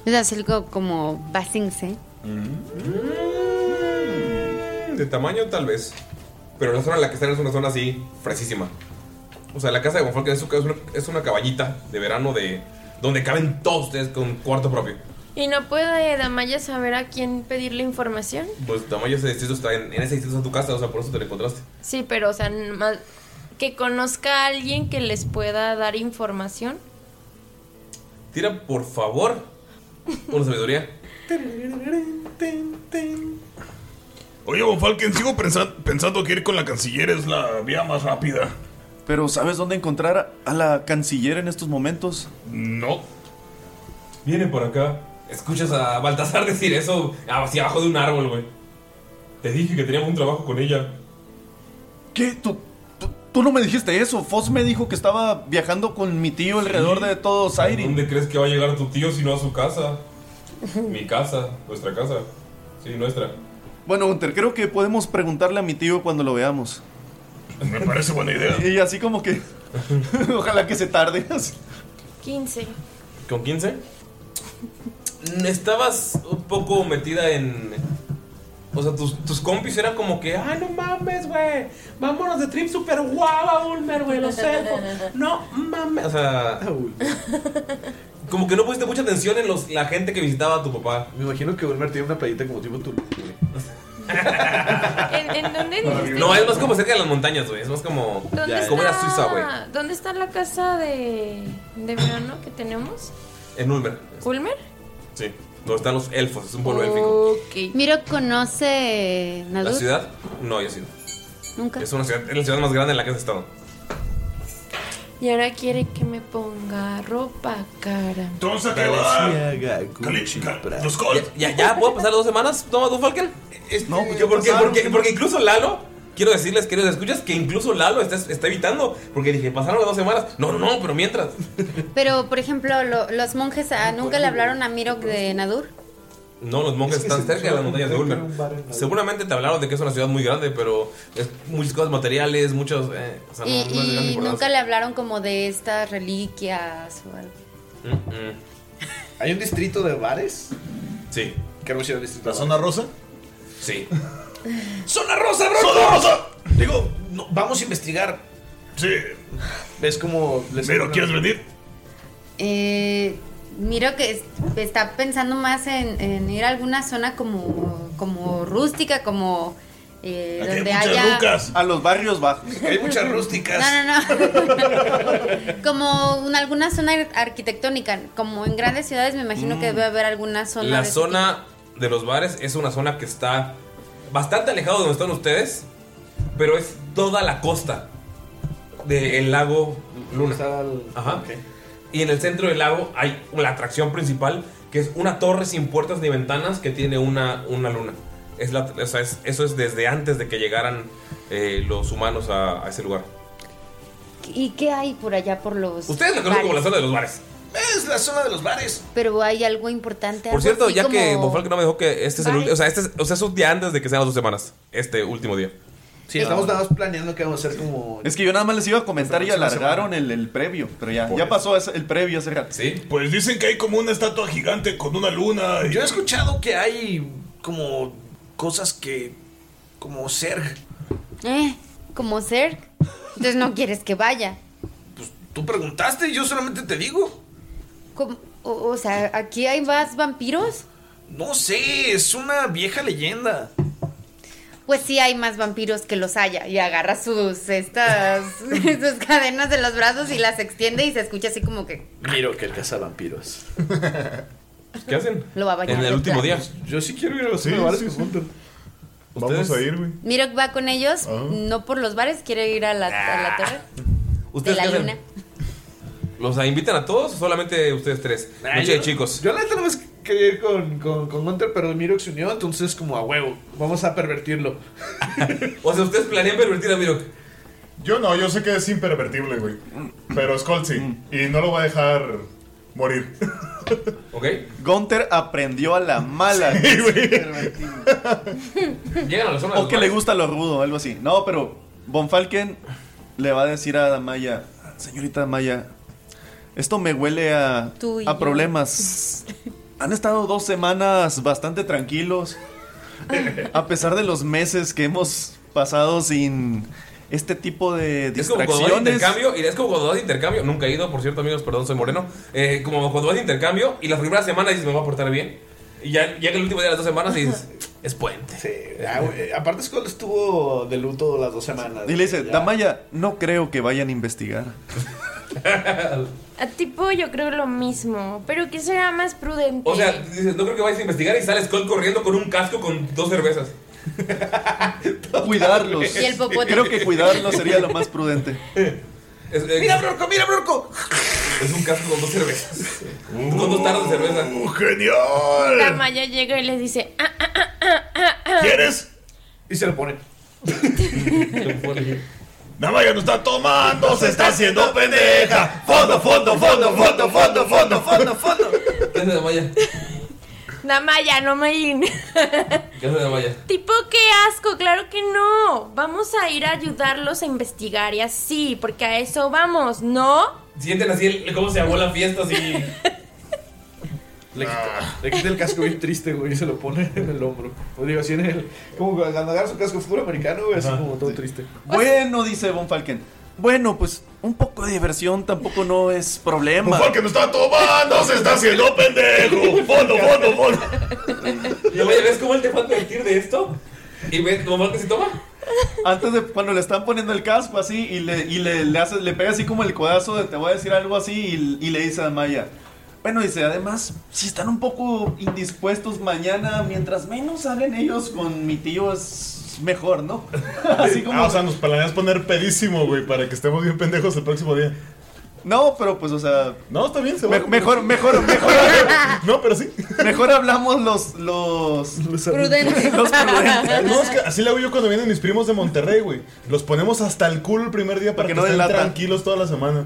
O sea, es algo como Basingse. Mm, De tamaño, tal vez. Pero la zona en la que están es una zona así, fresísima. O sea, la casa de Bonfalken es, su- es una, es una cabañita de verano de donde caben todos ustedes con cuarto propio. ¿Y no puede Damaya saber a quién pedirle información? Pues tamaño ese distrito está en, en ese distrito está tu casa, o sea, por eso te lo encontraste. Sí, pero o sea, n- más- que conozca a alguien que les pueda dar información. Tira, por favor, una sabiduría. Oye, Bonfalken, sigo pensa- pensando que ir con la canciller es la vía más rápida. Pero ¿sabes dónde encontrar a la canciller en estos momentos? No. Viene por acá. Escuchas a Baltasar decir eso hacia abajo de un árbol, güey. Te dije que teníamos un trabajo con ella. ¿Qué? ¿Tú, tú- tú no me dijiste eso? Foss me dijo que estaba viajando con mi tío alrededor de todo Zaire. ¿Dónde crees que va a llegar tu tío si no a su casa? Mi casa, nuestra casa. Sí, nuestra. Bueno, Gunter, creo que podemos preguntarle a mi tío cuando lo veamos. Me parece buena idea. Y así como que... [laughs] Ojalá que se tarde. así. 15. ¿Con 15? Mm, Estabas un poco metida en. O sea, tus, tus compis eran como que. ¡Ah, no mames, güey! ¡Vámonos de trip super guau a Ulmer, güey! ¡Los elfos! ¡No mames! O sea. Como que no pusiste mucha atención en los, la gente que visitaba a tu papá. Me imagino que Ulmer tiene una playita como tipo Tulu. ¿En, en dónde dijiste? No, es más como cerca de las montañas, güey. Es más como. ¿Dónde como está? era Suiza, güey. ¿Dónde está la casa de, de verano que tenemos? En Ulmer. ¿Ulmer? Sí. Donde están los elfos. Es un Oh, pueblo élfico. Ok. Miro conoce Nadur. ¿La ciudad? No, yo he sido. Nunca. Es, una ciudad, es la ciudad más grande en la que has estado. Y ahora quiere que me ponga ropa cara. Entonces, ¿qué ¿Ya, ya, ya puedo pasar las dos semanas? ¿Toma Este, dos Falken? No, porque, porque, porque, porque incluso Lalo, quiero decirles, queridos escuchas, que incluso Lalo está, está evitando. Porque dije, pasaron las dos semanas. No, no, no, pero mientras. Pero, por ejemplo, lo- los monjes ah, nunca le hablaron a Mirok de Nadur. No, los monjes están cerca de las montañas de Ulmer. Seguramente te hablaron de que es una ciudad muy grande, pero es muchas cosas materiales, muchos. eh, o sea, no- Y, no es de gran y nunca importancia. le hablaron como de estas reliquias o algo. Mm, mm. ¿Hay un distrito de bares? Sí. ¿Qué hermoso era el distrito? ¿La zona rosa? Sí. ¡Zona rosa, bro! ¡Zona rosa! Digo, no, vamos a investigar. Sí. ¿Ves cómo les. Pero, ¿quieres venir? Eh, Miro que es- está pensando más en, en ir a alguna zona como, como rústica, como eh, Aquí hay donde muchas haya... rucas. A los barrios bajos. Hay muchas rústicas. No, no, no. como en alguna zona ar- arquitectónica, como en grandes ciudades me imagino que debe haber alguna zona. Mm. La de- zona de los bares es una zona que está bastante alejado de donde están ustedes, pero es toda la costa del lago Luna. Ajá. Y en el centro del lago hay la atracción principal, que es una torre sin puertas ni ventanas que tiene una, una luna. Es la- o sea, es- eso es desde antes de que llegaran eh, los humanos a, a ese lugar. ¿Y qué hay por allá por los Ustedes la conocen como la bares? zona de los bares. Es la zona de los bares. Pero hay algo importante. Por algo cierto, así ya que como- Bonfalque no me dejó que este es el Bares. último. O sea, este es, o sea, es un día antes de que sean las dos semanas. Este último día. Sí, estamos nada más planeando qué vamos a hacer como. Es que yo nada más les iba a comentar y Próxima alargaron el, el previo, pero ya, ya pasó ese- el previo hace rato. Sí. Pues dicen que hay como una estatua gigante con una luna. Yo he escuchado que hay como cosas que. como ser. Eh, como ser. Entonces no quieres que vaya. Tú preguntaste, yo solamente te digo. Como- O, o sea, aquí hay más vampiros. No sé, es una vieja leyenda. Pues sí hay más vampiros que los haya. Y agarra sus estas [laughs] sus cadenas de los brazos y las extiende y se escucha así como que Miro que el cazavampiros. ¿Qué hacen? lo va a bañar. de plata. Yo sí quiero ir a los Sí, bares sí, con sí. Hunter. Vamos a ir, güey. Mirok va con ellos, Ah. no por los bares, quiere ir a la, a la torre de Ah. ¿Ustedes la qué hacen? luna. ¿Los invitan a todos o solamente ustedes tres? Nah, Noche yo- de chicos. Yo la neta nomás quería ir con, con, con Hunter, pero Miro se unió, entonces como a huevo. Vamos a pervertirlo. o sea, ustedes planean pervertir a Miro. Yo no, yo sé que es impervertible, güey. Pero Skull sí. Y no lo va a dejar morir. ¿Ok? Gunter aprendió a la mala. Llegan a la zona de o los que le bares. gusta lo rudo, algo así. No, pero Von Falken le va a decir a Maya, señorita Maya, esto me huele a, Tú y a yo. [laughs] problemas. Han estado dos semanas [laughs] bastante tranquilos, a pesar de los meses que hemos pasado sin este tipo de Es como cuando vas de distracciones. intercambio, y es como cuando vas de intercambio, nunca he ido, por cierto, amigos, perdón, soy moreno. Eh, como cuando vas de intercambio y la primera semana dices, me voy a portar bien. Y ya llega el último día de las dos semanas [laughs] y dices, es puente. Ah, güey, aparte Skull estuvo de luto las dos semanas. Y le dice, Ya. Damaya, no creo que vayan a investigar. A Ah, tipo yo creo lo mismo, pero que será más prudente. O sea, dices, no creo que vayas a investigar y sales Cole corriendo con un casco con dos cervezas. [laughs] Cuidarlos. Y el popote. Creo que cuidarlos sería lo más prudente. Es, eh, ¡Mira, Brorco, mira, Brorco! es un casco con dos cervezas. con dos tarros de cerveza. ¡Uh, ¡Genial! Damaya llega y les dice, ah, ¿Quieres? Y se lo pone. Damaya [laughs] no está tomando, se está haciendo pendeja. Fondo, fondo, fondo, fondo, fondo, fondo, fondo, fondo. ¿Qué hace Damaya? Damaya, no me in". [laughs] ¿Qué hace Damaya? Tipo, qué asco, claro que no. Vamos a ir a ayudarlos a investigar y así, porque a eso vamos, ¿no? Sienten así el- cómo se llamó la fiesta, así. Le quita, le quita el casco bien triste, güey, y se lo pone en el hombro. O digo, así en el. Como cuando agarra su casco futuro americano, güey, así como todo triste. Bueno, dice Von Falken. Bueno, pues un poco de diversión tampoco no es problema. Porque no está tomando, se está haciendo pendejo. Fondo, fondo, fondo. Y Damaya, ¿ves cómo él te fue a advertir de esto? Y ves, mamá que se toma. Antes de cuando le están poniendo el casco así y le, y le, le hace- le pega así como el codazo de te voy a decir algo así y, y le dice a Maya. Bueno, dice, además, si están un poco indispuestos mañana, mientras menos hablen ellos con mi tío es mejor, ¿no? [laughs] Así como... Ah, o sea, nos planeas poner pedísimo, güey, para que estemos bien pendejos el próximo día. no, pero pues, o sea... No, está bien, se me- va. mejor, mejor, mejor, [laughs] No, pero sí. mejor hablamos los... los... Prudente. [laughs] Los prudentes. No, es que así le hago yo cuando vienen mis primos de Monterrey, güey. Los ponemos hasta el culo el primer día para Que que, no estén delatan. tranquilos toda la semana.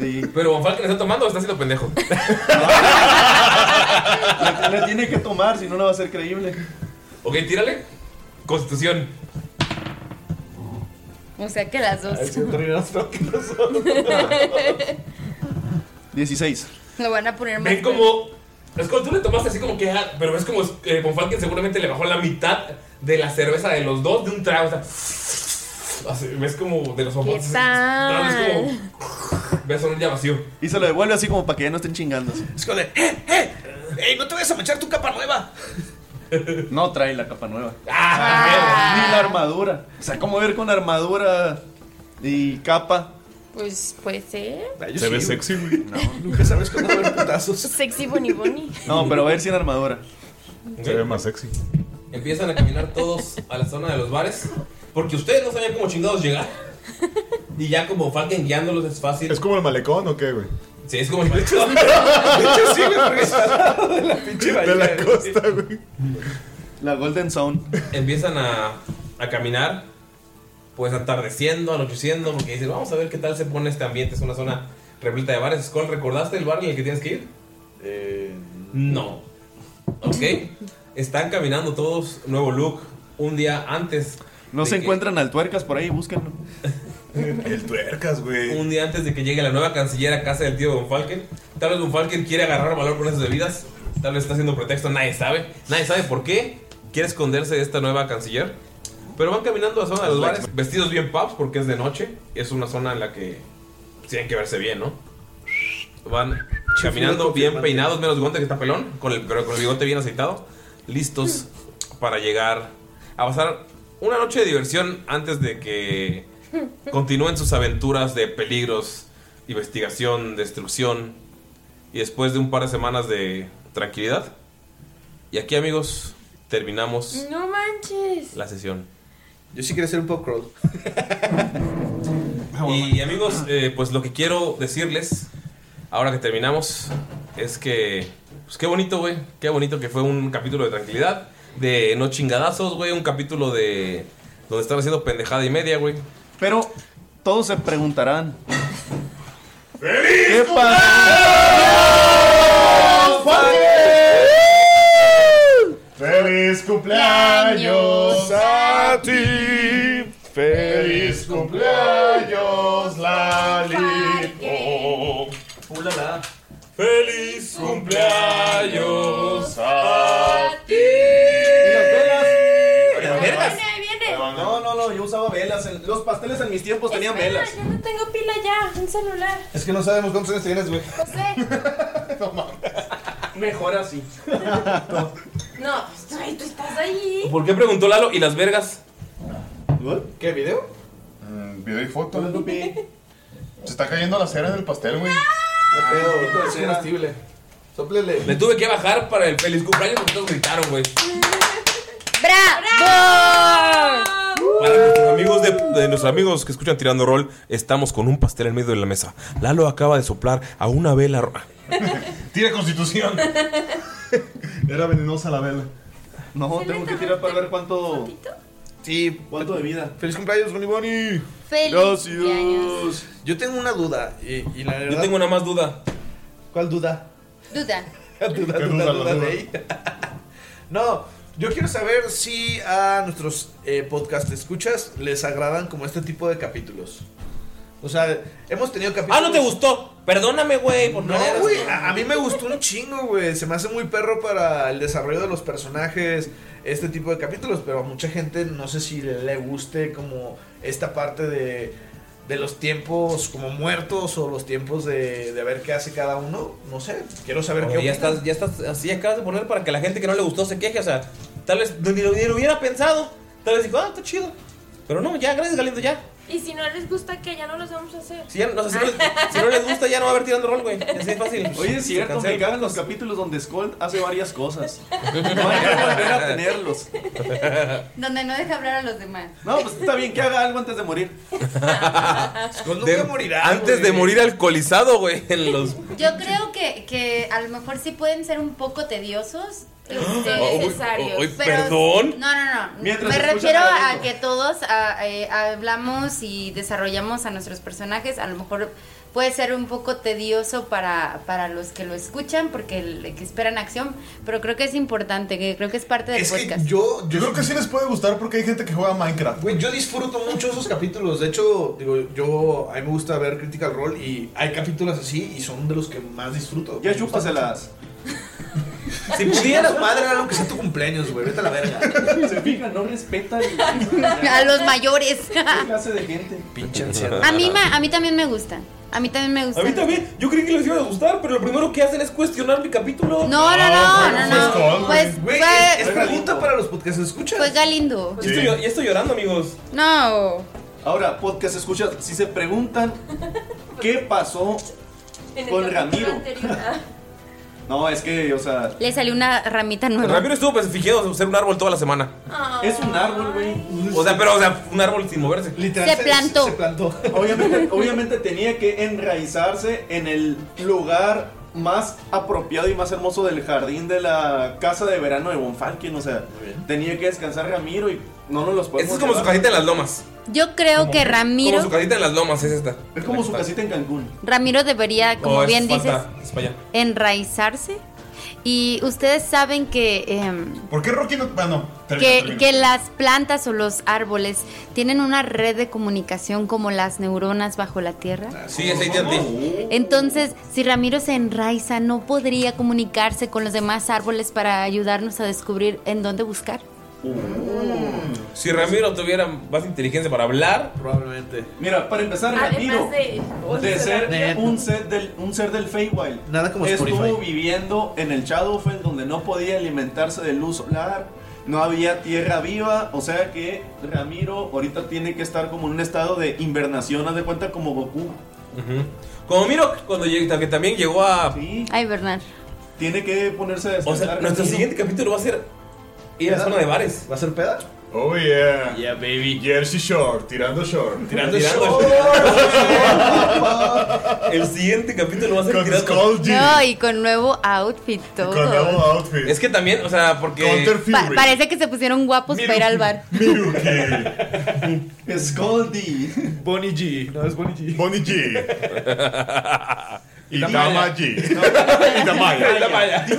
Sí. Pero Bonfalque le está tomando o está haciendo pendejo. La, [laughs] la tiene que tomar, si no, no va a ser creíble. Ok, tírale. Constitución. O sea que las dos Es que terminamos todo que pasó. 16. [laughs] lo van a poner más. Ven como. Es cuando tú le tomaste así como que. ah, Pero es como eh, Von Falken seguramente le bajó la mitad de la cerveza de los dos de un trago. o sea, así, ves como de los ojos. ¿Qué tal? Ves como. Ves un ya vacío. Y se lo devuelve así como para que ya no estén chingando. así. Es como de, ¡eh, eh! ¡Ey, no te vayas a manchar tu capa nueva! No trae la capa nueva. Ah, Ah. Ni la armadura. O sea, ¿cómo ver con armadura y capa? Pues puede ser. Se ve sexy, güey. No. Nunca sabes cómo ver Sexy Bonnie Bonnie. No, pero va a ir sin armadura. Se ve más sexy. Empiezan a caminar todos a la zona de los bares. Porque ustedes no sabían cómo chingados llegar. Y ya como Falken guiándolos es fácil. ¿Es como el malecón o qué, güey? Sí, es como el malecón. De la costa, güey. La Golden Zone. Empiezan a, a caminar. Pues atardeciendo, anocheciendo. Porque dicen, vamos a ver qué tal se pone este ambiente. Es una zona repleta de bares. Skull, ¿recordaste el bar en el que tienes que ir? Eh, No. Ok. [laughs] Están caminando todos, nuevo look, un día antes. No se encuentran al tuercas por ahí, búsquenlo. El tuercas, güey. Un día antes de que llegue la nueva canciller a casa del tío Don Falken. Tal vez Don Falken quiere agarrar valor con esas bebidas. Tal vez está haciendo pretexto, nadie sabe. Nadie sabe por qué quiere esconderse de esta nueva canciller. Pero van caminando a la zona de los Pues, bares, vestidos bien pubs porque es de noche. Es una zona en la que tienen que verse bien, ¿no? Van caminando bien peinados, menos Gonte que está pelón, con el, pero con el bigote bien aceitado, listos para llegar a pasar una noche de diversión antes de que continúen sus aventuras de peligros, investigación, destrucción y después de un par de semanas de tranquilidad. Y aquí amigos, terminamos No manches. la sesión. Yo sí quiero hacer un pop crawl. [laughs] Y amigos, eh, pues lo que quiero decirles, ahora que terminamos, es que, pues qué bonito, güey, qué bonito que fue un capítulo de tranquilidad, de no chingadazos, güey, un capítulo de donde están haciendo pendejada y media, güey. Pero todos se preguntarán. ¿Qué ¡Feliz cumpleaños a ti! ¡Feliz cumpleaños, Lali! ¡Feliz cumpleaños a ti! No, no, no, yo usaba velas. en- los pasteles en mis tiempos tenían Espera, velas. Yo no tengo pila ya, un celular. Es que no sabemos cuántos años tienes, güey. Mejor [laughs] así. No, pues, ay, tú estás ahí. ¿Por qué preguntó Lalo y las vergas? ¿Qué video? Mm, video y foto. Se está cayendo la cera en el pastel, güey. Ah, Pero es comestible. Sóplele. Le tuve que bajar para el feliz cumpleaños porque todos gritaron, güey. Para nuestros amigos de, de nuestros amigos que escuchan Tirando Rol, estamos con un pastel en medio de la mesa. Lalo acaba de soplar a una vela. ro- Tira constitución. Era venenosa la vela. No, tengo que tirar para ver cuánto. Sí, cuánto de vida. Feliz cumpleaños, Bonnie Bonnie. Feliz cumpleaños. Yo tengo una duda. Y, y la verdad, Yo tengo una más duda. ¿Cuál duda? Duda. [laughs] duda, ¿Qué duda, duda, la duda duda? de ella. [laughs] no, yo quiero saber si a nuestros eh, podcast escuchas les agradan como este tipo de capítulos. O sea, hemos tenido capítulos. Ah, no te gustó. Perdóname, güey, por no. No, güey, a, a mí me gustó un chingo, güey. Se me hace muy perro para el desarrollo de los personajes, este tipo de capítulos, pero a mucha gente no sé si le, le guste como esta parte de, de los tiempos como muertos o los tiempos de, de ver qué hace cada uno. No sé, quiero saber qué Oye, ya opinan. estás, ya estás así acabas de poner para que la gente que no le gustó se queje, o sea, tal vez ni lo, ni lo hubiera pensado. Tal vez dijo, ah, está chido. Pero no, ya, gracias Galindo, ya. Y si no les gusta, que ya no los vamos a hacer. Si, ya, no, o sea, si, no, si no les gusta, ya no va a haber tirando rol, güey. Así es fácil. Oye, es Se cierto, me cancela. cagan los capítulos donde Skull hace varias cosas. No hay que volver a tenerlos. Donde no deja hablar a los demás. No, pues está bien que haga algo antes de morir. Skull nunca De- morirá, antes de ah, güey. morir alcoholizado, güey, [laughs] en los Yo creo que, que a lo mejor sí pueden ser un poco [gasps] tediosos. Ah, este, Ay, necesarios. ay, pero- perdón. No, no, no. Mientras Me escuchas refiero a a Galindo. que todos a- eh, hablamos y desarrollamos a nuestros personajes. A lo mejor puede ser un poco tedioso para, para los que lo escuchan porque el- que esperan acción, pero creo que es importante, que creo que es parte del Es que podcast. yo, Yo yo, creo que sí les puede gustar porque hay gente que juega Minecraft. Güey, yo disfruto mucho esos capítulos. De hecho, digo, yo a mí me gusta ver Critical Role y hay capítulos así y son de los que más disfruto. Ya chúpaselas. Si pudieras, padre, era lo que sea tu cumpleaños, güey. Vete a la verga. [laughs] Se fija, no respeta [laughs] el- A los mayores. ¿Qué clase de gente? Pinche anciano. A mí, ma- a mí también me gustan. A mí también me A mí gustan. también, yo creí que les iba a gustar, pero lo primero que hacen es cuestionar mi capítulo. Ah, No, no, no, no, no. Pues Güey, fue- es pregunta para los podcasts. ¿Escuchas? fue Galindo. Ya estoy, ya estoy llorando, amigos. No. Ahora, podcast escucha, si se preguntan qué pasó En el con capítulo Ramiro. anterior. Ah, No, es que, o sea, [laughs] Le salió una ramita nueva. Ramiro estuvo persiguiendo ser un árbol toda la semana. es un árbol, güey. O sea, pero, o sea, un árbol sin moverse. Se plantó. Obviamente, obviamente tenía que enraizarse en el lugar más apropiado y más hermoso del jardín de la casa de verano de Bonfalken. O sea, tenía que descansar Ramiro y no nos los Esta podemos es como su llevar. casita en las lomas. Yo creo que Como Ramiro, su casita en las lomas, es esta. Es como su casita en Cancún. Ramiro debería, como Oh, es bien dices, falta, Es para allá. enraizarse. Y ustedes saben que, em, ¿Por qué Rocky no.? Bueno, termina, que, termina. que las plantas o los árboles tienen una red de comunicación como las neuronas bajo la tierra. Ah, Sí, es ATT. Entonces, si Ramiro se enraiza, no podría comunicarse con los demás árboles para ayudarnos a descubrir en dónde buscar. Si Ramiro tuviera más inteligencia para hablar, Probablemente. Mira, para empezar, Ramiro, Además de. de ser Neta. un ser del, un ser del Feywild. Nada como Estuvo Spotify. viviendo en el Shadowfell donde no podía alimentarse de luz solar, no había tierra viva, o sea que Ramiro ahorita tiene que estar como en un estado de invernación, haz de cuenta como Goku. como Miro, cuando lleg- que también llegó a. Sí, Ay, Bernard. tiene que ponerse a O descansar. sea, nuestro Ramiro. siguiente capítulo va a ser ir a la zona de bares. ¿Va a ser peda? Oh, yeah. Yeah, baby. Jersey Shore, tirando short. Tirando, [laughs] Oh. tirando. El siguiente capítulo va a ser Con tirando. Skull G. No, y con nuevo outfit todo. Pues Con nuevo outfit. Es que también, o sea, porque. Counter Pa- Fury. parece que se pusieron guapos para ir al bar. Miyuki. Scaldi. Bonnie G. No, es Bonnie G. Bonnie G. Y Dama G. Y Es la malla. Damaya. Maya. Di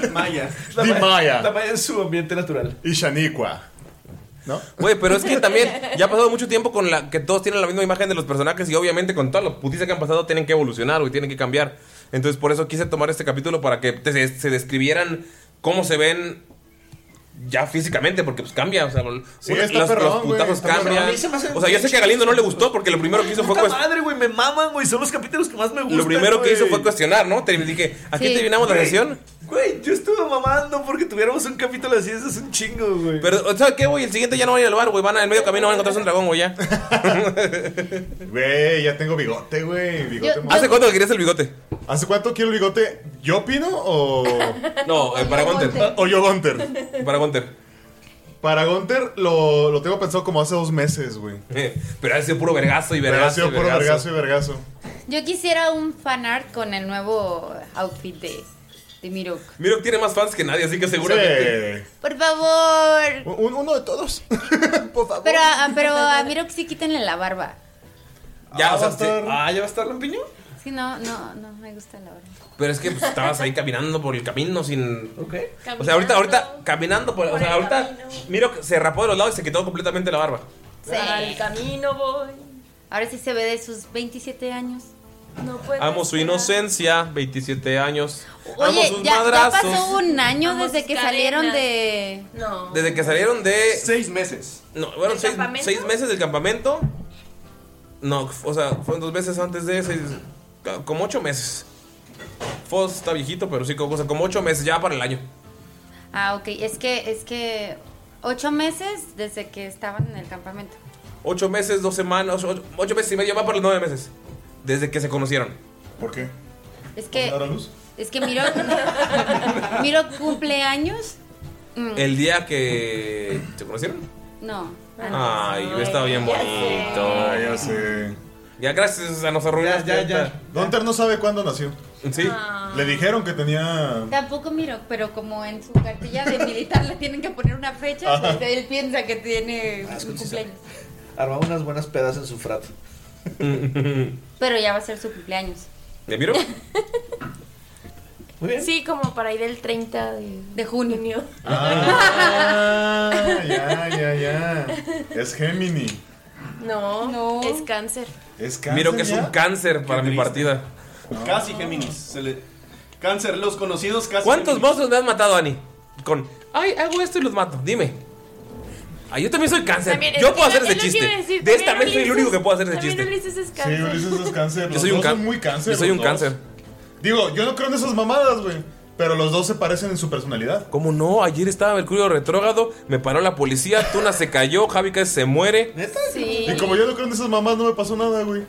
La Maya. Maya en su ambiente natural. Y Shaniqua. Güey, pero es que también ya ha pasado mucho tiempo con la que todos tienen la misma imagen de los personajes y obviamente con todas las putizas que han pasado tienen que evolucionar, güey, tienen que cambiar. Entonces por eso quise tomar este capítulo para que te- se, se describieran cómo se ven ya físicamente, porque pues cambia, o sea, Sí, una- está los, perrón, los güey, putazos está cambian. perrón. A mí se me hace O sea, yo sé que a Galindo no le gustó porque lo primero que hizo fue Puta cuest- madre, güey, me maman, güey. Son los capítulos que más me gustan. lo primero que güey. hizo fue cuestionar, ¿no? Te dije, ¿a qué Sí. terminamos la Güey, sesión? Güey, yo estuve mamando porque tuviéramos un capítulo así. Eso es un chingo, güey. Pero, ¿sabes qué, güey? El siguiente ya no va a ir al bar, güey. Van a, en medio camino van a encontrarse un dragón, güey, ya. Güey, Eh, ya tengo bigote, güey. Bigote Yo- mo- ¿Hace cuánto que querías el bigote? ¿Hace cuánto quiero el bigote? ¿Yo opino o.? [laughs] No, eh, para Gunter. o yo, Gunter? Para Gunter. Para Gunter lo, lo tengo pensado como hace dos meses, güey. Eh, [laughs] Pero ha sido puro vergazo y Pero ha vergazo. sido y puro vergazo y vergazo. Yo quisiera un fanart con el nuevo outfit de, de Mirok. Miro tiene más fans que nadie, así que seguramente. Sí. Por favor. Un- un- uno de todos. Por favor. Pero, a- pero ah, a Mirok sí quítenle la barba. Ya, Ah, o sea, va a estar- sí. Ah, ya va a estar Lampiño. Sí, no, no, no me gusta la barba. Pero es que pues, estabas ahí caminando por el camino sin. Ok. O sea, ahorita, ahorita, Caminando caminando por. o por sea, el ahorita camino. Miro se rapó de los lados y se quitó completamente la barba. Sí. Al camino voy. Ahora sí se ve de sus 27 años. No puedo. Amo su esperar. inocencia, 27 años. Ah. Oye, Amo ya, sus ya madrazos. pasó un año Amo desde sus que salieron cadenas. de... No. Desde que salieron de. Seis meses. No, bueno, ¿Del seis, campamento? seis meses del campamento. No, o sea, fueron dos meses antes de seis. Como ocho meses. Foz está viejito, pero sí, como, o sea, como ocho meses ya para el año. Ah, ok. Es que, es que ocho meses desde que estaban en el campamento. Ocho meses, dos semanas, ocho, ocho- ocho meses y medio, va para los nueve meses. Desde que se conocieron. ¿Por qué? Es que, ¿Ahora luz? es que Miro, [laughs] Miro cumple años. Mm, El día que se conocieron. no. Ay, está bien Ah, bonito. ya sé. Ya gracias a nos arruinas. Ya, ya, ya. Gunter no sabe cuándo nació. está. Sí. Le dijeron que tenía. Tampoco Miro, pero como en su cartilla de militar le tienen que poner una fecha, pues él piensa que tiene Ah, es su que sí cumpleaños. Armaba unas buenas pedas en su frat. Pero ya va a ser su cumpleaños. [laughs] ¿Ya vieron? Muy bien. Sí, como para ir el 30 de, De junio. junio. Ah, ya, ya, ya. Es Gemini. [laughs] No, No. es cáncer. Es cáncer. Miro que es ya. un cáncer para mi triste. partida. Casi Géminis. Se le... Cáncer, los conocidos casi. ¿Cuántos Géminis. monstruos me has matado, Ani? con, ay, hago esto y los mato. Dime. Ay, yo también soy cáncer. También, yo es- puedo es hacer lo- ese es lo que iba a chiste. decir, De esta también vez soy el único que puedo hacer ese También chiste. Ulises es Sí, cáncer. Ulises es cáncer. Yo los soy un dos can- son muy cáncer. yo soy los un dos. cáncer. Digo, yo no creo en esas mamadas, güey. Pero los dos se parecen en su personalidad. ¿Cómo no? Ayer estaba Mercurio retrógrado, me paró la policía, Tuna se cayó, Javi casi se muere. Sí. Y como yo no creo en esas mamás, no me pasó nada, güey.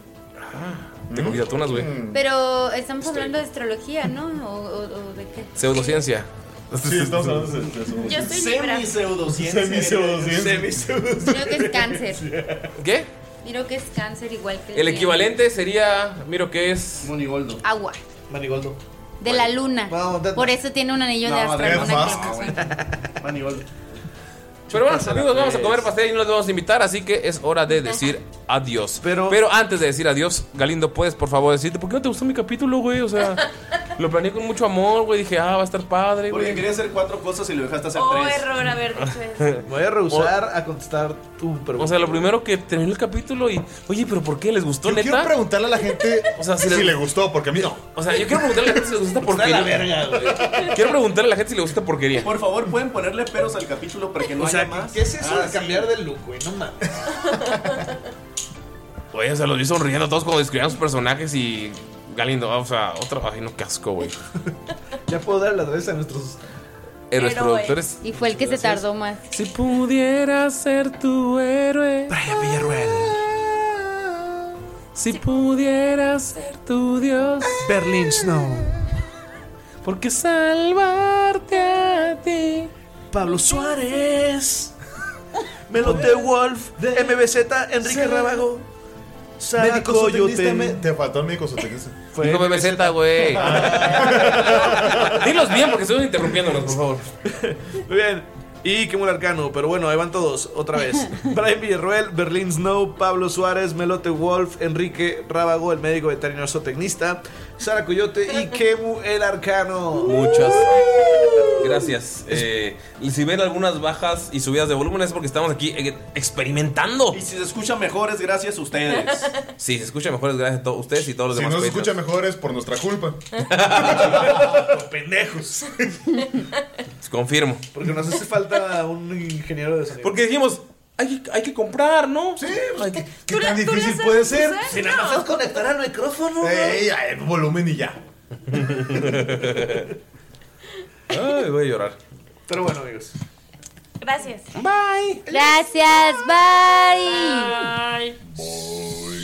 Tengo vida Tunas, güey. Mm. Pero estamos hablando de astrología, ¿no? ¿O, o- o de qué? Pseudociencia. Sí, estamos hablando de eso. Yo soy Libra. Semi-pseudociencia. Creo que [laughs] es cáncer. ¿Qué? Miro que es cáncer igual que El mío. equivalente sería, miro que es... Monigoldo. Ah. Agua. Monigoldo. De la luna. Por eso tiene un anillo de astrología. Pero bueno, amigos, vamos a comer pastel y no los vamos a invitar, así que es hora de decir adiós. Pero, antes de decir adiós, Galindo, ¿puedes por favor decirte por qué no te gustó mi capítulo, güey? O sea, lo planeé con mucho amor, güey. Dije, ah, va a estar padre, Porque güey. quería hacer cuatro cosas y lo dejaste hacer Oh, tres. error haber dicho eso. Voy a rehusar a contestar tu pregunta. O sea, lo primero que terminó el capítulo y, oye, pero ¿por qué? ¿Les gustó, Yo neta? quiero preguntarle a la gente [laughs] O sea, si si, les- le gustó, porque a mí no. O sea, yo quiero preguntarle a la gente si les gusta Está porquería. la verga, quiero preguntarle a la gente si le gusta porquería. Por favor, pueden ponerle peros al capítulo para que no O sea, haya más. Ah, ¿qué es eso de cambiar de look, güey? No mames. Oye, o sea, los vi sonriendo todos cuando describían sus personajes y. Galindo, ah, o sea, otra. Ay, no, qué asco, güey. [laughs] Ya puedo dar las redes a nuestros Héroes productores. Y fue el que se tardó más. Si pudiera ser tu héroe. Si pudiera ser tu Dios. Berlin Snow. Porque salvarte a ti. Pablo [laughs] Suárez. Melote Wolf. MBZ. Enrique Rábago. Sara Médico zootecnista, me- Coyote. Te faltó el médico zootecnista. Dijo BBZ, güey. [laughs] Dilos bien porque estamos interrumpiéndonos, por [laughs] favor. Muy bien. Y Kimura Arcano, pero bueno, ahí van todos, otra [laughs] vez. Brian Villarroel, Berlín Snow, Pablo Suárez, Melote Wolf, Enrique Rábago, el médico veterinario zootecnista, Sara Coyote y Kemu el Arcano. Muchas gracias. Eh, si ven algunas bajas y subidas de volumen es porque estamos aquí eh, experimentando. Y si se escucha mejor es gracias a ustedes. [laughs] Sí, se escucha mejor, es gracias a todos ustedes y todos los Si no demás. se Patreons. escucha mejor es por nuestra culpa. Pendejos. Confirmo. Porque nos hace falta un ingeniero de sonido. pues, Porque dijimos, hay, que- hay que comprar, ¿no? Sí, ¿qué, qué tan difícil puede ser? Si nada más es conectar al micrófono. Ey, ay, volumen [laughs] y ya. Ay, voy a llorar. Pero bueno, amigos. Gracias. Bye. Gracias, bye. Bye.